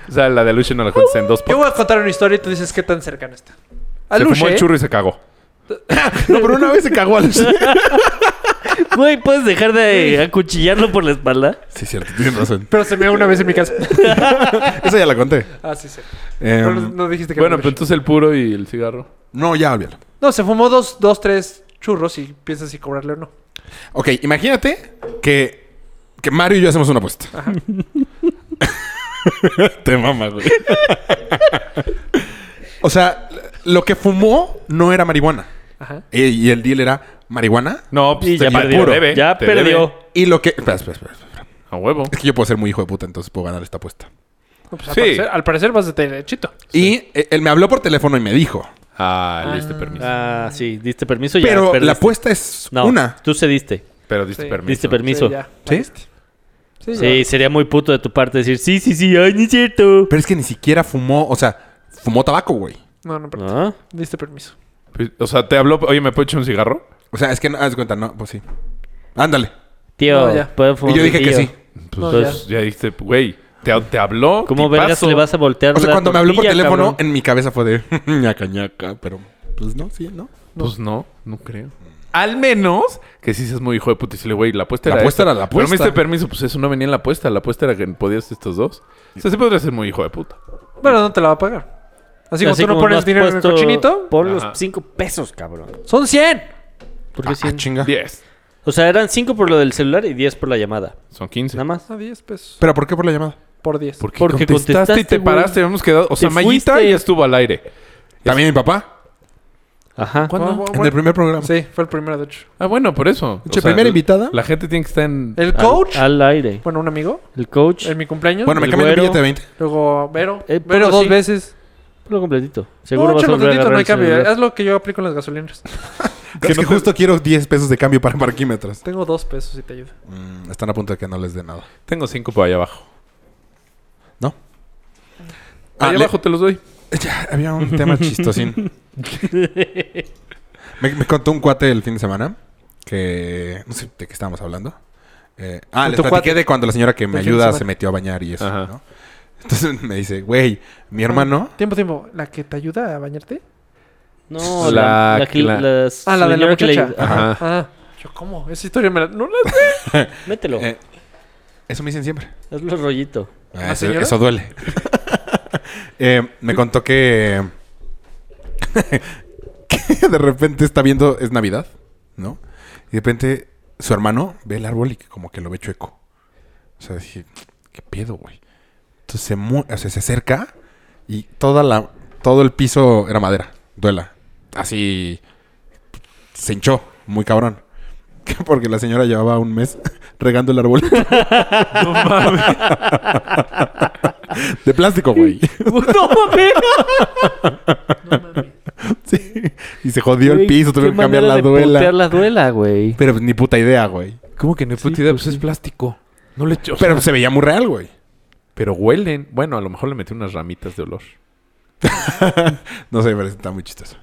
S4: o sea, la de Luche no la cuentes en dos.
S5: Yo
S4: podcasts.
S5: voy a contar una historia y tú dices qué tan cercana está. ¿eh?
S4: Se fumó
S5: Aluche,
S4: el churro y se cagó.
S6: No, pero una vez se cagó Aluche.
S1: Güey, ¿puedes dejar de acuchillarlo por la espalda?
S6: Sí, cierto, tienes razón.
S5: Pero se me da una vez en mi casa.
S6: Esa ya la conté.
S5: Ah, sí, sí.
S6: Em,
S5: Pero no, no dijiste que
S4: Bueno,
S5: no.
S4: pero entonces el puro y el cigarro.
S6: no, ya olvídalo.
S5: No, se fumó dos, dos, tres churros y piensa si cobrarle o no.
S6: Ok, imagínate que, que Mario y yo hacemos una apuesta. Te mama, güey. o sea, lo que fumó no era marihuana.
S5: Ajá.
S6: Eh, Y el deal era marihuana.
S4: No,
S1: Y ya
S4: Pues te- el
S1: perdió.
S4: puro.
S6: debe,
S1: ya
S4: te
S1: perdió.
S4: debe.
S6: Y lo que. Espera, espera, espera. espera.
S4: A huevo.
S6: Es que yo puedo ser muy hijo de puta, entonces puedo ganar esta apuesta.
S5: No, pues, al,
S4: Sí.
S5: parecer, al parecer vas de derechito.
S6: Y eh, él me habló por teléfono y me dijo.
S4: Ah, le diste permiso.
S1: Ah, sí, diste permiso y ya
S6: pero la
S1: perdiste.
S6: apuesta es
S1: No,
S6: una.
S1: tú cediste.
S4: Pero diste
S5: Sí.
S4: permiso.
S1: Diste permiso.
S5: Sí, ya.
S6: ¿Sí?
S5: Sí,
S1: Sí, sería muy puto de tu parte decir, sí, sí, sí, ay, ni es cierto.
S6: Pero es que ni siquiera fumó. O sea, fumó tabaco, güey.
S5: No, no, pero
S1: ¿No?
S5: diste permiso.
S4: Pues, O sea, te habló, oye, ¿me puedo echar un cigarro?
S6: O sea, es que no. Haz de cuenta, no, pues sí. Ándale.
S1: Tío,
S5: No, ya.
S1: ¿puedo fumar
S6: Y yo dije que
S1: cigarrillo?
S6: sí.
S4: Pues,
S5: No,
S4: pues, ya. dijiste, güey, te, te habló.
S1: ¿Cómo
S4: tipazo.
S1: vergas le vas a voltear
S6: O sea,
S1: la
S6: cuando me habló por
S1: tortilla,
S6: teléfono,
S1: cabrón?
S6: en mi cabeza fue de ñaca ñaca, pero pues no, sí, no.
S4: Pues no, no creo. Al menos que si seas muy hijo de puta y decirle, güey, la apuesta
S6: La
S4: era.
S6: apuesta
S4: esta.
S6: era la
S4: Pero me
S6: apuesta.
S4: diste permiso, pues eso no venía en la apuesta. La apuesta era que podías estos dos. O sea, sí podría ser muy hijo de puta.
S5: Bueno, no te la va a pagar. Así, como tú no pones
S1: has
S5: dinero en
S1: puesto-
S5: el cochinito,
S1: Pon
S4: Ajá.
S1: los 5 pesos, cabrón.
S5: son 100.
S1: ¿Por qué
S6: Ah,
S1: cien?
S6: chinga.
S4: Diez.
S1: O sea, eran 5 por lo del celular y 10 por la llamada.
S4: Son quince.
S1: Nada más.
S6: Ah,
S5: A 10 pesos.
S6: ¿Pero por qué por la llamada?
S5: Por 10.
S4: Porque,
S1: Porque
S4: contestaste, y
S1: contestaste,
S4: te
S1: güey.
S4: paraste, hemos quedado. O sea,
S1: Te
S4: Mayita
S1: fuiste.
S4: ya estuvo al aire.
S6: También mi papá.
S1: Ajá.
S5: Ah, bueno,
S6: En el primer programa.
S5: Sí, fue el primero, de hecho.
S4: Ah, bueno, por eso.
S6: Che, primera invitada.
S4: La gente tiene que estar en.
S5: El
S1: Al-
S5: coach.
S1: Al, aire.
S5: Bueno, un amigo.
S1: El coach.
S5: En mi cumpleaños.
S6: Bueno, me
S1: El
S6: cambié el
S1: güero.
S6: billete de 20.
S5: Luego Vero.
S1: Eh,
S5: Vero
S1: ponlo
S5: dos
S1: así.
S5: veces.
S1: Lo completito. Seguro
S5: no,
S1: vas a
S5: échalo
S1: volver a
S5: tantito, no
S1: agarrar
S5: hay
S1: el
S5: cambio.
S1: celular.
S5: Haz lo que yo aplico en las gasolineras.
S6: Es que justo quiero 10 pesos de cambio para parquímetros.
S5: Tengo dos pesos si te ayuda.
S6: Mm, están a punto de que no les dé nada.
S4: Tengo cinco por allá abajo.
S6: Ah,
S4: allá
S6: le-
S4: abajo te los doy.
S6: Ya, había un tema chistosín. me, me contó un cuate el fin de semana que no sé de qué estábamos hablando. Eh, ah,
S5: ¿De
S6: les
S5: tu
S6: platiqué
S5: cuate?
S6: de cuando la señora que me
S5: Del fin de
S6: ayuda
S5: semana.
S6: se metió a bañar y eso,
S4: Ajá.
S6: ¿no? Entonces me dice, güey, mi hermano...
S5: Tiempo, tiempo. ¿La que te ayuda a bañarte?
S6: ¿eh?
S1: No,
S4: La-
S1: la, la, que-
S4: la-
S1: las-
S5: Ah, la de la
S1: señora que le-
S5: muchacha.
S1: Ajá.
S4: Ajá.
S5: Ah, yo, ¿cómo? Esa historia me la. No la.
S1: Mételo.
S6: Eh, eso me dicen siempre.
S1: Hazlo rollito.
S6: Ah,
S5: ¿La
S6: eso,
S5: señora?
S6: eso duele. Eh, me contó que, que de repente está viendo, es Navidad, ¿no? Y de repente su hermano ve el árbol y que como que lo ve chueco. O sea, dije, ¿qué pedo, güey? Entonces se, mu- o sea, se acerca y toda la, todo el piso era madera, duela. Así se hinchó, muy cabrón. Porque la señora llevaba un mes regando el árbol. De plástico, güey.
S1: ¡No mames!
S6: Sí. Y se jodió el piso, tuvieron que cambiar
S1: manera
S6: la
S1: de putear
S6: duela.
S1: la duela, güey.
S6: Pero pues, ni puta idea, güey.
S4: ¿Cómo que no es puta idea? Pues es plástico. No le echo.
S6: Pero pues, se veía muy real, güey.
S4: Pero huelen. Bueno, a lo mejor le metí unas ramitas de olor.
S6: No sé, pero está muy chistoso.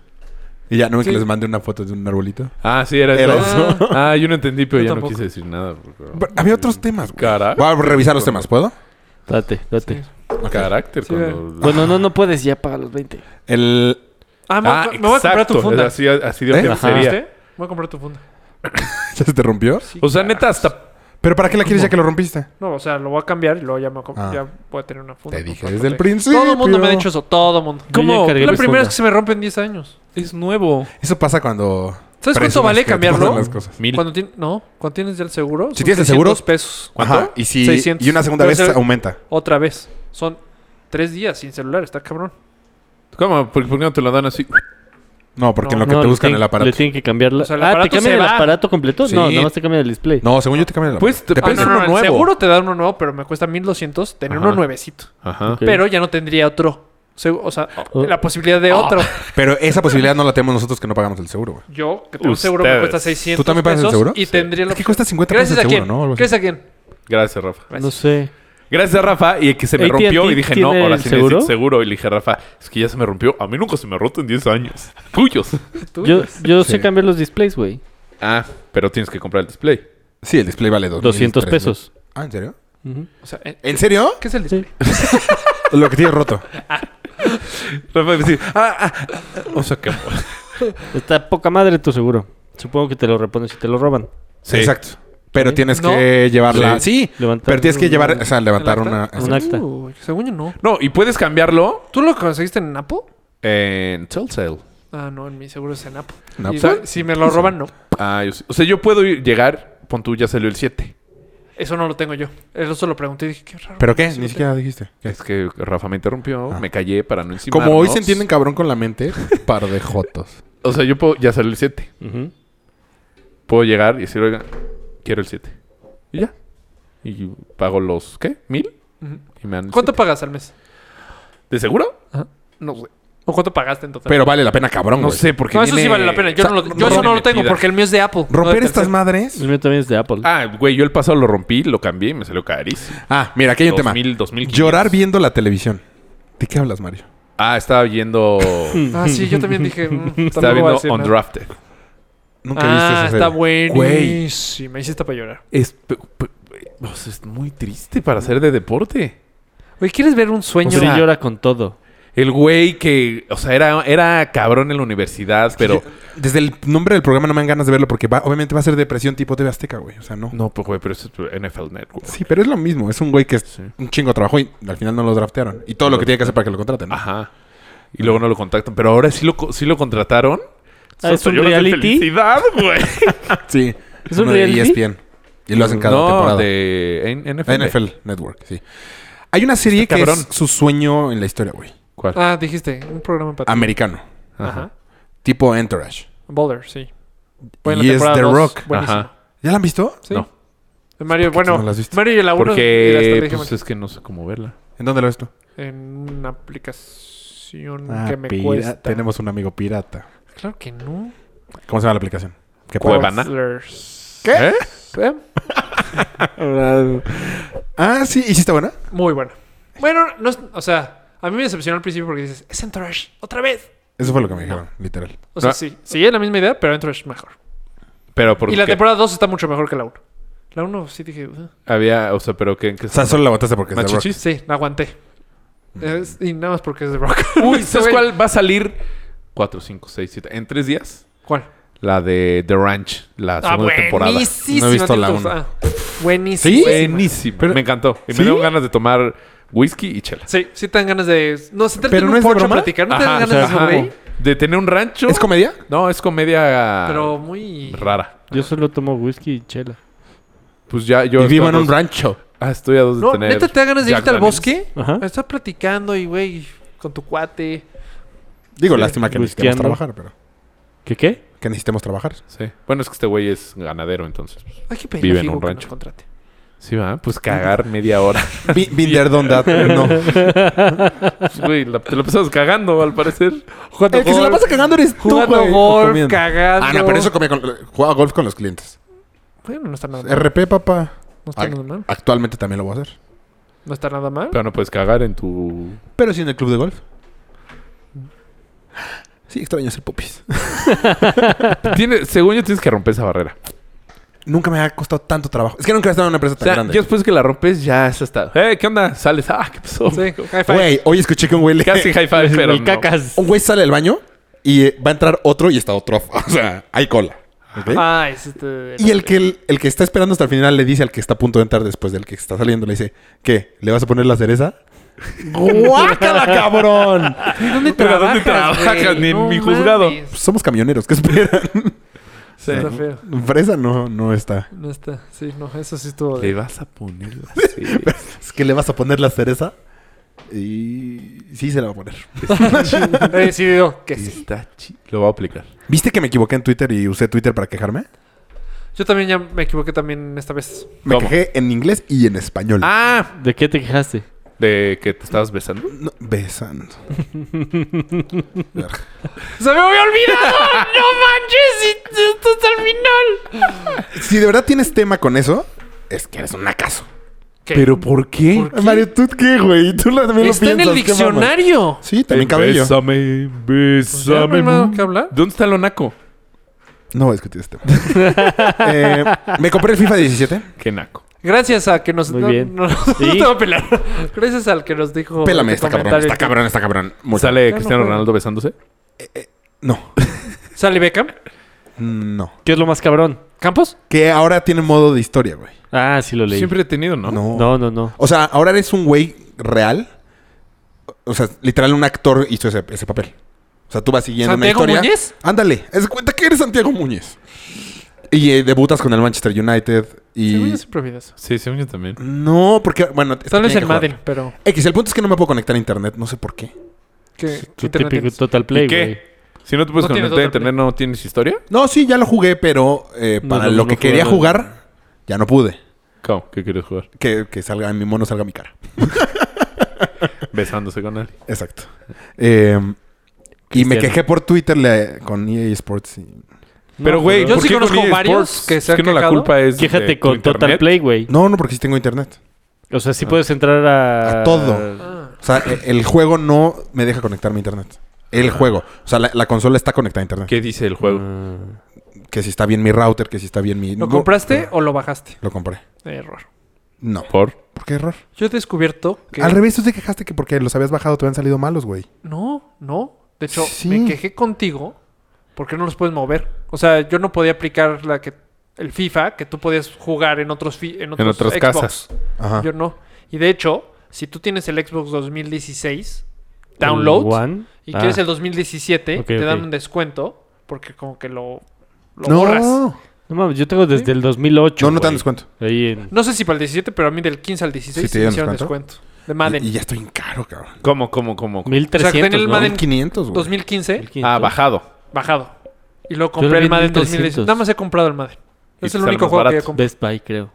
S6: Y ya, ¿no es
S5: Sí.
S6: que les mandé una foto de un arbolito?
S4: Ah, sí, era,
S6: Era
S4: eso.
S6: eso.
S4: Ah, yo no entendí, pero
S5: Yo
S4: ya no
S5: tampoco.
S4: quise decir nada. bro.
S6: Pero había otros temas, güey.
S4: Cara-
S6: Voy a revisar los temas, ¿puedo?
S1: Date, date.
S6: Ok.
S4: Carácter.
S5: Sí,
S4: cuando...
S1: Bueno, no, no puedes, ya paga los 20.
S6: El...
S5: Ah, me, voy a-
S4: Ah,
S5: me voy a comprar tu
S4: exacto.
S5: funda.
S4: Así, así de
S6: ¿Eh?
S4: que
S1: Ajá.
S4: sería.
S5: ¿Viste? Voy a comprar tu funda.
S6: ¿Ya se te rompió?
S4: O sea, neta, hasta...
S6: ¿Pero para qué la quieres ya que lo rompiste?
S5: No, o sea, lo voy a cambiar y luego ya, me com-
S6: Ah.
S5: ya voy a tener una funda.
S6: Te dije
S5: Compré-
S6: desde el
S5: Todo el mundo me ha
S6: principio.
S5: dicho eso, todo el mundo.
S1: ¿Cómo?
S5: Yo ya encargué La
S1: mi
S5: primera
S1: funda.
S5: es que se me rompe en 10 años.
S4: Es nuevo.
S6: Eso pasa cuando...
S5: ¿Sabes cuánto
S6: presumes
S5: vale
S6: que te
S5: cambiarlo?
S6: pasan las cosas.
S4: Mil.
S5: Cuando tien- no, cuando tienes ya el seguro.
S6: Si
S5: son
S6: tienes el seguro,
S5: 600 pesos.
S6: Ajá. Y si...
S5: 600.
S6: Y una segunda
S5: Pero
S6: vez
S5: se-
S6: aumenta.
S5: Otra vez. Son tres días sin celular, está cabrón.
S4: ¿Cómo? ¿Por por qué no te lo dan así?
S6: No, porque
S5: No,
S6: en lo que te
S1: le
S6: buscan
S1: tienen-
S6: el aparato.
S1: Le tienen que cambiar la...
S5: O sea, el
S1: ah, ¿te
S5: aparato
S1: cambian
S5: se
S1: el
S5: va.
S1: aparato completo? No,
S6: Sí.
S1: nada más te cambian el display.
S6: No, según yo te cambian el
S4: Pues te
S6: aparato.
S5: Ah,
S4: pones
S5: no, no,
S4: uno
S5: no, el
S4: nuevo.
S5: seguro te dan uno nuevo, pero me cuesta 1200 tener
S4: Ajá.
S5: uno nuevecito.
S4: Ajá.
S1: Ok.
S5: Pero ya no tendría otro. Segu- O sea,
S1: Oh.
S5: la posibilidad de otro.
S6: Pero esa posibilidad no la tenemos nosotros que no pagamos el seguro, güey.
S5: Yo, que tengo un seguro que
S4: Ustedes.
S5: cuesta 600
S6: ¿Tú también pagas el
S5: pesos
S6: seguro?
S5: Y tendría la
S6: Es que
S5: opción.
S6: cuesta 50 pesos
S5: Gracias
S6: el
S5: a quién.
S6: seguro, ¿no? Algo así.
S5: Gracias a quién.
S4: Gracias, Rafa.
S1: No sé.
S4: Gracias, Rafa. Y que se me
S1: AT&T
S4: rompió y dije, no,
S1: tiene
S4: ahora
S1: el
S4: sí necesito
S1: seguro.
S4: seguro. Y le dije, Rafa, es que ya se me rompió. A mí nunca se me ha roto en 10 años. Tuyos.
S5: Tú,
S1: Yo, yo
S6: Sí.
S1: sé cambiar los displays, güey.
S4: Ah, pero tienes que comprar el display.
S6: Sí, el display vale 200
S1: 200 pesos.
S6: Ah, ¿en serio?
S1: Ujú.
S5: o sea, eh,
S6: ¿En serio?
S5: ¿Qué es el display?
S6: Lo que tienes roto.
S4: Rafa va a decir, ah, ah, ah. O sea, que...
S1: Está poca madre tu seguro. Supongo que te lo repones si te lo roban.
S4: Sí.
S6: Exacto. Pero
S5: Sí.
S6: tienes
S5: No.
S6: que llevarla. Sí.
S1: Sí. Levantar
S6: pero tienes que
S1: un-
S6: llevar, o sea, levantar
S5: ¿El
S6: una.
S5: acta?
S1: Un
S6: exacto.
S1: acta.
S5: Uy, según yo no.
S4: No, y puedes cambiarlo
S5: ¿Tú lo conseguiste en Apple?
S4: en Telltale.
S5: Ah, no, en mi seguro es en Apple.
S6: No,
S5: Y
S6: pues,
S5: si me lo roban, no.
S4: Ah, yo sí. O sea, yo puedo ir- llegar, pon tú, ya salió el 7.
S5: Eso no lo tengo yo. Eso lo pregunté y dije, qué raro.
S6: ¿Pero qué?
S5: Sí,
S6: Ni
S5: lo
S6: siquiera dijiste. ¿Qué?
S4: Es que Rafa me interrumpió,
S6: Ah.
S4: me callé para no encima.
S6: Como hoy se entienden cabrón con la mente, par de jotos.
S4: O sea, yo puedo, ya salió el 7.
S1: Ujú.
S4: Puedo llegar y decir, oiga, quiero el 7. Y ya. Y pago los, ¿qué? ¿Mil?
S5: tengo. Ujú.
S4: Y me dan el
S5: ¿Cuánto
S4: siete.
S5: pagas al mes?
S4: ¿De seguro?
S5: Ajá.
S4: No sé.
S5: ¿O cuánto pagaste en total?
S6: Pero vale la pena, cabrón.
S4: No
S6: güey.
S4: sé, porque.
S5: no, eso sí
S4: viene-
S5: vale la pena. Yo,
S6: o sea,
S5: no lo- yo eso no lo tengo
S4: metida.
S5: porque el mío es de Apple.
S6: Romper estas
S5: manos.
S6: madres.
S1: El mío también es de Apple.
S4: Ah, güey, yo el pasado lo rompí, lo cambié y me salió carísimo.
S6: Ah, mira, aquí hay un tema.
S4: 2000, 2500.
S6: Llorar viendo la televisión. ¿De qué hablas, Mario?
S4: Ah, estaba viendo.
S5: Ah, sí, yo también dije. mm,
S4: estaba
S5: tampoco voy a
S4: viendo
S5: decir nada.
S4: Undrafted.
S6: Nunca viste
S5: Ah,
S6: esa
S5: está
S6: serie. Güey,
S5: buenísima. Hiciste para llorar.
S4: Es, pe- pe- pe- o sea, es muy triste para ser de deporte.
S5: Oye, ¿quieres ver un sueño?
S1: Pero él llora con todo.
S4: El güey que, o sea, era, era cabrón en la universidad, pero...
S6: desde el nombre del programa no me dan ganas de verlo porque va- obviamente va a ser depresión tipo TV Azteca, güey. O sea, no.
S4: No, pues güey, pero eso es NFL Network.
S6: Sí, pero es lo mismo. Es un güey que es
S4: Sí.
S6: un chingo trabajó y al final no lo draftearon. Y todo lo que tiene que hacer para que lo contraten. ¿no?
S4: Ajá. Y luego no lo contactan, pero ahora sí lo, co- sí lo contrataron.
S1: Ah, ¿es
S4: Hasta
S1: un
S4: lloras de
S1: reality?
S4: Felicidad, güey.
S6: Sí.
S1: ¿Es un
S6: Uno de E
S1: reality?
S6: ESPN. Y lo hacen cada
S4: no,
S6: temporada.
S4: de en- NFL.
S6: NFL Network, sí. Hay una serie
S4: Está
S6: que
S4: cabrón.
S6: es su sueño en la historia, güey.
S4: ¿Cuál?
S5: Ah, dijiste. Un programa para ti.
S6: Americano.
S5: Ajá.
S6: Tipo Entourage.
S5: Boulder, sí.
S6: Y
S5: la
S6: es
S5: temporada
S6: The
S5: dos,
S6: Rock.
S5: Buenísimo.
S4: Ajá.
S6: ¿Ya la han visto?
S5: Sí. Eh,
S4: No.
S5: Mario, bueno,
S6: no la has visto?
S5: Mario y la 1
S4: Porque pues, es que no sé cómo verla.
S6: ¿En dónde lo ves tú?
S5: en una aplicación
S6: Ah,
S5: que me
S6: pira-
S5: cuesta.
S6: Tenemos un amigo pirata.
S5: Claro que no.
S6: ¿Cómo se llama la aplicación? ¿Qué
S4: Cueva. ¿Cuevana?
S5: Counselors.
S6: ¿Qué?
S4: ¿Eh?
S5: ¿Eh?
S6: Ah, sí. ¿Y sí está buena?
S5: Muy buena. Bueno, no es- o sea, a mí me decepcionó al principio porque dices, es Entourage, otra vez.
S6: Eso fue lo que me dijeron, literal.
S5: O sea,
S4: No.
S5: sí, sí es la misma idea, pero Entourage mejor.
S4: Pero porque
S5: Y la temporada 2 está mucho mejor que la 1. La 1 sí dije, "Ugh".
S4: había, o sea, pero que en qué
S6: O sea, solo la aguantaste porque es The Rock.
S4: machichis.
S5: sí, la aguanté.
S6: Mm.
S5: Es- y nada más porque es de Rock.
S4: Uy, ¿sabes
S5: Güey.
S4: cuál va a salir? 4, 5, 6, 7. En tres días.
S5: ¿Cuál?
S4: La de The Ranch, la
S5: Ah,
S4: segunda temporada.
S5: buenísima.
S6: No he visto
S5: ¿te
S6: la
S5: gusta?
S6: uno.
S5: Ah, buenísima.
S6: ¿Sí?
S4: Buenísima.
S6: Pero-
S4: me encantó. Y
S6: ¿Sí?
S4: me dieron ganas de tomar whisky y chelas.
S5: Sí, sí te dan ganas de... No, se te
S6: Pero
S5: dan
S6: no
S5: un
S6: es de
S5: pocho a
S6: broma.
S5: platicar. No te dan
S4: Ajá,
S5: ganas
S1: o
S5: de
S1: sea, ajá.
S5: sonreír.
S4: De tener un rancho.
S6: ¿Es comedia?
S4: no, es comedia
S5: Pero muy...
S4: rara.
S1: Yo solo tomo whisky y chela.
S4: Pues ya yo.
S6: y vivo en
S4: estoy a
S6: un
S4: dos-
S6: rancho.
S4: Ah, estoy a dos de
S5: No,
S4: tener.
S5: neta te dan ganas de
S4: Jack
S5: irte al
S4: Daniels.
S5: bosque.
S1: Ajá.
S5: Estás platicando y, güey, con tu cuate.
S6: Digo, lástima que necesitemos
S1: busqueando.
S6: trabajar, pero...
S1: ¿Qué qué?
S6: Que necesitemos trabajar.
S4: Sí. Bueno, es que este güey es ganadero, entonces. pues,
S5: Hay que
S4: Vive
S5: pedirle a
S4: en
S5: Figo
S4: un
S5: que nos
S4: rancho.
S5: contrate.
S4: Sí, va. Pues cagar media hora.
S6: Bi- Been there, done that. No.
S4: Pues, güey, la- te lo pasas cagando, al parecer.
S6: El que se la pasa cagando eres tú,
S5: Jugando
S6: güey.
S5: golf,
S6: Comiendo.
S5: cagando.
S6: Ah, no, pero eso comía con... Jugaba golf con los clientes.
S5: Bueno, no está nada mal.
S6: RP, papá.
S5: No está
S6: Ay.
S5: nada mal.
S6: Actualmente también lo voy a hacer.
S5: No está nada mal.
S4: Pero no puedes cagar en tu.
S6: Pero sí en el club de golf. Sí, extraño ser pupis.
S4: Tiene, según yo, tienes que romper esa barrera.
S6: Nunca me ha costado tanto trabajo. Es que nunca he estado en una empresa
S4: O
S6: tan
S4: sea,
S6: grande.
S4: ya después que la rompes, ya es hasta. ¡Eh, qué onda! Sales. ¡Ah, qué pasó!
S5: Sí, high five.
S6: Güey, hoy escuché que un güey le...
S4: Casi high five, pero.
S1: el
S4: no.
S1: cacas.
S6: Un güey sale del baño y eh, va a entrar otro y está otro. O sea, hay cola. ¿ok?
S5: Ah, es este...
S6: Y el que, el, el que está esperando hasta el final le dice al que está a punto de entrar después del que está saliendo, le dice, ¿qué? ¿Le vas a poner la cereza? ¡Guácala, cabrón!
S5: ¿Dónde
S4: Pero ¿dónde trabajas?
S5: güey?
S4: Ni en
S5: No
S4: mi juzgado.
S5: mames.
S6: Pues somos camioneros, ¿qué esperan?
S4: Sí.
S5: Está feo.
S6: Fresa no, no está.
S5: No está. Sí, no, eso sí estuvo...
S4: Le
S5: de-
S4: vas a poner la cereza.
S6: Es que le vas a poner la cereza y sí se la va a poner.
S5: He decidido que sí.
S4: Está chi- Lo voy a aplicar.
S6: ¿Viste que me equivoqué en Twitter y usé Twitter para quejarme?
S5: Yo también ya me equivoqué también esta vez.
S6: Me
S4: ¿Cómo?
S6: quejé en inglés y en español.
S4: Ah,
S1: ¿De qué te quejaste?
S4: de que te estabas besando.
S6: No, besando.
S5: ¡Se me había
S6: Verga.
S5: olvidado! ¡No manches! y- ¡Esto es al final!
S6: si de verdad tienes tema con eso, es que eres un acaso.
S5: ¿Qué?
S4: por qué?
S5: ¿Por qué?
S6: Mario, ¿tú qué, güey? Tú la- también lo
S5: Está en el
S6: piensas, qué mamá.
S5: diccionario.
S6: Sí, también cabello.
S4: Bésame,
S5: ¿Ya no hay
S4: bésame.
S5: nada que hablar?
S4: ¿Dónde está lo naco?
S6: No voy a discutir este tema. Eh, me compré el FIFA 17.
S4: ¿Qué naco?
S5: Gracias a que nos.
S1: Muy
S5: no,
S1: bien.
S5: no, no,
S1: Sí.
S5: te voy a pelar. Gracias al que nos dijo.
S6: Pélame,
S5: tu
S6: está cabrón,
S5: comentario.
S6: está cabrón, está cabrón. Mucho.
S4: ¿Sale
S5: no
S4: Cristiano
S5: juego.
S4: Ronaldo besándose?
S6: No,
S5: ¿Sale Beckham?
S6: no.
S1: ¿Qué es lo más cabrón?
S5: ¿Campos?
S6: Que ahora tiene modo de historia, güey.
S1: Ah, sí lo leí.
S4: Siempre he tenido, Ah, ¿no?
S1: No, no, no.
S6: O sea, ahora eres un güey real. O sea, literal, un actor hizo ese, ese papel. O sea, tú vas siguiendo
S5: ¿Santiago
S6: una historia.
S5: Muñiz?
S6: Ándale, haz de cuenta que eres Santiago Muñiz. Y eh, debutas con el Manchester United.
S5: Según
S6: Y.
S5: yo siempre vi eso.
S4: Sí, según yo también.
S6: No, porque, bueno, es que
S5: Tal vez
S6: tienen
S5: en
S6: que jugar.
S5: Madden, pero...
S6: X, el punto es que no me puedo conectar a internet, no sé por qué.
S5: ¿qué
S1: Tu
S5: internet
S1: típico
S5: tienes?
S1: Total Play,
S4: ¿Y
S1: güey.
S4: qué? Si no te puedes
S5: No tienes
S4: conectar a
S5: otra
S4: internet, ¿no tienes historia?
S6: No, sí, ya lo jugué, pero eh,
S1: No,
S6: para
S1: no,
S6: lo
S1: no
S6: que quería
S1: jugué, no.
S6: jugar, ya no pude.
S4: ¿Cómo? ¿Qué quieres jugar?
S6: Que, que salga mi mono, salga mi cara.
S4: Besándose con alguien.
S6: Exacto. Eh, y me
S1: Cristiano.
S6: quejé por Twitter le- con EA Sports. y-
S4: Pero, güey,
S5: yo
S4: ¿por
S5: sí
S4: qué con
S5: conozco
S4: EA
S5: varios
S4: Sports?
S5: que se
S4: Es
S5: han
S4: no la
S5: quejado.
S4: culpa es. de
S1: Quéjate
S4: tu
S1: con Total
S4: internet.
S1: Play, güey.
S6: No, no, porque sí tengo internet.
S1: O sea, sí puedes entrar a...
S6: A todo.
S5: Ah.
S6: O sea, e- el juego no me deja conectarme a internet. El juego. O sea, la, la consola está conectada a internet.
S4: ¿Qué dice el juego?
S1: Ah.
S6: Que si está bien mi router, que si está bien mi...
S5: ¿Lo
S6: no,
S5: compraste o lo bajaste?
S6: Lo compré.
S5: Error.
S6: No.
S4: ¿Por?
S6: ¿Por qué error?
S5: Yo he descubierto que...
S6: Al revés, tú te quejaste que porque los habías bajado te habían salido malos, güey.
S5: No, no. De hecho,
S6: Sí.
S5: me quejé contigo porque no los puedes mover. O sea, yo no podía aplicar la que el FIFA que tú podías jugar en otros fi- en otros
S4: otras
S5: Xbox.
S4: casas.
S6: Ajá.
S5: Yo no. Y de hecho, si tú tienes el Xbox 2016 download
S1: ¿El One?
S5: y
S1: Ah.
S5: quieres el 2017,
S1: Ok,
S5: te
S1: ok.
S5: dan un descuento porque como que lo lo borras.
S1: No mames, yo tengo desde el 2008,
S6: No, no te dan
S1: güey.
S6: descuento.
S1: Ahí en...
S5: No sé si para el 17, pero a mí del 15 al 16
S6: Sí,
S5: sí
S6: te
S5: me
S6: dieron
S5: hicieron descuento.
S6: descuento.
S5: De Madden.
S6: Y, y ya estoy en caro, cabrón.
S4: ¿Cómo, cómo, cómo?
S5: Ah,
S1: 1300,
S5: O sea, en el
S1: ¿no?
S5: Madden
S6: 500, güey.
S5: 2015
S1: 1500.
S4: Ah, bajado.
S5: bajado. Y luego
S1: Yo lo
S5: compré
S1: vi
S5: el
S1: en
S5: Madden
S1: 1300.
S5: 2016. Nada más he comprado el Madden.
S4: Y
S5: Es
S4: te
S5: el
S4: sale
S5: único
S4: más
S5: juego que he
S4: barato.
S5: comprado.
S1: Best Buy, creo.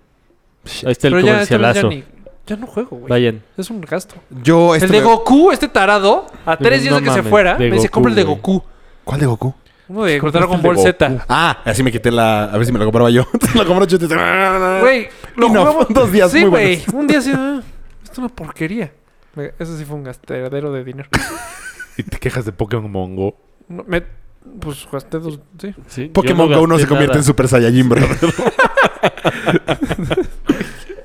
S1: Ahí está el
S5: Pero ya, este mes ya,
S1: comercialazo.
S5: ni- ya no juego, güey.
S1: Vayan.
S5: Es un gasto.
S6: Yo este
S5: el de
S6: me-
S5: Goku, este tarado, a
S1: Pero
S5: tres días
S1: no
S5: de que se
S1: mames,
S5: fuera,
S1: de
S5: me dice,
S1: Goku,
S5: compra el de
S1: güey.
S5: Goku.
S6: ¿Cuál de Goku?
S5: Uno de
S4: el
S5: Dragon
S4: de
S5: Ball Z.
S6: Ah, así me quité la... A ver si me lo compraba yo. Entonces lo compré yo y te
S5: Güey, lo
S6: Y no,
S5: jugamos
S6: dos días
S5: Sí,
S6: muy
S5: güey.
S6: buenos.
S5: Un día sí. ah, esto es una porquería. Me- Eso sí fue un gastadero de dinero.
S4: Y te quejas de Pokémon Go.
S5: No, me- pues gasté dos. Sí.
S1: Sí, yo
S6: Pokémon
S1: no
S6: Go no
S1: gasté
S6: se convierte
S1: nada,
S6: en Super Saiyajin, bro.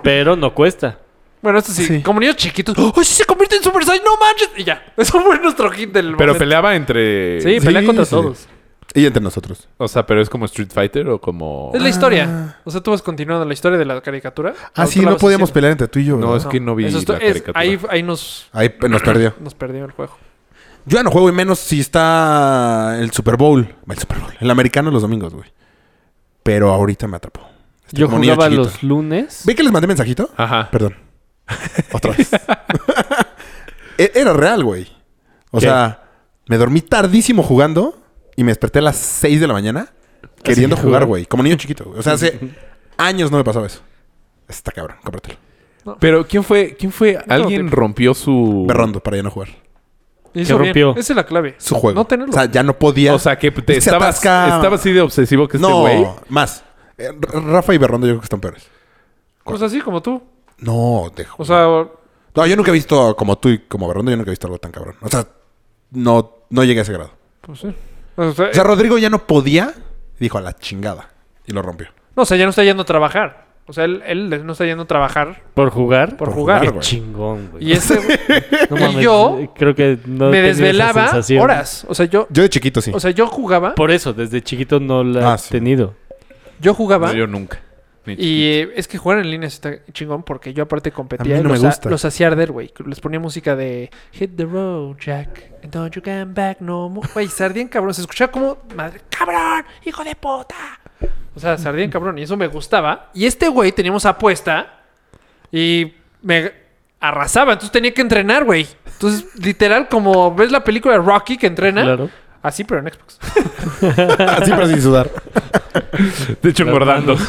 S1: Pero no cuesta.
S5: Bueno, esto sí.
S6: Sí.
S5: Como niños chiquitos. ¡Ay, sí se convierte en Super Saiyan! ¡No manches! Y ya. Eso fue nuestro hit del
S4: Pero
S5: momento.
S4: peleaba entre.
S5: Sí,
S6: Sí,
S5: pelea contra
S6: sí.
S5: todos.
S6: y entre nosotros.
S4: O sea, pero es como Street Fighter o como.
S5: Es la historia. O sea, tú vas continuando la historia de la caricatura.
S6: Ah,
S5: O
S6: sí,
S5: tú la
S6: no
S5: vas
S6: podíamos
S5: haciendo.
S6: pelear entre tú y yo.
S4: No,
S6: ¿verdad?
S4: es que no vi
S5: Eso es to-
S4: la
S5: es-
S4: caricatura.
S5: ahí, ahí nos,
S6: Ahí pe- nos perdió.
S5: nos perdió el juego.
S6: Yo ya no juego y menos si está el Super Bowl. El Super Bowl. El americano los domingos, güey. Pero ahorita me atrapó. Estoy
S1: Yo
S6: Este como niño
S1: jugaba
S6: chiquito.
S1: los lunes.
S6: ¿Ve que les mandé mensajito?
S4: Ajá.
S6: Perdón. Otra vez. E- Era real, güey. O
S1: ¿Qué?
S6: sea, me dormí tardísimo jugando y me desperté a las 6 de la mañana queriendo
S1: que
S6: jugar,
S1: jugar.
S6: güey. Como niño chiquito. güey. O sea, hace años no me pasaba eso. Está cabrón, cómpratelo.
S4: Pero ¿quién fue? ¿Quién fue? Alguien
S5: tiempo.
S4: rompió su.
S6: Berrondo para ya no jugar.
S5: Y
S1: Se rompió.
S5: Esa es la clave.
S6: Su juego.
S5: No tenerlo.
S6: O sea, ya no podía.
S4: O sea, que te
S6: Se
S4: estabas,
S6: atasca.
S4: estaba así de obsesivo que este
S6: no,
S4: güey.
S6: más. Eh, R- Rafa y Berrondo yo creo que están peores.
S5: pues así como tú.
S6: No, te ju-
S5: O sea,
S6: No, yo nunca he visto como tú y como Berrondo, yo nunca he visto algo tan cabrón. O sea, no, no llegué a ese grado.
S5: pues sí. O sea,
S6: O sea, Rodrigo ya no podía. Dijo a la chingada. Y lo rompió.
S5: no, o sea, ya no está yendo a trabajar. O sea, él, él no está yendo a trabajar
S1: ¿Por jugar?
S5: por,
S6: Por
S5: jugar.
S6: jugar, güey.
S1: Chingón, güey.
S5: Y ese güey
S1: No
S5: y yo
S1: eh, creo que no
S5: me
S1: tenía esa
S5: desvelaba
S1: sensación.
S5: horas. O sea, yo,
S6: Yo de chiquito sí.
S5: o sea, yo jugaba,
S1: Por eso, desde chiquito no la
S6: Ah,
S1: he
S6: sí.
S1: tenido.
S5: yo jugaba
S4: No, yo nunca. Ni
S5: y
S4: chiquito.
S5: eh, es que jugar en línea está chingón porque yo aparte competía
S6: A mí no
S5: y los,
S6: me
S5: ha-
S6: gusta.
S5: los hacía arder, güey. Les ponía música de Hit the road, Jack. And don't you come back no more. Güey, se ardían cabrón. Se escuchaba como madre, cabrón, hijo de puta. O sea, se ardían cabrón y eso me gustaba. Y este güey teníamos apuesta y me arrasaba. Entonces tenía que entrenar, güey. Entonces, literal, como ves la película de Rocky que entrena.
S1: Claro.
S5: Así, pero en Xbox.
S6: Así pero sin sudar.
S4: de hecho, engordando.
S6: Sí.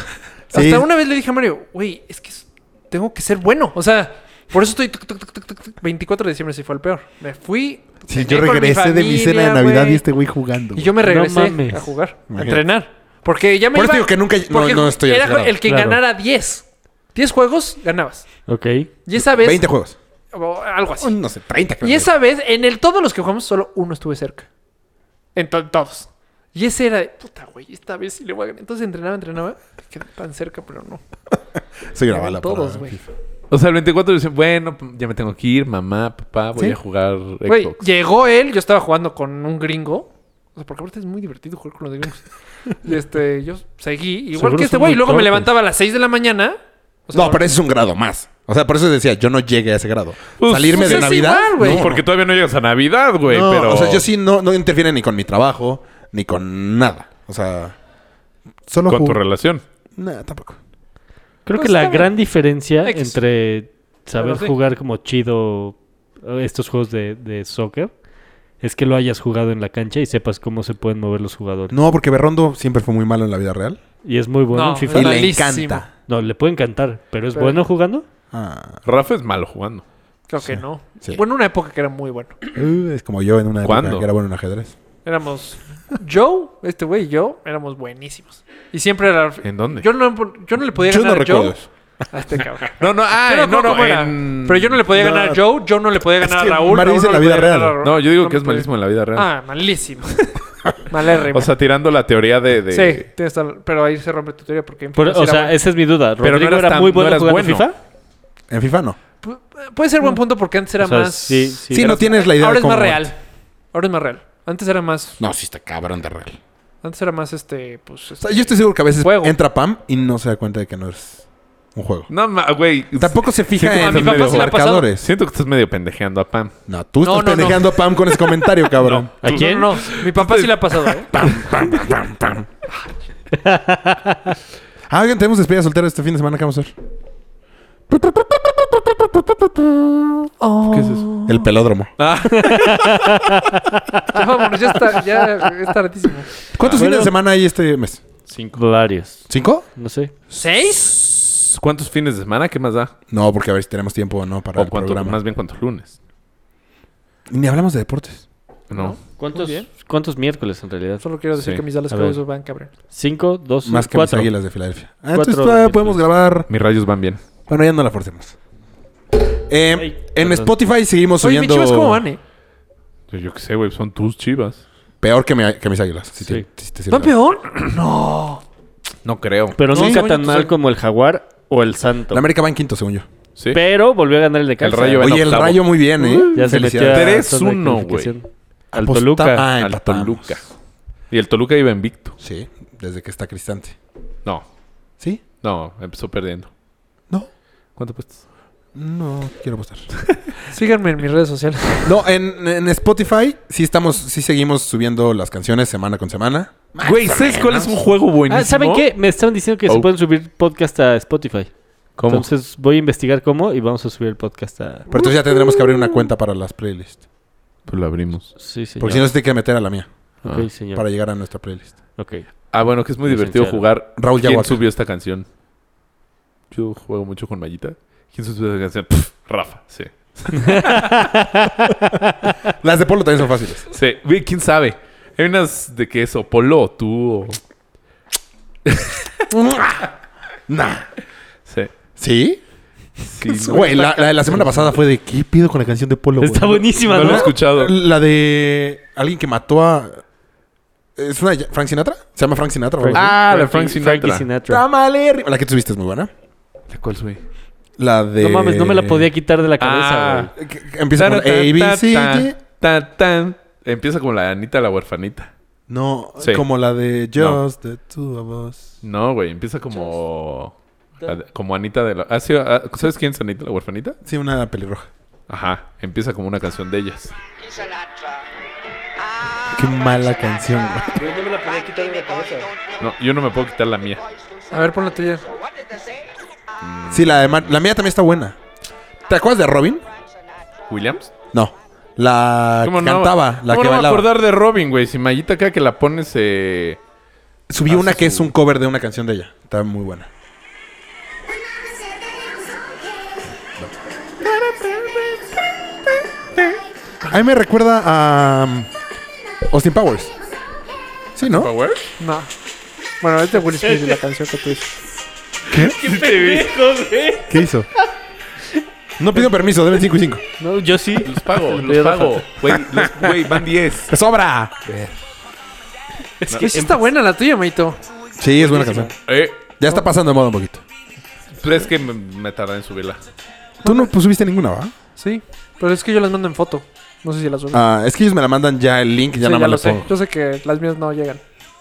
S5: Hasta una vez le dije a Mario, güey, es que s- tengo que ser bueno. O sea, por eso estoy. tuc, tuc, tuc, tuc, tuc, tuc. 24 de diciembre sí fue el peor. Me fui.
S6: Sí,
S5: cené
S6: yo
S5: con
S6: regresé de mi
S5: familia,
S6: cena de Navidad
S5: güey.
S6: y este güey jugando.
S5: Y yo me
S1: No
S5: regresé
S1: mames.
S5: a jugar, a
S6: Imagínate.
S5: entrenar. Porque ya me
S6: Por eso
S5: iba-
S6: digo que nunca- no-
S5: porque
S6: no estoy
S5: Era
S6: enterado.
S5: el que
S1: Claro.
S5: ganara 10. 10 juegos, ganabas.
S1: Ok.
S5: Y esa vez...
S6: güey. 20 juegos.
S5: o Algo así.
S6: No sé, 30 creo.
S5: pues, Y esa vez, en el todos los que jugamos, solo uno estuve cerca. En to- todos. Y ese era de, puta, güey, esta vez sí le voy a ganar. Entonces entrenaba, entrenaba. Quedé tan cerca, pero no.
S6: Soy una
S5: Eran
S6: bala
S5: todos,
S6: para-
S5: güey.
S4: O sea, el 24 dicen, bueno, ya me tengo que ir, mamá, papá, voy
S6: Sí.
S4: a jugar
S5: Güey,
S4: Xbox.
S5: llegó él, yo estaba jugando con un gringo. O sea, porque aparte es muy divertido jugar con los gringos. y este, yo seguí, igual
S1: Seguro
S5: que este
S1: son
S5: güey.
S1: muy
S5: Luego me
S1: torpes.
S5: levantaba a las 6 de la mañana. o sea,
S6: no, pero ese es un grado más. O sea, por eso decía, yo no llegué a ese grado.
S4: Pues,
S6: Salirme
S5: pues
S6: de
S5: es
S6: Navidad.
S5: igual, güey.
S6: no.
S4: Porque todavía no llegas a Navidad, güey.
S6: No,
S4: pero...
S6: O sea, yo sí no, no interfiere ni con mi trabajo, ni con nada. O sea, solo
S4: Con tu
S6: jug-
S4: relación.
S6: Nah, tampoco.
S1: Creo
S5: Pues
S1: que la
S5: está bien.
S1: gran diferencia
S5: X.
S1: entre saber
S5: Pero sí.
S1: jugar como chido eh, estos juegos de, de soccer es que lo hayas jugado en la cancha y sepas cómo se pueden mover los jugadores.
S6: No, porque Berrondo siempre fue muy malo en la vida real.
S1: Y es muy bueno
S5: No,
S1: en
S5: es
S6: Y
S1: FIFA.
S6: le
S5: malísimo.
S6: encanta.
S1: No, le puede encantar, pero es
S5: Pero-
S1: bueno jugando.
S6: Ah,
S4: Rafa es malo jugando.
S5: Creo que no.
S6: sí.
S5: Bueno, una época que era muy bueno.
S6: eh, es como yo en una época
S4: ¿Cuándo?
S6: que era bueno en ajedrez.
S5: Éramos Joe, este güey y yo, éramos buenísimos. Y siempre era.
S4: ¿En dónde?
S5: Yo no, yo no le podía
S6: Yo no
S5: ganar a
S6: recuerdo
S5: Joe.
S6: eso.
S5: A este cabrón.
S4: No, no, ah,
S5: Yo no, me acuerdo cómo era,
S4: en-
S5: Pero yo no le podía
S6: no.
S5: ganar a Joe, Joe no le podía ganar
S6: que
S5: a Raúl.
S6: Mari
S5: Raúl
S6: dice
S5: no
S6: la
S5: le
S6: vida
S5: podía ganar
S6: real.
S5: a Raúl.
S4: No, yo digo
S5: No
S4: que
S5: me
S4: es
S5: podía-
S4: malísimo en la vida real.
S5: Ah, malísimo. Malérrimo.
S4: O sea, tirando la teoría de... de-
S6: este,
S5: Sí, tienes tal- pero ahí se rompe tu teoría porque... en
S1: Pero,
S5: FIFA sí
S1: o
S5: era
S1: sea,
S5: bueno.
S1: esa es mi duda.
S4: Pero no
S1: ¿Rodrigo
S4: eras
S1: era
S4: tan-
S1: muy
S4: no
S1: bueno
S4: eras
S1: jugando
S4: bueno.
S1: FIFA?
S6: En FIFA no.
S5: Pu- Puede ser buen punto porque antes era
S1: eh, mm, O sea,
S5: más...
S1: sí, sí.
S6: Sí, no tienes la idea
S5: Ahora
S6: de
S5: es más
S6: cómo-
S5: real. Ahora es más real. Antes era más...
S6: No, sí está cabrón de real.
S5: Antes era más este... Pues,
S6: O sea, yo estoy seguro que a veces
S5: Juego.
S6: entra Pam y no se da cuenta de que no es un juego.
S4: No, ma- güey.
S6: Tampoco se fija
S4: Siento que
S5: a mi
S6: en
S5: papá
S6: los
S5: se le ha pasado.
S6: marcadores.
S4: Siento que estás medio pendejeando a Pam.
S6: No, tú
S5: No,
S6: estás
S5: no, no.
S6: pendejando a Pam con ese comentario, cabrón.
S1: ¿A quién?
S5: No, no, no. Mi papá sí le ha pasado, ¿eh?
S6: Ah, oigan, tenemos despedida soltera este fin de semana. ¿Qué vamos a hacer?
S4: ¿Qué es eso? Ah.
S6: El pelódromo.
S5: Ya vámonos, ya está... Ya es tardísimo.
S6: ¿Cuántos fines de semana hay este mes?
S1: Varios.
S6: ¿Cinco?
S1: No sé.
S5: ¿Seis?
S4: ¿Cuántos fines de semana? ¿Qué más da?
S6: No, porque a ver si tenemos tiempo o no para
S4: O
S6: el
S4: cuánto-
S6: programa.
S4: más bien cuántos lunes.
S6: Ni hablamos de deportes.
S4: No.
S1: ¿Cuántos, ¿Cuántos miércoles en realidad?
S5: Solo quiero decir
S4: Sí.
S5: que mis Dallas
S1: A ver.
S5: Cowboys van cabrón.
S1: Cinco, dos,
S6: Más que
S1: cuatro.
S6: mis águilas de Filadelfia. Ah,
S1: Cuatro
S6: entonces todavía
S1: deportes.
S6: podemos grabar.
S4: Mis rayos van bien.
S6: Bueno, ya no la forcemos. Eh,
S1: Ay,
S6: en
S1: perdón.
S6: Spotify seguimos
S5: Oye, mi
S6: subiendo.
S5: chivas, ¿cómo van, eh?
S4: Yo- Yo qué sé, güey. Son tus chivas.
S6: Peor que, mi- que mis águilas. Si te-
S1: Sí.
S6: si te sirve.
S5: ¿Van peor? No.
S4: No creo.
S1: Pero
S6: Sí,
S1: nunca
S6: coño,
S1: tan
S6: pues,
S1: mal
S6: el-
S1: como el Jaguar o el Santo.
S6: La América va en quinto, según yo.
S4: Sí.
S1: Pero volvió a ganar el de Calza.
S4: Rayo va en
S6: Oye, el
S4: octavo.
S6: rayo muy bien, ¿eh?
S1: Ya se metió a
S6: Felicidades.
S4: Tres,
S1: zona de
S4: uno, güey.
S1: calificación. Al
S6: Aposta-
S1: Toluca.
S6: Ah,
S4: Al
S6: empatamos.
S4: Toluca. Y el Toluca iba invicto.
S6: Sí, desde que está Cristante.
S4: No.
S6: ¿Sí?
S4: No, empezó perdiendo.
S6: No.
S4: ¿Cuánto apuestas?
S6: No quiero apostar.
S5: Síganme en mis redes sociales.
S6: No, en, en Spotify sí estamos, sí seguimos subiendo las canciones semana con semana.
S4: Güey, ¿sabes cuál es un juego buenísimo?
S1: Ah, ¿saben qué? Me estaban diciendo que se
S4: Oh.
S1: pueden subir podcast a Spotify.
S4: ¿Cómo?
S1: Entonces voy a investigar cómo y vamos a subir el podcast a...
S6: Pero entonces ya tendremos que abrir una cuenta para las playlists.
S4: Pues lo abrimos.
S1: Sí, señor.
S6: Porque si no se tiene que meter a la mía
S1: Ok, señor.
S6: para llegar a nuestra playlist.
S1: Ok.
S4: Ah, bueno, que es muy
S1: Sí,
S4: divertido
S1: sincero.
S4: jugar.
S6: Raúl
S4: ¿Quién
S6: Yaguaca.
S4: subió esta canción? Yo juego mucho con Mayita. ¿Quién subió esta canción? Pff, Rafa, sí.
S6: Las de Polo también son fáciles.
S4: Sí, güey, quién sabe. Hay unas de que eso, Polo, o tú o...
S6: nah.
S4: Sí.
S6: ¿Sí?
S4: Sí, no.
S6: Güey, la, la de la semana pasada fue de ¿qué pido con la canción de Polo? güey?
S1: Está buenísima,
S4: No
S1: ¿no?
S4: lo he escuchado.
S6: La de alguien que mató a. ¿Es una Frank Sinatra? ¿Se llama Frank Sinatra? o algo así?
S4: Ah, la de Frank Sinatra.
S1: Frankie Sinatra.
S6: Está malérrimo. La que tú subiste es muy buena.
S4: ¿La cuál soy?
S6: La de. Eh,
S1: No mames, no me la podía quitar de la cabeza,
S4: Eh, Ah.
S1: güey.
S6: Que- que Empieza con A, B, C, D.
S4: Tan, tan. Empieza como la de Anita la huerfanita.
S6: No,
S4: Sí.
S6: como la de Just the Two of Us.
S4: No, güey, empieza como... la de- Como Anita de la... ah, sí, ah, ¿Sabes quién es Anita la huerfanita?
S6: Sí, una pelirroja.
S4: Ajá, empieza como una canción de ellas.
S6: Qué mala canción, güey.
S3: Yo no me la podía quitar de la cabeza.
S4: No, yo no me puedo quitar la mía.
S5: A ver, pon la tuya.
S6: Sí, la de Ma- la mía también está buena. ¿Te acuerdas de Robin?
S4: ¿Williams?
S6: No. La que
S4: ¿Cómo no?
S6: cantaba, la que
S4: ¿Cómo no me
S6: bailaba.
S4: acordar de Robin, güey? Si Mayita acá que la pones... Eh...
S6: Subí una que es un cover de una canción de ella. Está muy buena. A mí me recuerda a um, Austin Powers. Sí, ¿no?
S4: Power?
S5: No. Bueno, este Will Smith y la canción que tú dices.
S6: ¿Qué hizo? No pido permiso, deben 5 y 5.
S1: No, yo sí.
S4: Los pago, los
S1: Mira,
S4: pago. Güey, los- güey, van 10.
S6: ¡Te sobra!
S5: Es que sí está buena la tuya, Meito.
S6: Sí, es buena canción.
S4: Eh,
S6: Ya está pasando de moda un poquito.
S4: pero es que me, me tardé en subirla.
S6: Tú no pues, subiste ninguna, ¿va?
S5: Sí. Pero es que yo las mando en foto. No sé si las subí.
S6: Ah, es que ellos me la mandan ya el link, ya
S5: Sí,
S6: nada
S5: ya
S6: más
S5: lo
S6: lo
S5: sé.
S6: pongo.
S5: Yo sé que las mías no llegan.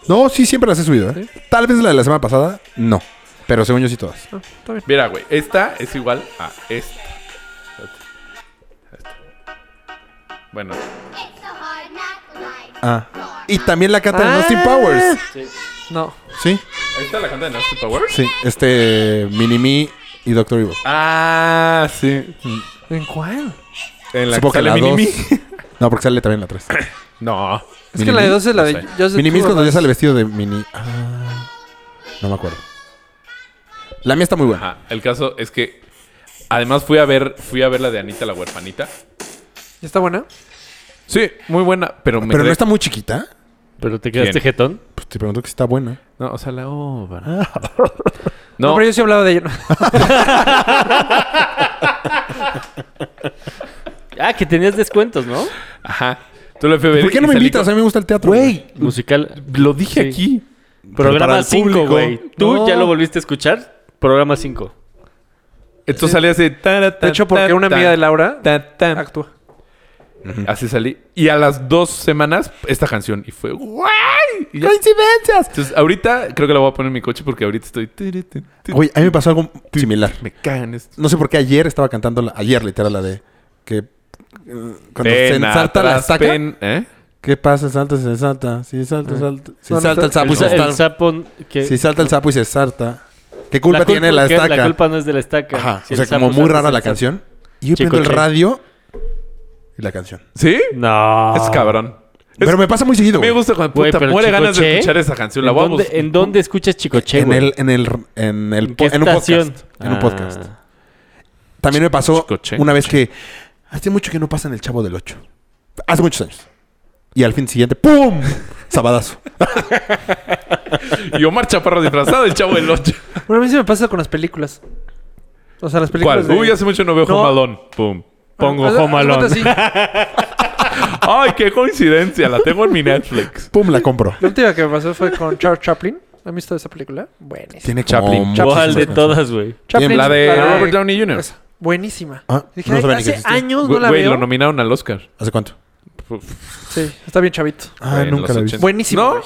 S6: No, sí, siempre las he subido, ¿eh? Tal vez la de la semana pasada, no. Pero según yo sí todas.
S5: Ah, está bien.
S4: Mira, güey, esta es igual a esta. Espérate. Esta. Bueno,
S8: It's a hard knock life.
S6: Ah. Y también la canta de Austin Powers.
S5: No.
S6: Sí,
S4: ¿esta la canta de Nasty Power?
S6: sí. Este, Minimi y Doctor Evil.
S4: Ah, sí.
S5: ¿En cuál?
S4: En
S6: Supongo que
S4: sale
S6: la
S4: Minimi.
S6: 2. No, porque sale también la 3.
S4: No.
S5: Es que la de 12 es la de Joseph
S6: Minimis cuando ya
S5: Gordon.
S6: sale vestido de mini. Ah, no me acuerdo. La mía está muy buena.
S4: Ajá. El caso es que además fui a ver, fui a ver la de Anita la huerfanita.
S5: ¿Ya ¿Está buena?
S4: Sí, muy buena, pero me
S6: Pero no
S4: quedé-
S6: está muy chiquita.
S1: ¿Pero te quedaste
S4: ¿Quién?
S1: jetón?
S6: Pues te pregunto que si está buena.
S4: No, o sea, la obra.
S6: Ah.
S5: No,
S4: No,
S5: pero yo sí hablaba de ella.
S1: Ah, que tenías descuentos, ¿no?
S4: ajá. Tú la fui a ver.
S6: ¿Por qué
S4: y
S6: no me
S4: salí
S6: invitas?
S4: con-
S6: A mí me gusta el teatro. Güey.
S1: Musical.
S4: Lo dije
S1: Sí.
S4: aquí.
S1: Programa
S6: para el
S1: 5,
S6: público.
S1: güey. Tú
S5: No.
S1: ya lo volviste a escuchar. Programa 5.
S4: Entonces salí así.
S5: De hecho, porque una amiga de Laura actúa.
S4: Mm. Así salí. Y a las dos semanas, esta canción. Y fue, ¡guay! ¡Coincidencias! Entonces, ahorita creo que la voy a poner en mi coche porque ahorita estoy.
S6: Güey, a mí me pasó algo similar.
S4: Me cagan esto.
S6: No sé por qué ayer estaba cantando, la- ayer literal, la de que eh, cuando se
S4: Pena
S6: ensarta la
S4: tras
S6: estaca.
S4: pen- ¿Eh?
S6: ¿Qué pasa? Salta, se salta. Si salta, salta. Si
S5: No, no
S6: salta el
S5: está-
S6: sapo
S1: el,
S6: y se
S1: el
S6: salta.
S1: sapo... que-
S6: Si salta el sapo y se salta. ¿Qué culpa tiene la
S1: que-
S6: estaca?
S1: La culpa no es de la estaca.
S6: Ajá.
S1: Si
S6: o
S1: el
S6: sea, como
S1: sapo
S6: muy
S1: salta,
S6: rara
S1: se
S6: la
S1: salta.
S6: canción. Y yo
S1: Chico
S6: prendo el
S1: Che.
S6: radio y la canción.
S4: ¿Sí?
S1: No.
S4: Es cabrón. Es-
S6: Pero me pasa muy seguido.
S4: me
S6: güey.
S4: gusta cuando
S1: Ah. Güey,
S4: puta,
S1: pero
S4: muere
S1: Chico
S4: ganas de
S1: Che,
S4: escuchar esa canción. La
S1: ¿En,
S4: vamos.
S1: dónde, ¿En dónde escuchas Chicoche,
S6: en
S1: güey?
S6: el, en el, en el,
S1: ¿En
S6: po-
S1: qué
S6: en un
S1: estación?
S6: podcast. En un
S1: Ah.
S6: podcast. También me pasó
S4: Chico Che.
S6: una vez que hace mucho que no pasa en el Chavo del 8. Hace muchos años. Y al fin siguiente, ¡pum! Sabadazo.
S4: Y Omar Chaparro disfrazado, el chavo del 8.
S5: Bueno, a mí sí me pasa con las películas. O sea, las películas.
S4: ¿Cuál?
S5: de-
S4: Uy, hace mucho no veo
S5: No.
S4: Home Alone. Pum. Pongo
S5: Haz- haz
S4: Home
S5: cuenta,
S4: Alone.
S5: sí. La
S4: Ay, qué coincidencia. La tengo en mi Netflix.
S6: ¡Pum! La compro.
S5: última que me pasó fue con Charles Chaplin. ¿Han visto esa película? Buenísima.
S6: Tiene
S4: Chaplin.
S6: como
S1: ¿Cuál
S6: muchísimas
S1: de
S6: canciones.
S1: todas, güey?
S5: Chaplin,
S4: La de Robert Downey Jr.
S5: Esa. Buenísima.
S6: Ah,
S5: Dije,
S6: no
S5: "Ay,
S6: sabía ni que
S5: hace
S6: existía".
S5: años no la
S4: Güey,
S5: veo.
S4: lo nominaron al Oscar.
S6: ¿Hace cuánto?
S5: Sí, está bien chavito.
S6: Ah,
S4: en
S6: nunca
S4: los
S6: la vi.
S4: 80.
S5: Buenísima.
S4: ¿No?
S5: güey.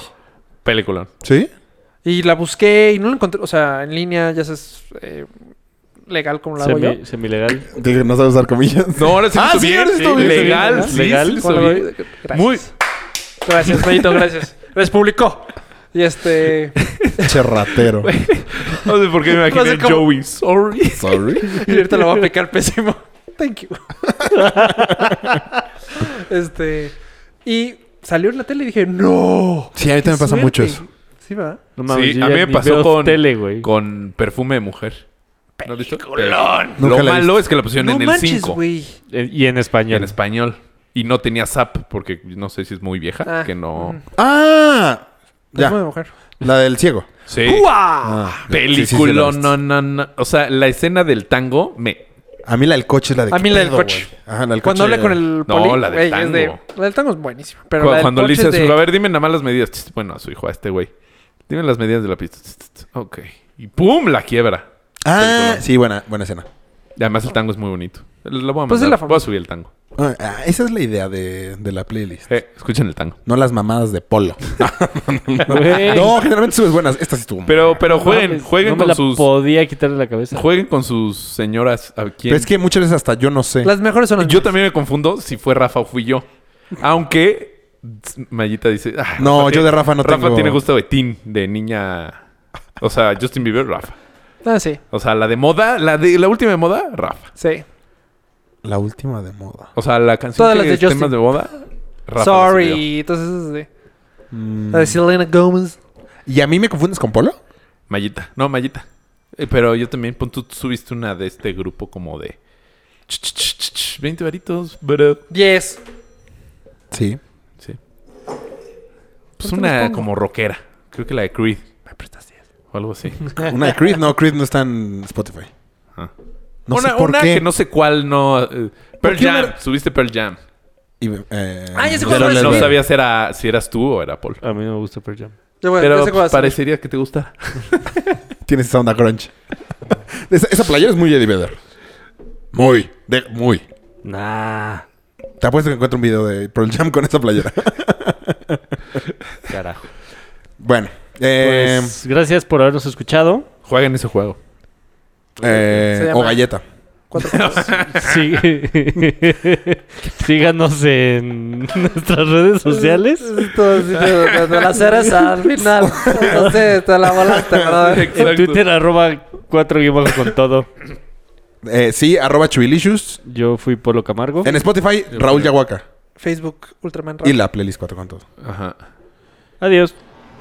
S4: Película.
S6: ¿Sí?
S5: Y la busqué y no la encontré. O sea, en línea, ya sabes, eh, legal como la hago yo.
S1: Semi, semilegal.
S6: Dije, no sabes usar comillas.
S4: No, ahora sí lo
S6: Ah,
S4: hizo
S6: sí,
S4: bien.
S6: ahora sí estuvo bien.
S4: Legal,
S1: Legal,
S4: sí,
S1: legal.
S4: sí lo hizo
S5: Hola,
S4: bien.
S5: güey. Gracias.
S4: Muy-
S5: Gracias, Benito, gracias. Les publicó. Y este.
S6: Cherratero.
S4: No sé por qué me
S5: No
S4: imaginé
S5: sé cómo-
S4: Joey. Sorry.
S6: Sorry.
S5: Y ahorita lo voy a aplicar pésimo. Thank you. este. Y salió en la tele y dije, no.
S6: Sí, a mí también me pasa
S5: Suerte.
S6: mucho eso.
S5: Sí, va.
S1: No mames,
S4: Sí,
S1: yo
S4: a
S1: ya
S4: mí me
S1: ni
S4: pasó
S1: veo
S4: con-
S1: tele, güey.
S4: Con perfume de mujer. ¿No has visto? Peliculón.
S6: Nunca
S4: Lo
S6: la he
S4: malo es que la pusieron
S5: No
S4: en el
S5: manches,
S4: 5.
S5: güey.
S1: Eh, Y en español.
S4: En español. Y no tenía zap porque no sé si es muy vieja.
S5: Ah.
S4: Que no.
S6: ¡Ah!
S5: Ya. de
S6: Ya,
S5: mujer.
S6: la del ciego.
S4: Sí.
S5: ¡Guau!
S6: Ah,
S4: Película,
S6: sí, sí, sí, la
S4: no, no, no. O sea, la escena del tango me.
S6: viste. A mí la del coche es la de.
S5: A
S6: ¿qué
S5: mí la del
S6: pedo,
S5: coche.
S6: güey? Ajá,
S4: Ah,
S6: la del
S5: Cuando
S6: coche.
S5: habla con el
S4: No,
S5: poli,
S4: la del
S5: güey, es
S4: tango.
S5: la del tango es buenísima. Pero
S4: Cu-
S5: la del
S4: cuando le
S5: coche
S4: dice a
S5: es
S4: su
S5: de-
S4: hijo, a ver, dime nada más las medidas. Tss, Bueno, a su hijo, a este güey. Dime las medidas de la pista. Tss, tss, tss. Ok. Y ¡pum! La quiebra.
S6: Ah, sí, buena, buena escena.
S4: Y además el tango es muy bonito. Lo voy a mandar.
S5: Pues es la
S4: voy a
S5: famosa.
S4: subir el tango.
S6: Ah, ah, esa es la idea de, de la playlist.
S4: Eh, escuchen el tango.
S6: No las mamadas de polo.
S1: Güey,
S6: no, generalmente subes buenas. Esta sí estuvo. Pero,
S4: Pero, pero jueguen,
S1: mames,
S4: jueguen
S1: no me
S4: con
S1: la
S4: sus.
S1: podía quitar de la cabeza.
S4: Jueguen con sus señoras. ¿a quién?
S6: es que muchas veces hasta yo no sé.
S5: Las mejores son las
S4: Yo
S5: mías.
S4: también me confundo si fue Rafa o fui yo. Aunque Mayita dice. "Ah,
S6: No,
S4: Rafa
S6: yo
S4: tiene-
S6: de Rafa no
S4: Rafa
S6: tengo-
S4: tiene gusto de teen, de niña. O sea, Justin Bieber, Rafa.
S5: Ah, sí.
S4: O sea, la de moda, la de la última de moda, Rafa.
S5: Sí.
S6: La última de moda.
S4: O sea, la canción
S5: Todas
S4: que
S5: las de
S4: es temas
S5: Justin.
S4: de moda, Rafa. Mm. la subió.
S5: Sorry. Entonces, eso es de... La de Selena Gomez.
S6: ¿Y a mí me confundes con polo?
S4: Mayita, no, Mayita. Eh, pero yo también, pon, tú subiste una de este grupo como de. ch, ch, ch, ch, ch, 20 varitos, pero. pues
S5: 10.
S6: Sí.
S4: Sí. Pues una como rockera. Creo que la de Creed.
S5: Me prestas 10.
S4: O algo así.
S6: Una de Creed. No, Creed no está en Spotify.
S4: Ajá.
S6: No
S4: una
S6: sé por
S4: una
S6: qué.
S4: que no sé cuál no. eh, Pearl
S6: qué
S4: Jam.
S6: una-
S4: Subiste Pearl Jam.
S6: Y, eh,
S5: Ah, ya sé cuál
S4: Pero
S5: voy a
S4: no
S5: subir.
S4: sabías si, era, si eras tú o era Paul.
S1: A mí no me gusta Pearl Jam.
S5: Yo voy a
S4: Pero
S5: ya sé cuál va a ser.
S4: parecería que te gusta.
S6: Tienes esa onda crunch. esa, esa playera es muy Eddie Vedder. Muy. de- muy.
S1: Nah.
S6: Te apuesto que encuentro un video de Pearl Jam con esa playera.
S1: Carajo.
S6: bueno. eh,
S1: Pues, gracias por habernos escuchado.
S4: Jueguen ese juego.
S6: eh,
S5: Se llama-
S6: o galleta.
S5: Cuatro cosas.
S1: Sí. Síganos en nuestras redes sociales.
S5: Todo así, de- de las eras al final. No sé, te la volaste, brother.
S1: En Twitter, arroba 4 guión bajo con todo.
S6: Eh, sí, arroba chubilicious.
S1: Yo fui Polo Camargo.
S6: En Spotify, Raúl Yahuaca.
S5: Facebook Ultraman
S6: Y
S5: Radio.
S6: la playlist 4 con todo.
S4: Ajá.
S1: Adiós.